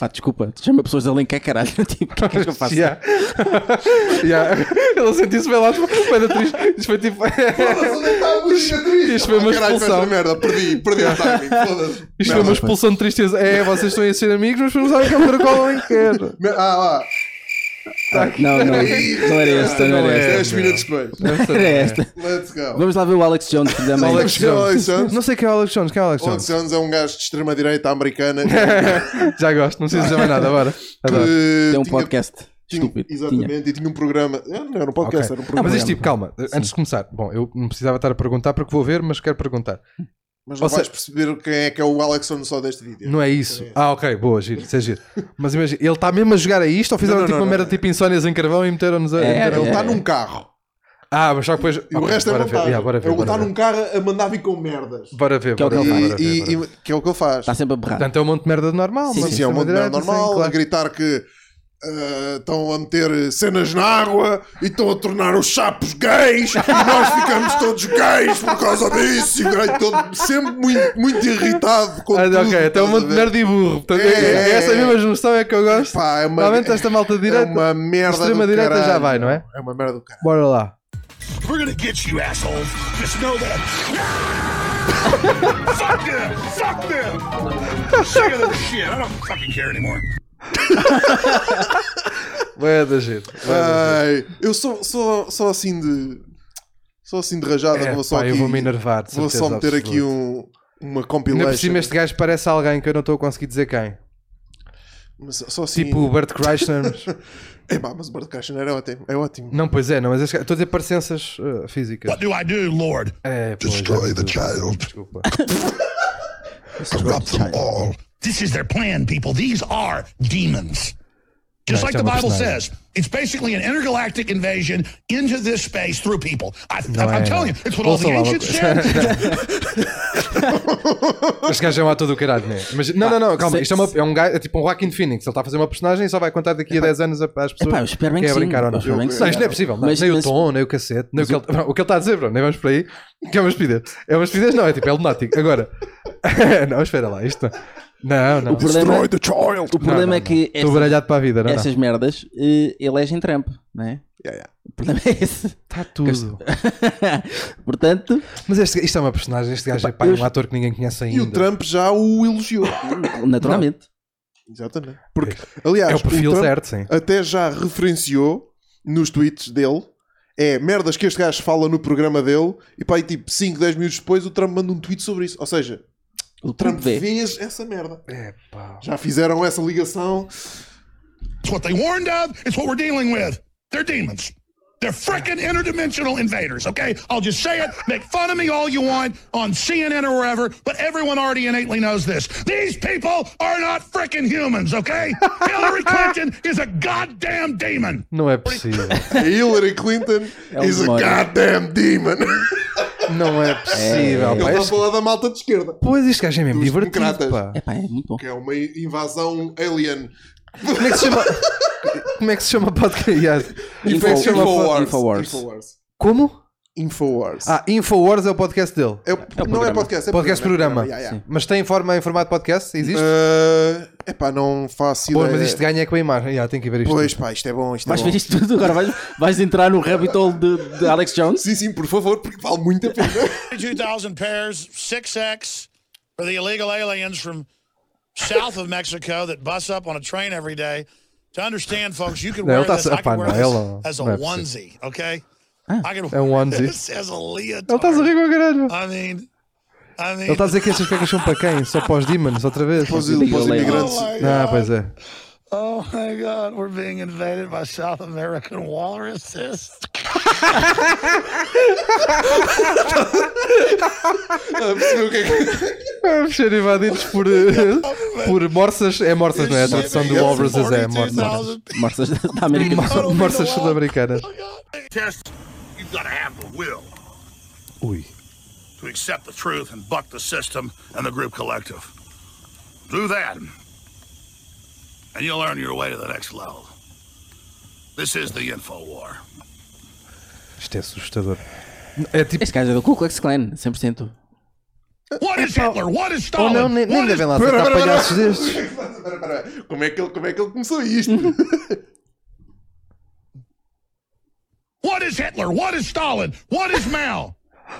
Pá, desculpa, chama pessoas da Lenca, caralho. Tipo, o que é que eu faço? Yeah. yeah. Ele sentiu-se bem lá, tipo, foi da triste. Isto foi tipo. é Isto foi uma Ah, caralho, expulsão. fez esta merda, perdi, perdi o timing, foda-se. Isto foi uma expulsão de tristeza. É, vocês estão a ser amigos, mas vamos usar aquele caracol em quer. Me- Ah, lá. Não, não, não era esta, não Não era é. esta. 10 minutos depois. Era É esta. Let's go. Vamos lá ver o Alex Jones que também. Alex Alex Jones. Jones. Não sei quem é o Alex Jones. Quem é o Alex Alex Jones? É Jones é um gajo de extrema-direita americana que Já gosto, não preciso dizer mais nada agora. Adoro. Tem um tinha- podcast. tinha- Estúpido. Exatamente, Tinha. e tinha um programa. É, Não era um Ok. podcast, era um Não, programa. mas isto tipo, calma, antes de começar, bom, eu não precisava estar a perguntar porque vou ver, mas quero perguntar. Mas não ou vais perceber quem é que é o Alex Jones só deste vídeo. Não é isso? Ah, ok, boa, giro, isso é giro. Mas imagina, ele está mesmo a jogar a isto ou fizeram Não, não, tipo não, uma merda não. tipo insónias em carvão e meteram-nos a. É, meteram- Ele está É. Tá num carro. Ah, mas só que depois. E o resto é bora ver. montagem. Yeah, bora ver, Ele bora está ver. num carro a mandar vir com merdas. Bora ver, Que é o bora que ele ver, faz. bora ver, E- bora ver. e- e- que é o que ele faz. Está sempre a berrar. Portanto, é um monte de merda normal. Sim, mas sim, é um monte de merda extrema-direita, normal, sim, a claro. gritar que ah, estão a meter cenas na água e estão a tornar os sapos gays e nós ficamos todos gays por causa disso. E grei- todo- sempre muito, muito irritado com Ah, tudo. ok, então é estás um a monte de ver? merda e burro. Portanto, É, é- é é, essa é. mesma junção é que eu gosto. Pá, é uma- Normalmente esta malta de direita. É uma merda do Extrema-direita já caralho. vai, não é? É uma merda do caralho. Bora lá. We're gonna get you assholes. Just know that. fuck them! Fuck them! I'm sick of this shit. I don't fucking care anymore. Vai da gente. Ai, eu sou, sou, sou assim de. Sou assim de rajada. É, vou só pá, eu aqui- vou me enervar, de Vou só certeza meter aqui absoluta. um, uma Ainda por compilation. cima, este gajo parece alguém que eu não estou a conseguir dizer quem. Mas só assim. Tipo o Bert Kreischer. mas- Epá, mas o Bart Cashner é ótimo. É ótimo. não, pois é, não, mas este gajo- estou a dizer parecenças eh, físicas. What do I do, Lord? É, pois, Destroy é, the child. Desculpa. Corrupt them all. This is their plan, people. These are demons. Just Right, like the Thomas Bible Snyder. says, it's basically an intergalactic invasion into this space through people. I, Não I, é, am telling you, não. it's what all the Ouça lá uma ancients coisa. said. Este gajo é um ator do caralho, né? Mas, não, não, não, calma. se- Isto é, uma- é um gajo, é tipo um Joaquin Phoenix. Ele está a fazer uma personagem e só vai contar daqui a 10 anos a- às pessoas. Epá, eu espero bem quem que é sim, brincar ou eu não. espero bem que Não, sim. isto não é possível. não. Mas- nem o mas- tom, nem o cacete. Nem o, que ele, o que ele está a dizer, bro. Nem vamos para aí. Que é uma espidez. É uma espidez, não. É tipo, é lunático. Agora. não, espera lá. Isto não. Não, não. O problema, the child. o problema é que Estou estas, baralhado para a vida, não, não. essas merdas eh, elegem Trump, não é? Yeah, yeah. O problema é esse. Está tudo. Portanto, Mas este, isto é uma personagem. Este gajo é pá, eu- um ator que ninguém conhece ainda. E o Trump já o elogiou. naturalmente. Exatamente. Porque, aliás, É o perfil Trump certo, sim. até já referenciou nos tweets dele. É merdas que este gajo fala no programa dele e pá, e tipo 5, 10 minutos depois o Trump manda um tweet sobre isso. Ou seja, O Trump Trump vê. fez essa merda. É pá. Já fizeram essa ligação. It's what they warned of. It's what we're dealing with. They're demons. They're frickin' interdimensional invaders, okay? I'll just say it. Make fun of me all you want on CNN or wherever, but everyone already innately knows this. These people are not frickin' humans, okay? Hillary Clinton is a goddamn demon. Não é possível. A Hillary Clinton É um is a demónio. goddamn demon. Não é possível. Ele está pá. a Este- falar da malta de esquerda. Pois, este gajo é mesmo Dos divertido, democratas. pá. Epá, é muito bom. Que é uma invasão alien. Como é que se chama? Como é que se chama podcast? Info- Como é que se chama o pod- Infowars. Infowars. Como? Infowars. Ah, Infowars é o podcast dele. É o- não é programa. podcast, é Podcast programa. Yeah, yeah. Mas tem forma em formato podcast? Existe? Uh, epá, não faço Pô, ideia. mas isto ganha com a imagem. Já, tem que ver isto. Pois pá, isto é bom, isto Vais é bom. ver isto tudo agora? Vais, vais entrar no rabbit hole de, de Alex Jones? Sim, sim, por favor, porque vale muito a pena. 2,000 pairs, 6X, for the illegal aliens from south of Mexico that bus up on a train every day. To understand, folks, you can Não, wear tá this. se- I can epá, wear não, ela- this as a não é possível. onesie, okay? I can é um wear onesie. This as a leotard. Ele está a rir com o caralho. I mean, I mean, Ele está a dizer que essas cuecas são para quem? Só para os demons, outra vez? Para os il- para os Illegal imigrantes. aliens. Oh, my Ah, God. pois é. Oh my God, we're being invaded by South American walruses. Ah, percebeu o que é que- Vamos ser invadidos por, eh, por morsas. É morsas, não é? A tradução do Yes. walruses é então. morsas. 42,000 Morsas da da América do Sul. Mor- Morsas sul-americanas. Test, you've got to have the will Ui. to accept the truth and buck the system and the group collective. Do that, and you'll earn your way to the next level. This is the info war. Isto é assustador. É tipo. Este gajo é do Ku Klux Klan, 100%. What is Hitler? What is Ou Stalin? não, nem, nem What is- devem lá aceitar palhaços destes. Espera, espera. Como é que ele, como é que ele começou isto? What is Hitler? What is Stalin? What is Mao?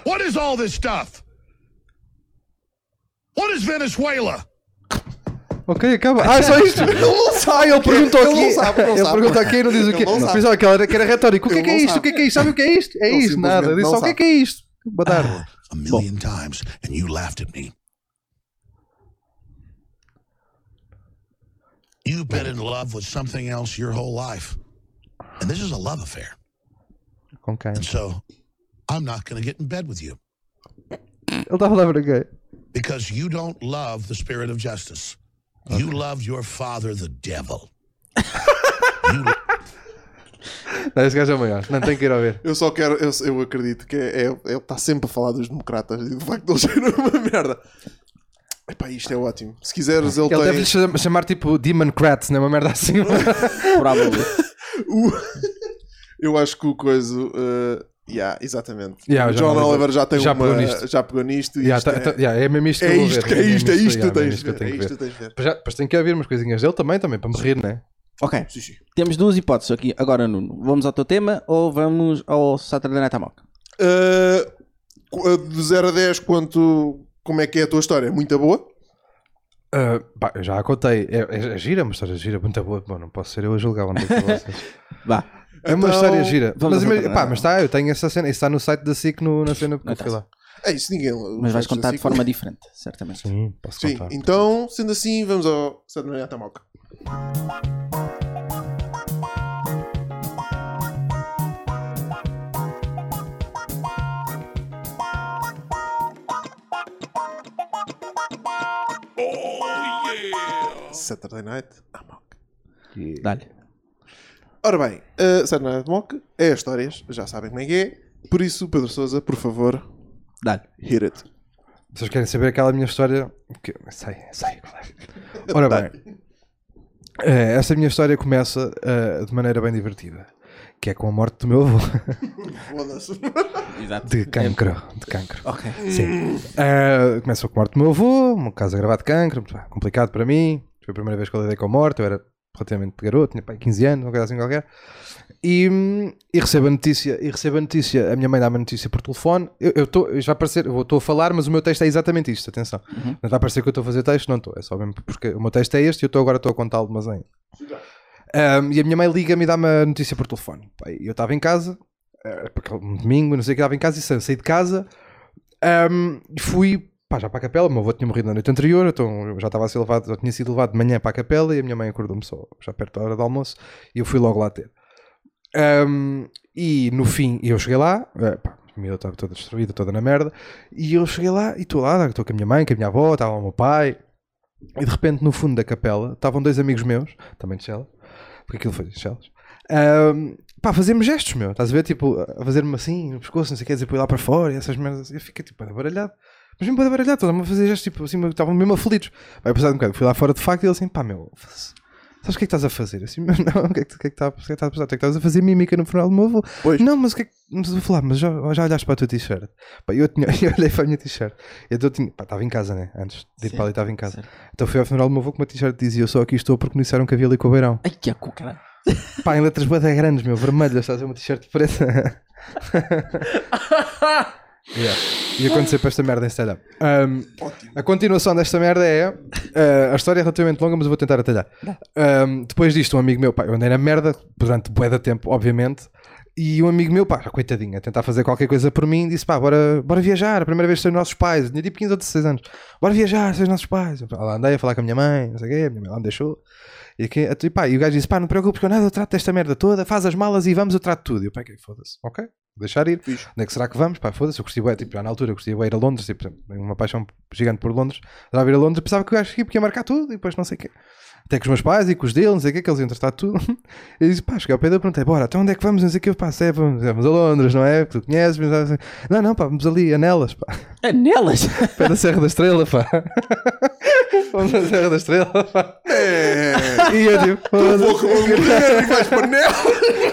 What is all this stuff? What is Venezuela? Ok, acaba. Ah, é só isto. Ah, ele perguntou Ele aqui. não sabe, ele não Ele sabe. perguntou aqui e não diz o Ele quê. não sabe. Pensava que era- que era retórico. O que é Ele que é não isto? O sabe. que é que é isto? Sabe o que é isto? É Ele isto, nada. simplesmente Disse não só o que é sabe. que é isto. Boa tarde. A million times, and you laughed at me. You've been in love with something else your whole life. And this is a love affair. Com quem? Ele So I'm not going to get in bed with you está a falar para quem? because you don't love the spirit of justice. You loved your father, the devil. Não, esse gajo é o maior. Não tem que ir a ver. Eu só quero, eu, eu acredito que é, é- ele está sempre a falar dos democratas e do facto de eles serem uma merda. Epá, isto é ótimo. Se quiseres, ele, Ele tem. deve-lhe cham- chamar tipo Demon Kratz, não é uma merda assim? Provavelmente. o- eu acho que o coisa. Uh... Yeah, exatamente. Yeah, o o John John Oliver já tem já uma. pegou nisto. Já pegou nisto. e Yeah, isto tá- tá- é... yeah, é mesmo isto que É eu vou ver. isto, é isto, é mesmo isto, yeah, é tens mesmo de isto que ver, eu é tenho que isto, ver. tens de ver. Depois já- Depois tenho que ouvir umas coisinhas dele também, também, para me rir, não é? Ok. Temos duas hipóteses aqui. Agora, Nuno, vamos ao teu tema ou vamos ao Saturday Night Amok? Uh, qu- de 0 a 10, quanto. Como é que é a tua história? Muito boa. Ah, pá, eu já a contei. É, é- é gira, uma história gira, muito boa. Bom, não posso ser eu a julgar, vão ter que ser vocês. Vá. É uma Então, história gira. vamos Mas, ao imagina- Saturday pá, Night. mas está, eu tenho essa cena. Isso está no site da SIC, no- na cena que eu fui lá. É isso, ninguém. Mas vais contar de assim, forma diferente, certamente. Sim, posso Sim, contar. então, sendo assim, vamos ao Saturday Night Amok. Saturday Night Amok. Dá-lhe. Ora bem, uh, Saturday Night Amok é histórias, já sabem como é que é. Por isso, Pedro Sousa, por favor, Dá-lhe. hit it. Vocês querem saber aquela minha história? Que... Sei, sei qual é. Ora bem, eh, essa minha história começa eh, de maneira bem divertida, que é com a morte do meu avô, Foda-se. Exato. de cancro, de cancro. Ok. Sim. Eh, começa com a morte do meu avô, um caso agravado de cancro, muito bem, complicado para mim. Foi a primeira vez que eu lidei com a morte, eu era relativamente garoto, tinha pai 15 anos, uma coisa assim qualquer. E, hum, e recebo a notícia, e recebo a notícia, a minha mãe dá-me a notícia por telefone. Eu, eu tô, isto vai parecer, eu estou a falar, mas o meu texto é exatamente isto, atenção. Não vai parecer que eu estou a fazer texto, não estou, é só mesmo porque o meu texto é este e eu estou agora estou a contá-lo, mas ainda. Um, e a minha mãe liga-me e dá-me a notícia por telefone. Pá, e Eu estava em casa, eh, porque era um domingo, não sei o que, estava em casa e sa- saí de casa um, e fui pá, já para a capela. O meu avô tinha morrido na noite anterior, então eu já estava a ser levado, já tinha sido levado de manhã para a capela e a minha mãe acordou-me só já perto da hora do almoço e eu fui logo lá ter. Um, e no fim, eu cheguei lá, eh, pá, a miúda estava toda destruída, toda na merda, e eu cheguei lá e estou lá, estou com a minha mãe, com a minha avó, estava o meu pai, e de repente no fundo da capela estavam dois amigos meus, também de Chelas, porque aquilo foi de Chelas, ahm, pá, a fazer-me gestos, meu, estás a ver? Tipo, a fazer-me assim, no pescoço, não sei o que, dizer, põe lá para fora, e essas merdas, assim. eu fiquei tipo, bué baralhado. Mas mesmo para baralhado, estavam a fazer gestos, tipo, assim, estavam mesmo aflitos. Vai passar um bocado, fui lá fora de facto e ele assim, pá, meu, faz- sabes o que é que estás a fazer? Assim, mas não, o que é que o que é que está o que é que está a passar? O que é que estás a fazer mímica no funeral do meu avô? Pois. Não, mas o que é que. Mas eu vou falar, mas já, já olhaste para a tua t-shirt? Pá, eu, tinha, eu olhei para a minha t-shirt. Então Eu tinha. Pá, estava em casa, né? Antes de ir para ali, estava em casa. Então fui ao funeral do meu avô com uma t-shirt que dizia: Eu só aqui estou porque me disseram que havia ali com o beirão. Ai, que cu, caralho. Pá, em letras boas grandes, meu, vermelhas, estás a ver uma t-shirt preta. E acontecer para esta merda em stand-up. Um, a continuação desta merda é. uh, a história é relativamente longa, mas eu vou tentar atalhar. Um, depois disto, um amigo meu, pá, eu andei na merda durante bué de tempo, obviamente. E um amigo meu, pá, coitadinho, a tentar fazer qualquer coisa por mim, disse: pá, bora, bora viajar. A primeira vez são os nossos pais. Eu tinha tipo 15 ou 16 anos. Bora viajar, são os nossos pais. Eu, pá, lá andei a falar com a minha mãe, não sei o quê, a minha mãe lá me deixou. E, aqui, e, pá, e o gajo disse: pá, não te preocupes com nada, eu trato desta merda toda, faz as malas e vamos, eu trato tudo. E eu, pá, que foda-se, ok, vou deixar ir. Onde é que será que vamos? Pá, foda-se, eu curti bué, tipo, já na altura eu curti bué ir a Londres, tipo, tenho uma paixão gigante por Londres, adorava ir a Londres, pensava que o gajo aqui ia marcar tudo e depois não sei o quê. Até com os meus pais e com os dele, não sei o quê, que eles iam tratar de tudo. E disse, pá, cheguei ao Pedro, perguntei, bora, então onde é que vamos? Não sei o quê, pá, se é, vamos, vamos a Londres, não é? Tu conheces? vamos lá, não sei. Não, não, pá, vamos ali, a Nelas, pá. É Anelas! Pé da Serra da Estrela, pá. Vamos à Serra da Estrela, pá. É. E eu tipo, Vou com uma mulher e vais para nela.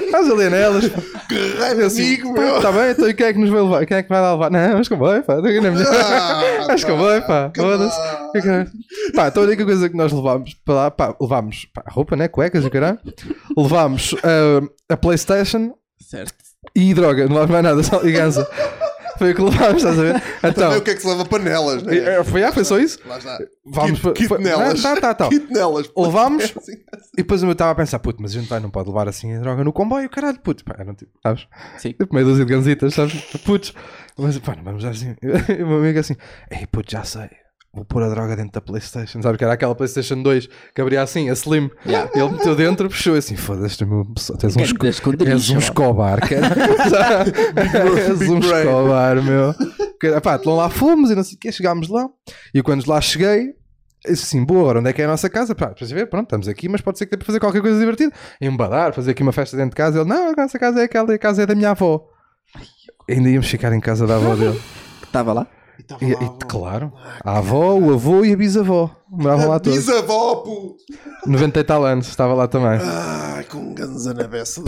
Estás ali nelas. Que raiva comigo, meu. Está bem, então e quem é que nos vai levar? Quem é que vai lá levar? Não, mas comboio, pá. Estou aqui na minha. Ah, Mas comboio, pá. que Foda-se. Que caralho. Pá, então a única coisa que nós levámos para lá, pá, levámos pá, roupa, né? Cuecas e o caralho. Levámos ah, a Playstation certo. e droga. Não levámos mais nada, só ligança. Foi o que levámos, estás a ver? Então. Sabe o que é que se leva para nelas, né? eh, Foi, ah, foi só isso? Lá está. Vamos kit, para- kit foi- nelas. Tá, tá, tá. Kit nelas. Levámos e depois eu estava a pensar, puto, mas a gente vai, não pode levar assim a droga no comboio, caralho, puto. Pá, era um tipo, sabes? Sim. Tipo, meia dúzia de ganzitas, sabes? Putos. Mas, pá, não vamos dar assim. E o meu amigo assim, ei, puto, já sei. Vou pôr a droga dentro da Playstation. Sabes que era aquela Playstation 2 que abria assim, a Slim. Ele meteu dentro, puxou assim, foda-se, meu, só tens um, Ganda esco esconderijo, és um ó. escobar, cara. és um Big brain. escobar, meu. Cara, Pá, então lá fomos e não sei o quê, chegámos lá. E quando lá cheguei, isso sim, boa, agora onde é que é a nossa casa? Pá, para ver, pronto, estamos aqui, mas pode ser que dê para fazer qualquer coisa divertida. Embadar, fazer aqui uma festa dentro de casa. Ele, não, a nossa casa é aquela, a casa é da minha avó. Ainda íamos ficar em casa da avó dele. Que estava lá. E, e, claro, a avó, o avô e a bisavó. Moravam lá todos. Bisavó, puto. 90 e tal anos, estava lá também. Ai, com ganza na beça.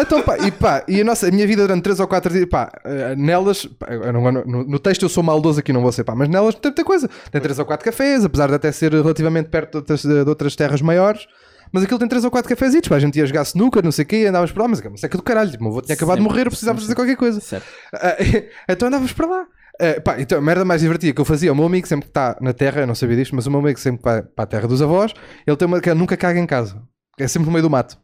Então, pá, e pá, e a, nossa, a minha vida durante 3 ou 4 dias, pá, eh, nelas, pá, eu não- no, no texto eu sou maldoso aqui, não vou ser, pá, mas nelas tem muita coisa. Tem 3 ou 4 cafés, apesar de até ser relativamente perto de outras, de outras terras maiores. Mas aquilo tem 3 ou 4 cafezitos, pá, a gente ia jogar snooker, não sei o quê, andávamos para lá, mas é uma seca do caralho, tipo, o meu avô tinha acabado de Sempre, morrer, eu precisava fazer sempre, qualquer coisa. Certo. Ah, então andávamos para lá. Ah, pá, então a merda mais divertida que eu fazia, o meu amigo sempre que está na terra, eu não sabia disto, mas o meu amigo sempre que vai para a terra dos avós, ele tem uma que ele nunca caga em casa. É sempre no meio do mato.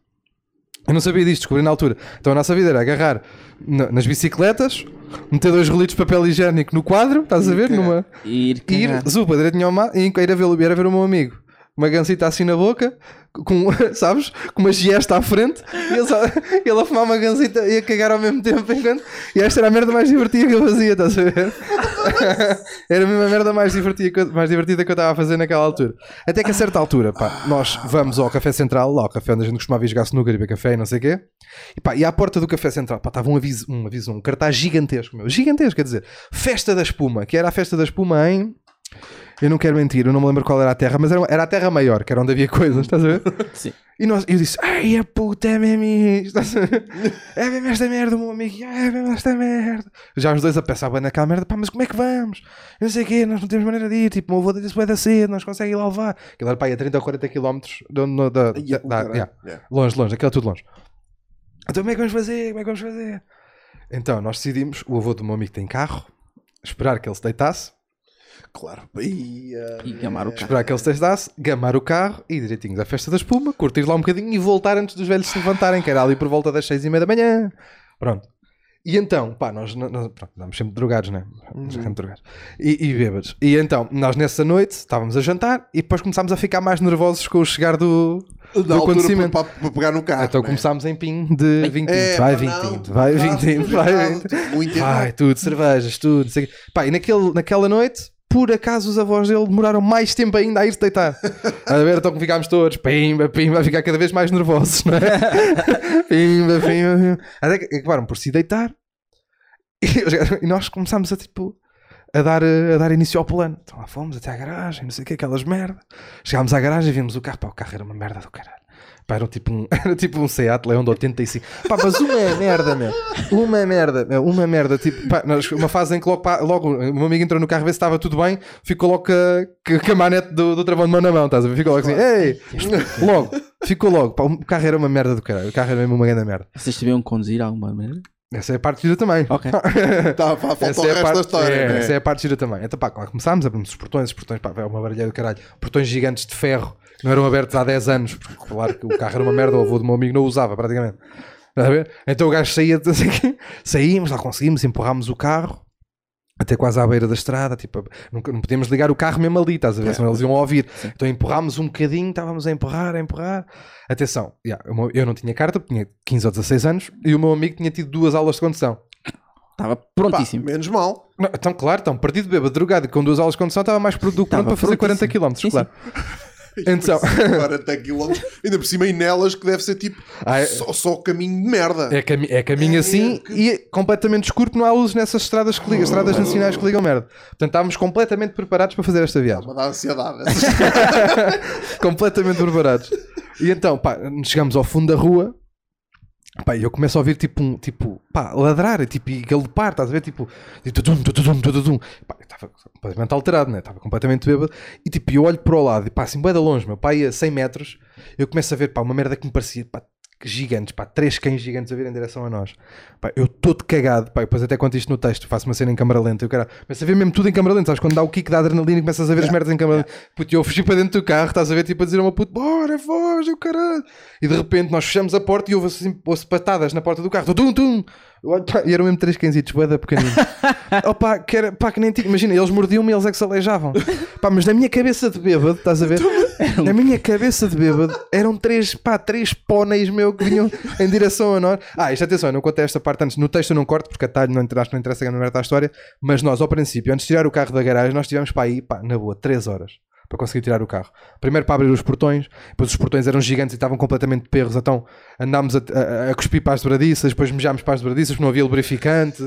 Eu não sabia disto, descobri na altura. Então a nossa vida era agarrar na- nas bicicletas, meter dois rolitos de papel higiênico no quadro, estás a ver? Numa, Ir, ir, cagar. zupa, direitinho ao mato, e ir a, ver, ir a ver o meu amigo. Uma gansita assim na boca, com, sabes? Com uma giesta à frente, e ele, só- ele a fumar uma gansita e a cagar ao mesmo tempo. Enquanto, e esta era a merda mais divertida que eu fazia, estás a ver? Era mesmo a merda mais divertida, que eu- mais divertida que eu estava a fazer naquela altura. Até que a certa altura, pá, nós vamos ao Café Central, lá ao café onde a gente costumava ir jogar snooker e beber café e não sei o quê. E, pá, e à porta do Café Central, pá, estava um aviso, um aviso, um cartaz gigantesco, meu. Gigantesco, quer dizer, Festa da Espuma, que era a Festa da Espuma em... Eu não quero mentir, eu não me lembro qual era a terra, mas era, era a terra maior, que era onde havia coisas, estás a ver? Sim. E nós, eu disse, ai, a puta, é mesmo isto. estás a ver? É mesmo esta merda, meu amigo, é mesmo esta merda. Já os dois a pensar bem naquela merda, pá, mas como é que vamos? Eu não sei o quê, nós não temos maneira de ir, tipo, o meu avô disse, vai da cedo, nós conseguimos ir lá levar. Aquilo era, pá, aí a 30 ou 40 quilómetros de onde- no- da, Ia, da- da- caralho. yeah. Yeah. longe, longe, aquilo é tudo longe. Então como é que vamos fazer, como é que vamos fazer? Então, nós decidimos, o avô do meu amigo tem carro, esperar que ele se deitasse, Claro. Ia. E gamar o carro. esperar que ele se deitasse, gamar o carro e ir direitinho da festa da espuma, curtir lá um bocadinho e voltar antes dos velhos se levantarem, que era ali por volta das seis e meia da manhã. Pronto. E então, pá, nós, nós pronto, andamos sempre drogados, né? Andamos Uhum. sempre drogados. E, e bêbados. E então, nós nessa noite estávamos a jantar e depois começámos a ficar mais nervosos com o chegar do, do Da altura acontecimento. para, para pegar no carro. Então né? começámos em pin de 20 É, vai pá, 20 não, vai tudo 20 errado, tudo vai um. errado, 20 tudo muito Vai, errado. tudo, cervejas, tudo. não sei o quê. Pá, e naquele, naquela noite, por acaso, os avós dele demoraram mais tempo ainda a ir-se deitar. A ver, então que ficámos todos, pimba, pimba, a ficar cada vez mais nervosos, não é? pimba, pimba, pimba. Até que acabaram por se deitar e os gajos- e nós começámos a tipo. A dar, eh, a dar início ao plano. Então lá fomos até à garagem, não sei o que, aquelas merda. Chegámos à garagem e vimos o carro. Pá, o carro era uma merda do caralho. Pá, era um tipo um, era tipo um Seat Leão de 85. Pá, mas uma é merda, meu. Uma é merda, meu. Uma merda. Tipo, pá, nós- uma fase em que logo, pá, logo o meu amigo entrou no carro a ver se estava tudo bem, ficou logo com a- com com a manete do, do travão de mão na mão, estás a ver? Ficou logo assim, ei! Logo, ficou logo. Pá, o carro era uma merda do caralho. O carro era mesmo uma grande merda. Vocês sabiam conduzir alguma maneira? Essa é a parte gira também. Ok. Tá, pá, falta Essa o é, a resto parte, da história. é, né? essa é a parte gira também. Então pá, quando começámos, abrimos os portões, os portões, pá, é uma baralheira do caralho. Portões gigantes de ferro, não eram abertos há 10 anos, porque claro que o carro era uma merda, o avô do meu amigo não o usava praticamente. Estás a ver? Então o gajo saía, assim, saímos, lá conseguimos, empurrámos o carro, até quase à beira da estrada, tipo, nunca- não podíamos ligar o carro mesmo ali, estás a ver? Senão eles iam ouvir. Então empurrámos um bocadinho, estávamos a empurrar, a empurrar. Atenção, yeah, o meu- eu não tinha carta, tinha 15 ou 16 anos, e o meu amigo tinha tido duas aulas de condução. Estava Pá, prontíssimo. menos mal. Não, então, claro, então, perdido, bêbado, drogado, com duas aulas de condução, estava mais produto Estava pronto para fazer 40 prontíssimo. km, Sim, claro. Então, 40 km, ainda por cima em nelas que deve ser tipo Ah, é- só, só caminho de merda. é, cami é caminho assim e é completamente escuro, porque não há luzes nessas estradas, que ligam, estradas nacionais que ligam merda. Portanto, estávamos completamente preparados para fazer esta viagem. Mas dá ansiedade. completamente preparados. E então, pá, chegamos ao fundo da rua. Pá, e eu começo a ouvir tipo um, tipo, pá, ladrar, e, tipo, e galopar, estás a ver, tipo, e tudum, tudum, tudum. Pá, eu estava completamente alterado, né? Estava completamente bêbado. E tipo, eu olho para o lado, e pá, assim, bué de longe, meu pai a 100 metros, eu começo a ver, pá, uma merda que me parecia, pá, gigantes, pá, três cães gigantes a vir em direção a nós. Pá, eu todo cagado, pá, e depois até conto isto no texto, faço uma cena em câmara lenta, eu quero, começo a ver mesmo tudo em câmara lenta, sabes, quando dá o kick da adrenalina e começas a ver as merdas em câmara lenta, puto, eu fugi para dentro do carro, estás a ver, tipo, a dizer a uma puto, bora, foge, o caralho, e de repente nós fechamos a porta e houve assim, ouço patadas na porta do carro, tum, tum, Eu olho, pá, e eram mesmo três cãezitos, boeda pequeninos. oh pá, que era, pá, que nem tinha, imagina, eles mordiam-me e eles é que se aleijavam. pá, mas na minha cabeça de bêbado, estás a ver? na minha cabeça de bêbado, eram três, pá, três póneis, meu, que vinham em direção a nós. Ah, isto, atenção, eu não contei esta parte antes, no texto eu não corto, porque a talho não interessa, não interessa que não merda a história, mas nós, ao princípio, antes de tirar o carro da garagem, nós tivemos para aí, pá, na boa, três horas para conseguir tirar o carro. Primeiro para abrir os portões, depois os portões eram gigantes e estavam completamente perros, então andámos a, a- a cuspir para as dobradiças, depois mejámos para as dobradiças, porque não havia lubrificante,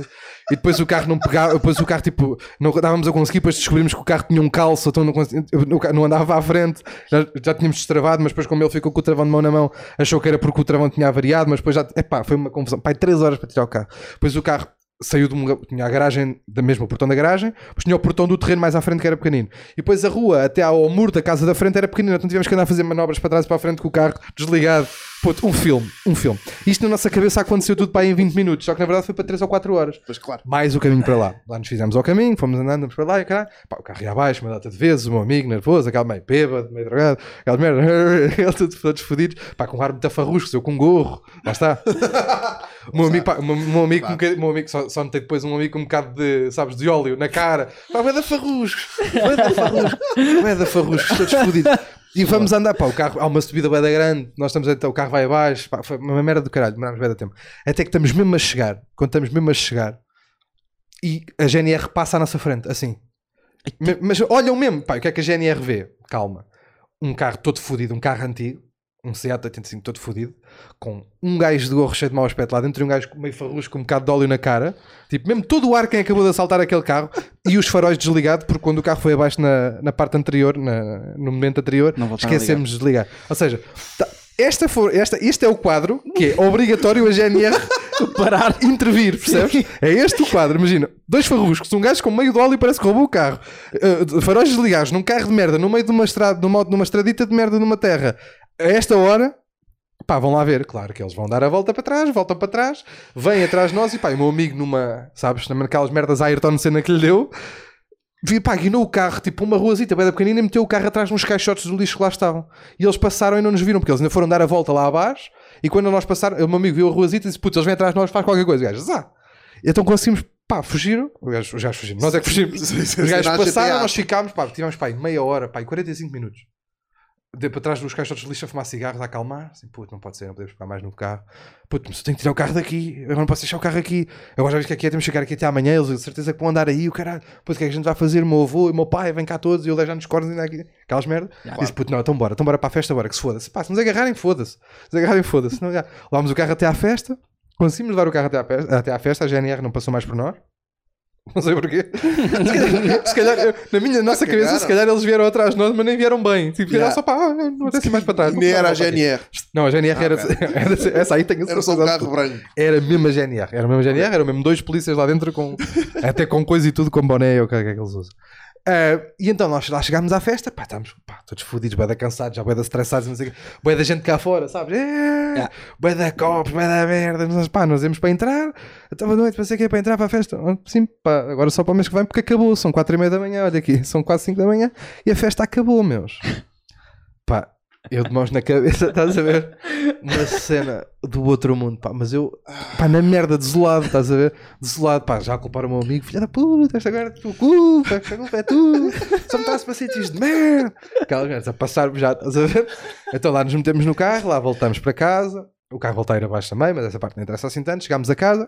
e depois o carro não pegava, depois o carro tipo, não estávamos a conseguir, depois descobrimos que o carro tinha um calço, então não, consegui- o carro não andava à frente, já, já tínhamos destravado, mas depois como ele ficou com o travão de mão na mão, achou que era porque o travão tinha avariado, mas depois já, epá, foi uma confusão, pai, três horas para tirar o carro. Depois o carro saiu de um, lugar- tinha a garagem, da mesma o portão da garagem, depois tinha o portão do terreno mais à frente que era pequenino. E depois a rua até ao muro da casa da frente era pequenina, então tivemos que andar a fazer manobras para trás e para a frente com o carro desligado. Puto, um filme, um filme. Isto na nossa cabeça aconteceu tudo para aí em 20 minutos, só que na verdade foi para 3 ou 4 horas. Mas claro. Mais o caminho para lá. Lá nos fizemos ao caminho, fomos andando fomos para lá e caralho. Pá, o carro ia abaixo, uma data de vezes, o meu amigo nervoso, aquele meio bêbado, meio drogado, aquele merda, ele todo- todos fodidos, pá, com um ar muito farrusco, eu com gorro, lá está. O meu amigo, pá, o meu, o meu amigo, um bocadinho- o meu amigo só, só notei depois um amigo com um bocado de, sabes, de óleo na cara. Pá, vai da farrusco, vai da farrusco, vai da farrusco, estou desfodido. E vamos andar, pá, o carro, há uma subida bem da grande, nós estamos então, o carro vai abaixo, pá, foi uma merda do caralho, demorámos bem da tempo. Até que estamos mesmo a chegar, quando estamos mesmo a chegar, e a GNR passa à nossa frente, assim. Me- Mas olham mesmo, pá, o que é que a GNR vê? Calma. Um carro todo fodido, um carro antigo, um Seat 85 todo fodido, com um gajo de gorro cheio de mau aspecto lá dentro e um gajo meio farrusco com um bocado de óleo na cara. Tipo, mesmo todo o ar quem acabou de assaltar aquele carro e os faróis desligados, porque quando o carro foi abaixo na, na parte anterior, na- no momento anterior, Não voltaram a esquecemos de desligar. Ou seja, tá- esta for, esta, este é o quadro que é obrigatório a GNR parar, intervir, percebes? É este o quadro, imagina. Dois farruscos, um gajo com meio de óleo e parece que roubou o carro. Uh, faróis desligados num carro de merda, no meio de uma estrada, numa, numa estradita de merda numa terra. A esta hora, pá, vão lá ver, claro que eles vão dar a volta para trás, voltam para trás, vêm atrás de nós e pá, e o meu amigo numa, sabes, naquelas merdas Ayrton Senna que lhe deu, vi, pá, guinou o carro, tipo uma ruazita bem da pequenina e meteu o carro atrás de uns caixotes do lixo que lá estavam. E eles passaram e não nos viram, porque eles ainda foram dar a volta lá abaixo. E quando nós passaram, o meu amigo viu a ruazita e disse: Putz, eles vêm atrás de nós, faz qualquer coisa. E Os gajos, ah! Então conseguimos, pá, fugiram. Os gajos, os gajos fugiram, nós é que fugimos. Sim, sim, Os sim, gajos nós passaram, chateados. nós ficámos, pá, tivemos, pá, aí meia hora, pá, e 45 minutos. De, para trás dos caixotes de lixo a fumar cigarros, a acalmar. Assim, puto, não pode ser, não podemos ficar mais no carro. Puto, mas eu tenho que tirar o carro daqui. Agora não posso deixar o carro aqui. Agora já viste que aqui é, temos que chegar aqui até amanhã. Eles de certeza que vão andar aí. O caralho, puto, o que é que a gente vai fazer? O meu avô e o meu pai, vem cá todos. E eu levo já nos cornos ainda aqui. Aquelas merda. Disse, puto, não, então bora, então bora para a festa, bora que se foda-se. Pá, se nos agarrarem, foda-se. Se nos agarrarem, foda-se. Não agarra- Levámos o carro até à festa. Conseguimos levar o carro até à, pe- até à festa. A GNR não passou mais por nós. Não sei porquê. se calhar, eu- na minha nossa Cagaram. cabeça, se calhar eles vieram atrás de nós, mas nem vieram bem. Tipo, Yeah. calhar só pá, ah, não desce mais para trás. Nem era a Não, GNR. Não, a GNR era, era- Essa aí tem Ah, Era só um carro branco. Era mesmo a GNR. Era mesmo a GNR, eram mesmo dois polícias lá dentro, com, até com coisa e tudo, com boné ou o que é que eles usam. Ah, e então nós lá chegámos à festa, pá, estamos pá, todos fodidos, bué da cansados, já bué da estressados, não sei o quê. bué da gente cá fora, sabes? É, Yeah. bué da copos, bué da merda, nós, pá, nós íamos para entrar, estava de noite, para sei que para entrar para a festa. Ah, Sim, pá, agora só para o mês que vem, porque acabou, são quatro e meia da manhã, olha aqui, são quase cinco da manhã, e a festa acabou, meus. Pá, eu de mãos na cabeça, estás a ver? Uma cena do outro mundo, pá. Mas eu, pá, na merda, desolado, estás a ver? Desolado, pá, já a culpar o meu amigo, filha da puta, esta agora é tua culpa, esta culpa é tu, só me estás para sítios de merda. Aquelas merdas a passar-me já, estás a ver? Então lá nos metemos no carro, lá voltamos para casa, o carro volta a ir abaixo também, mas essa parte não interessa assim tanto. Chegámos a casa,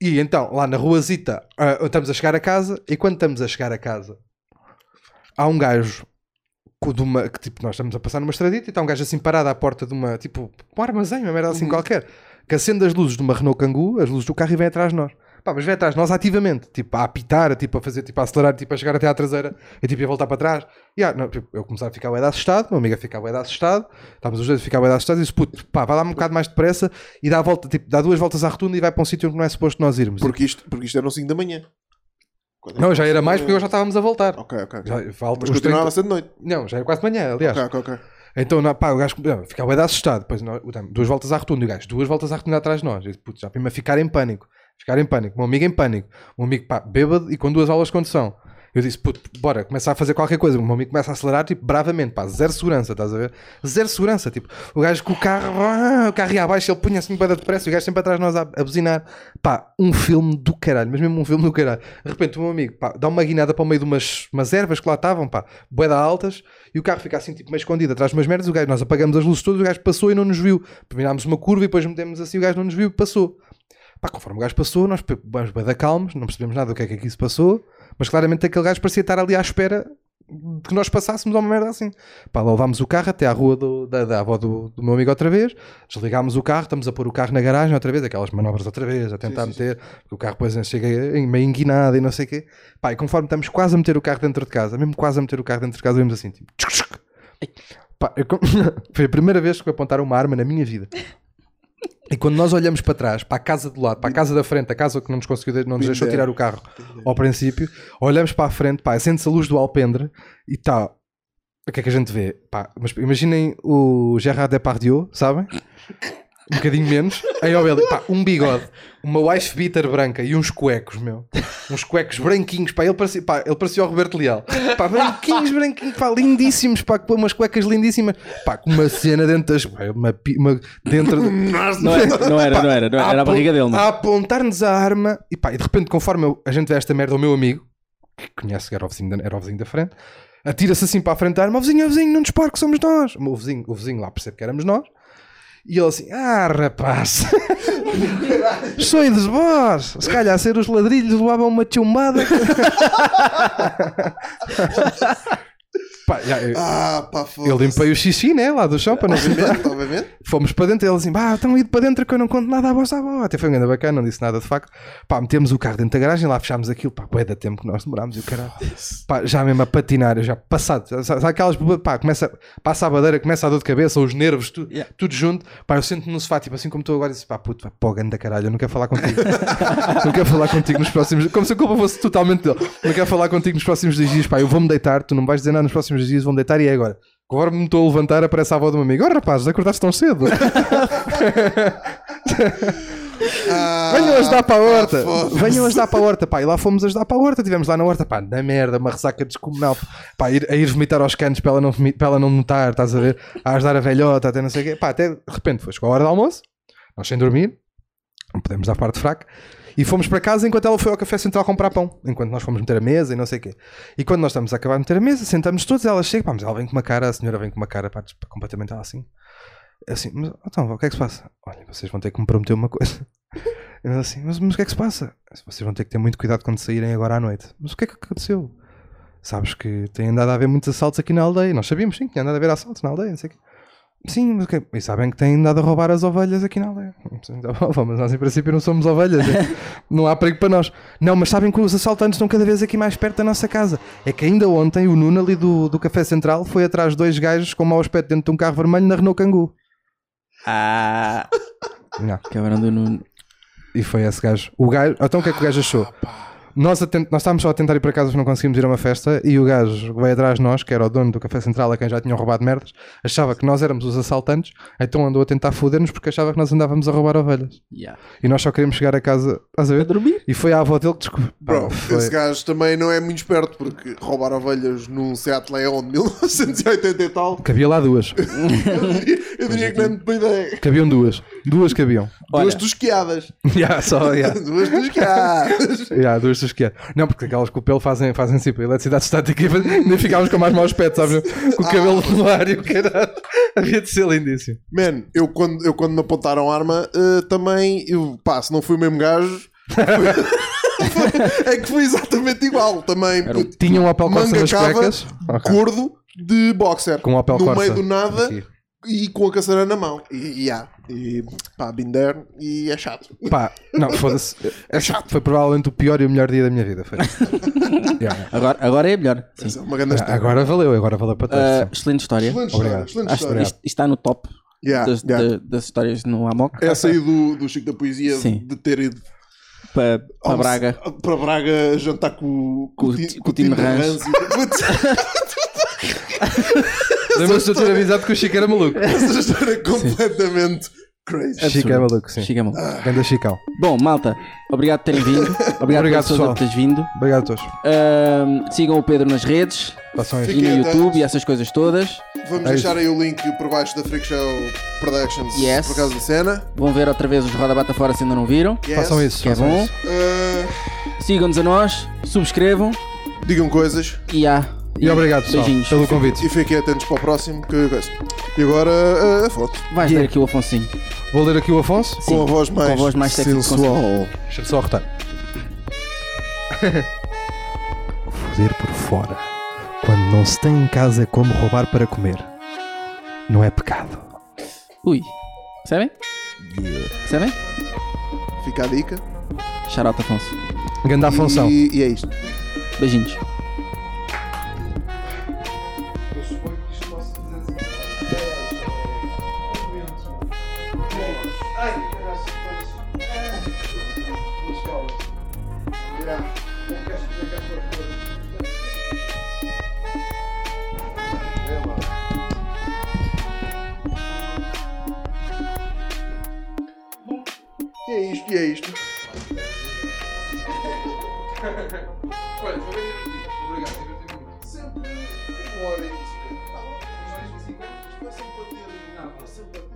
e então, lá na ruazita, ah, estamos a chegar a casa, e quando estamos a chegar a casa, há um gajo co- de uma- que tipo, nós estamos a passar numa estradita e está um gajo assim parado à porta de uma, tipo, um armazém, uma merda assim Uhum. qualquer, que acende as luzes de uma Renault Kangoo, as luzes do carro e vem atrás de nós. Pá, mas vem atrás de nós ativamente, tipo, a apitar, tipo, a fazer, tipo, a acelerar, tipo, a chegar até à traseira e tipo, a voltar para trás. E ah, não, tipo, eu começava a ficar bué de assustado, meu amigo a ficar bué de assustado, estávamos os dois a ficar bué de assustados e disse, puto, pá, vai lá um bocado mais depressa e dá a volta, tipo, dá duas voltas à rotunda e vai para um sítio onde não é suposto nós irmos. Porque isto, porque isto eram 5 da manhã. Quando- Não, já era mais porque nós já estávamos a voltar. É. Ok, ok. ok. Já, falta, Mas os continuava a 30 ser de noite. Não, já era quase de manhã, aliás. Ok, ok, ok. Então, na- pá, o gajo não, ficava bem assustado. Depois, nós, o damos duas voltas à rotunda, e o gajo, duas voltas à rotunda atrás de nós. Eu disse, putz, já para a ficar em pânico. Ficar em pânico. Meu amigo em pânico. Meu amigo, pá, bêbado e com duas aulas de condução. Eu disse, puto, bora, começa a fazer qualquer coisa. O meu amigo começa a acelerar, tipo, bravamente, pá, zero segurança, estás a ver? Zero segurança, tipo, o gajo com o carro, ah, o carro ia abaixo, ele punha assim bem depressa, e o gajo sempre atrás de nós a, a buzinar. Pá, um filme do caralho, mas mesmo um filme do caralho. De repente, o meu amigo, pá, dá uma guinada para o meio de umas, umas ervas que lá estavam, pá, boeda altas, e o carro fica assim, tipo, meio escondido atrás de umas merdas. O gajo, nós apagamos as luzes todas, o gajo passou e não nos viu. Terminámos uma curva e depois metemos assim, o gajo não nos viu e passou. Pá, conforme o gajo passou, nós pe- vamos bem da calmos, não percebemos nada do que é que aqui se passou, mas claramente aquele gajo parecia estar ali à espera de que nós passássemos a uma merda assim. Pá, lá levámos o carro até à rua do- da, da avó do, do meu amigo outra vez, desligámos o carro, estamos a pôr o carro na garagem outra vez, aquelas manobras outra vez, a tentar meter, porque o carro depois chega em- meio enguinado e não sei o quê. Pá, e conforme estamos quase a meter o carro dentro de casa, mesmo quase a meter o carro dentro de casa, vimos assim, tipo... tchuc, tchuc. Pá, eu com- foi a primeira vez que me apontaram uma arma na minha vida. E quando nós olhamos para trás, para a casa do lado, para a casa da frente, a casa que não nos conseguiu, não nos deixou tirar o carro ao princípio, olhamos para a frente, pá, acende-se a luz do alpendre e está. O que é que a gente vê? Pá, mas imaginem o Gerard Depardieu, sabem? Um bocadinho menos. Aí ao Beli, pá, um bigode, uma wife beater branca e uns cuecos, meu. Uns cuecos branquinhos, pá, ele parecia, pá, ele parecia o Roberto Leal. Pá, branquinhos, branquinhos, pá, lindíssimos, pá, com umas cuecas lindíssimas. Pá, com uma cena dentro das. pá, Uma, pi- uma, dentro. Não era, não era, não era. não é? era. Era a apon- barriga dele, Ah. a mano. apontar-nos a arma e pá, e de repente, conforme eu- a gente vê esta merda, o meu amigo, que conhece que era o vizinho da, era o vizinho da frente, atira-se assim para a frente da arma: "Ó vizinho, ó vizinho, não dispare que somos nós. O meu vizinho, o vizinho lá percebe que éramos nós. E ele assim, ah rapaz, sonho de vós, se calhar a ser os ladrilhos levavam uma tchumada. Pá, já, eu, Ah, pá, foda eu limpei o xixi, né, lá do chão para não ver. Obviamente, obviamente. Fomos para dentro, ele assim, pá, estão ido para dentro que eu não conto nada à vossa avó. Até foi um grande bacana, não disse nada de facto. Pá, metemos o carro dentro da garagem, lá fechámos aquilo, pá, bué da tempo que nós demorámos e o caralho. Pá, já mesmo a patinar, eu já passado, sabe, sabe aquelas, boba- pá, começa, passa a badeira, começa a dor de cabeça, os nervos, tu- Yeah. tudo junto. Pá, eu sento-me no sofá, tipo assim como estou agora, e disse, pá, puto, vai para o ganda caralho, eu não quero falar contigo. não quero falar contigo nos próximos como se a culpa fosse totalmente dele. Não quero falar contigo nos próximos dois dias, pá, eu vou-me deitar, tu não vais dizer nada nos próximos dois dias, vou-me deitar e é agora. Agora me estou a levantar, aparece a avó do meu amigo. Oh, rapaz, acordaste tão cedo. Ah, Venham ajudar para a horta. foda-se. Venham ajudar para a horta, pá. E lá fomos ajudar para a horta. Tivemos lá na horta, pá, na merda, uma ressaca descomunal. Pá, a ir, a ir vomitar aos canos para ela, não, vomi- para ela não notar, estás a ver? A ajudar a velhota, até não sei o quê. Pá, até de repente foi. Chegou a hora do almoço, nós sem dormir, não podemos dar parte fraca. E fomos para casa enquanto ela foi ao café central comprar pão. Enquanto nós fomos meter a mesa e não sei o quê. E quando nós estamos a acabar de meter a mesa, sentamos todos, ela chega, pá, mas ela vem com uma cara, a senhora vem com uma cara, pá, tipo, completamente ela assim. Assim, mas então, o que é que se passa? Olha, vocês vão ter que me prometer uma coisa. Ele assim, mas, mas o que é que se passa? Vocês vão ter que ter muito cuidado quando saírem agora à noite. Mas o que é que aconteceu? Sabes que tem andado a haver muitos assaltos aqui na aldeia. Nós sabíamos, sim, que tinha andado a haver assaltos na aldeia, não sei o quê. Sim, mas o quê? E sabem que têm andado a roubar as ovelhas aqui na aldeia. Sim, tá bom, mas nós em princípio não somos ovelhas. né? não há perigo para nós. Não, mas sabem que os assaltantes estão cada vez aqui mais perto da nossa casa. É que ainda ontem o Nuno ali do, do Café Central foi atrás de dois gajos com mau aspecto dentro de um carro vermelho na Renault Kangoo. Ah, Não. cabrão do Nuno. E foi esse gajo. O gajo então o que é que o gajo achou? Nós, a tent- nós estávamos só a tentar ir para casa, mas não conseguimos ir a uma festa. E o gajo que veio atrás de nós, que era o dono do Café Central, a quem já tinham roubado merdas, achava que nós éramos os assaltantes. Então andou a tentar foder-nos porque achava que nós andávamos a roubar ovelhas. Yeah. E nós só queríamos chegar a casa, estás a ver? A dormir. E foi a avó dele que descobriu. Bro, Pá, Ah, foi- esse gajo também não é muito esperto porque roubar ovelhas num é Seat Leon de 1980 e tal, Cabia lá duas. eu diria que não é muito boa ideia. Cabiam duas. Duas cabiam. Duas Olha. tosqueadas. yeah, só, yeah. Duas tosqueadas. Yeah, duas das que é. Não, porque aquelas com o pelo fazem, fazem tipo eletricidade estática e nem ficámos com mais mau aspecto, sabes? Com Ah. o cabelo no ar e o caralho. Havia de ser lindíssimo. Man, eu quando, eu quando me apontaram arma, eh, também, eu, pá, se não fui o mesmo gajo, foi- é que foi exatamente igual também. porque Tinha um Opel Corsa manga nas cava, cuecas. Ok. gordo de boxer, Com um Opel no Corsa. meio do nada Aqui. e com a caçarana na mão. E, e há, e pá, binder, e é chato. Pá, não, foda-se. É chato. Foi provavelmente o pior e o melhor dia da minha vida. Foi. Yeah. Agora, agora é melhor. Sim. Mas é uma grande história. Agora valeu, agora valeu para Ah, todos. excelente história. Excelente história, Ah, Obrigado. excelente Acho que história. isto, isto está no top Yeah, das, yeah. É. de- das histórias no Amok Essa aí do, do Chico da Poesia Sim. de ter ido para, para almoçar- Braga. para Braga jantar com, Com o Ti- Ti- com o Tino Rãs. Rãs. Lembras-te de eu ter avisado que o Chico era maluco? Essa história é completamente crazy. Chico é maluco, sim. Chega mal. Ganda Chicão. Bom, malta, obrigado por terem vindo. Obrigado, Obrigado, obrigado pessoas pessoal. por teres vindo. Obrigado a todos. Ahm, sigam o Pedro nas redes Passam e aí. no Fiquem YouTube atentos. e essas coisas todas. Vamos É isso. deixar aí o link por baixo da Freak Show Productions Yes. por causa da cena. Vão ver outra vez os Roda Bata Fora se ainda não viram. Yes. Façam isso. Que é façam bom. isso. Uh, Sigam-nos a nós, subscrevam digam coisas e há. E obrigado, pessoal, Beijinhos. pelo convite. e fiquem atentos para o próximo. Que... coisa. E agora uh, a foto. Vais ler aqui o Afonsinho. Vou ler aqui o Afonso. Com a voz mais, a voz mais sexy que sensual. Deixa-me só rotar. Foder por fora. Quando não se tem em casa é como roubar para comer. Não é pecado. Ui. Percebem? Percebem? Fica a dica. Charota Afonso. Ganda função. E, e é isto. Beijinhos. E é isto, e é isto. Um é Sempre uma hora e cinquenta. Tá bom, mas mais de cinquenta, mas sempre a ter. Não, sempre a ter. é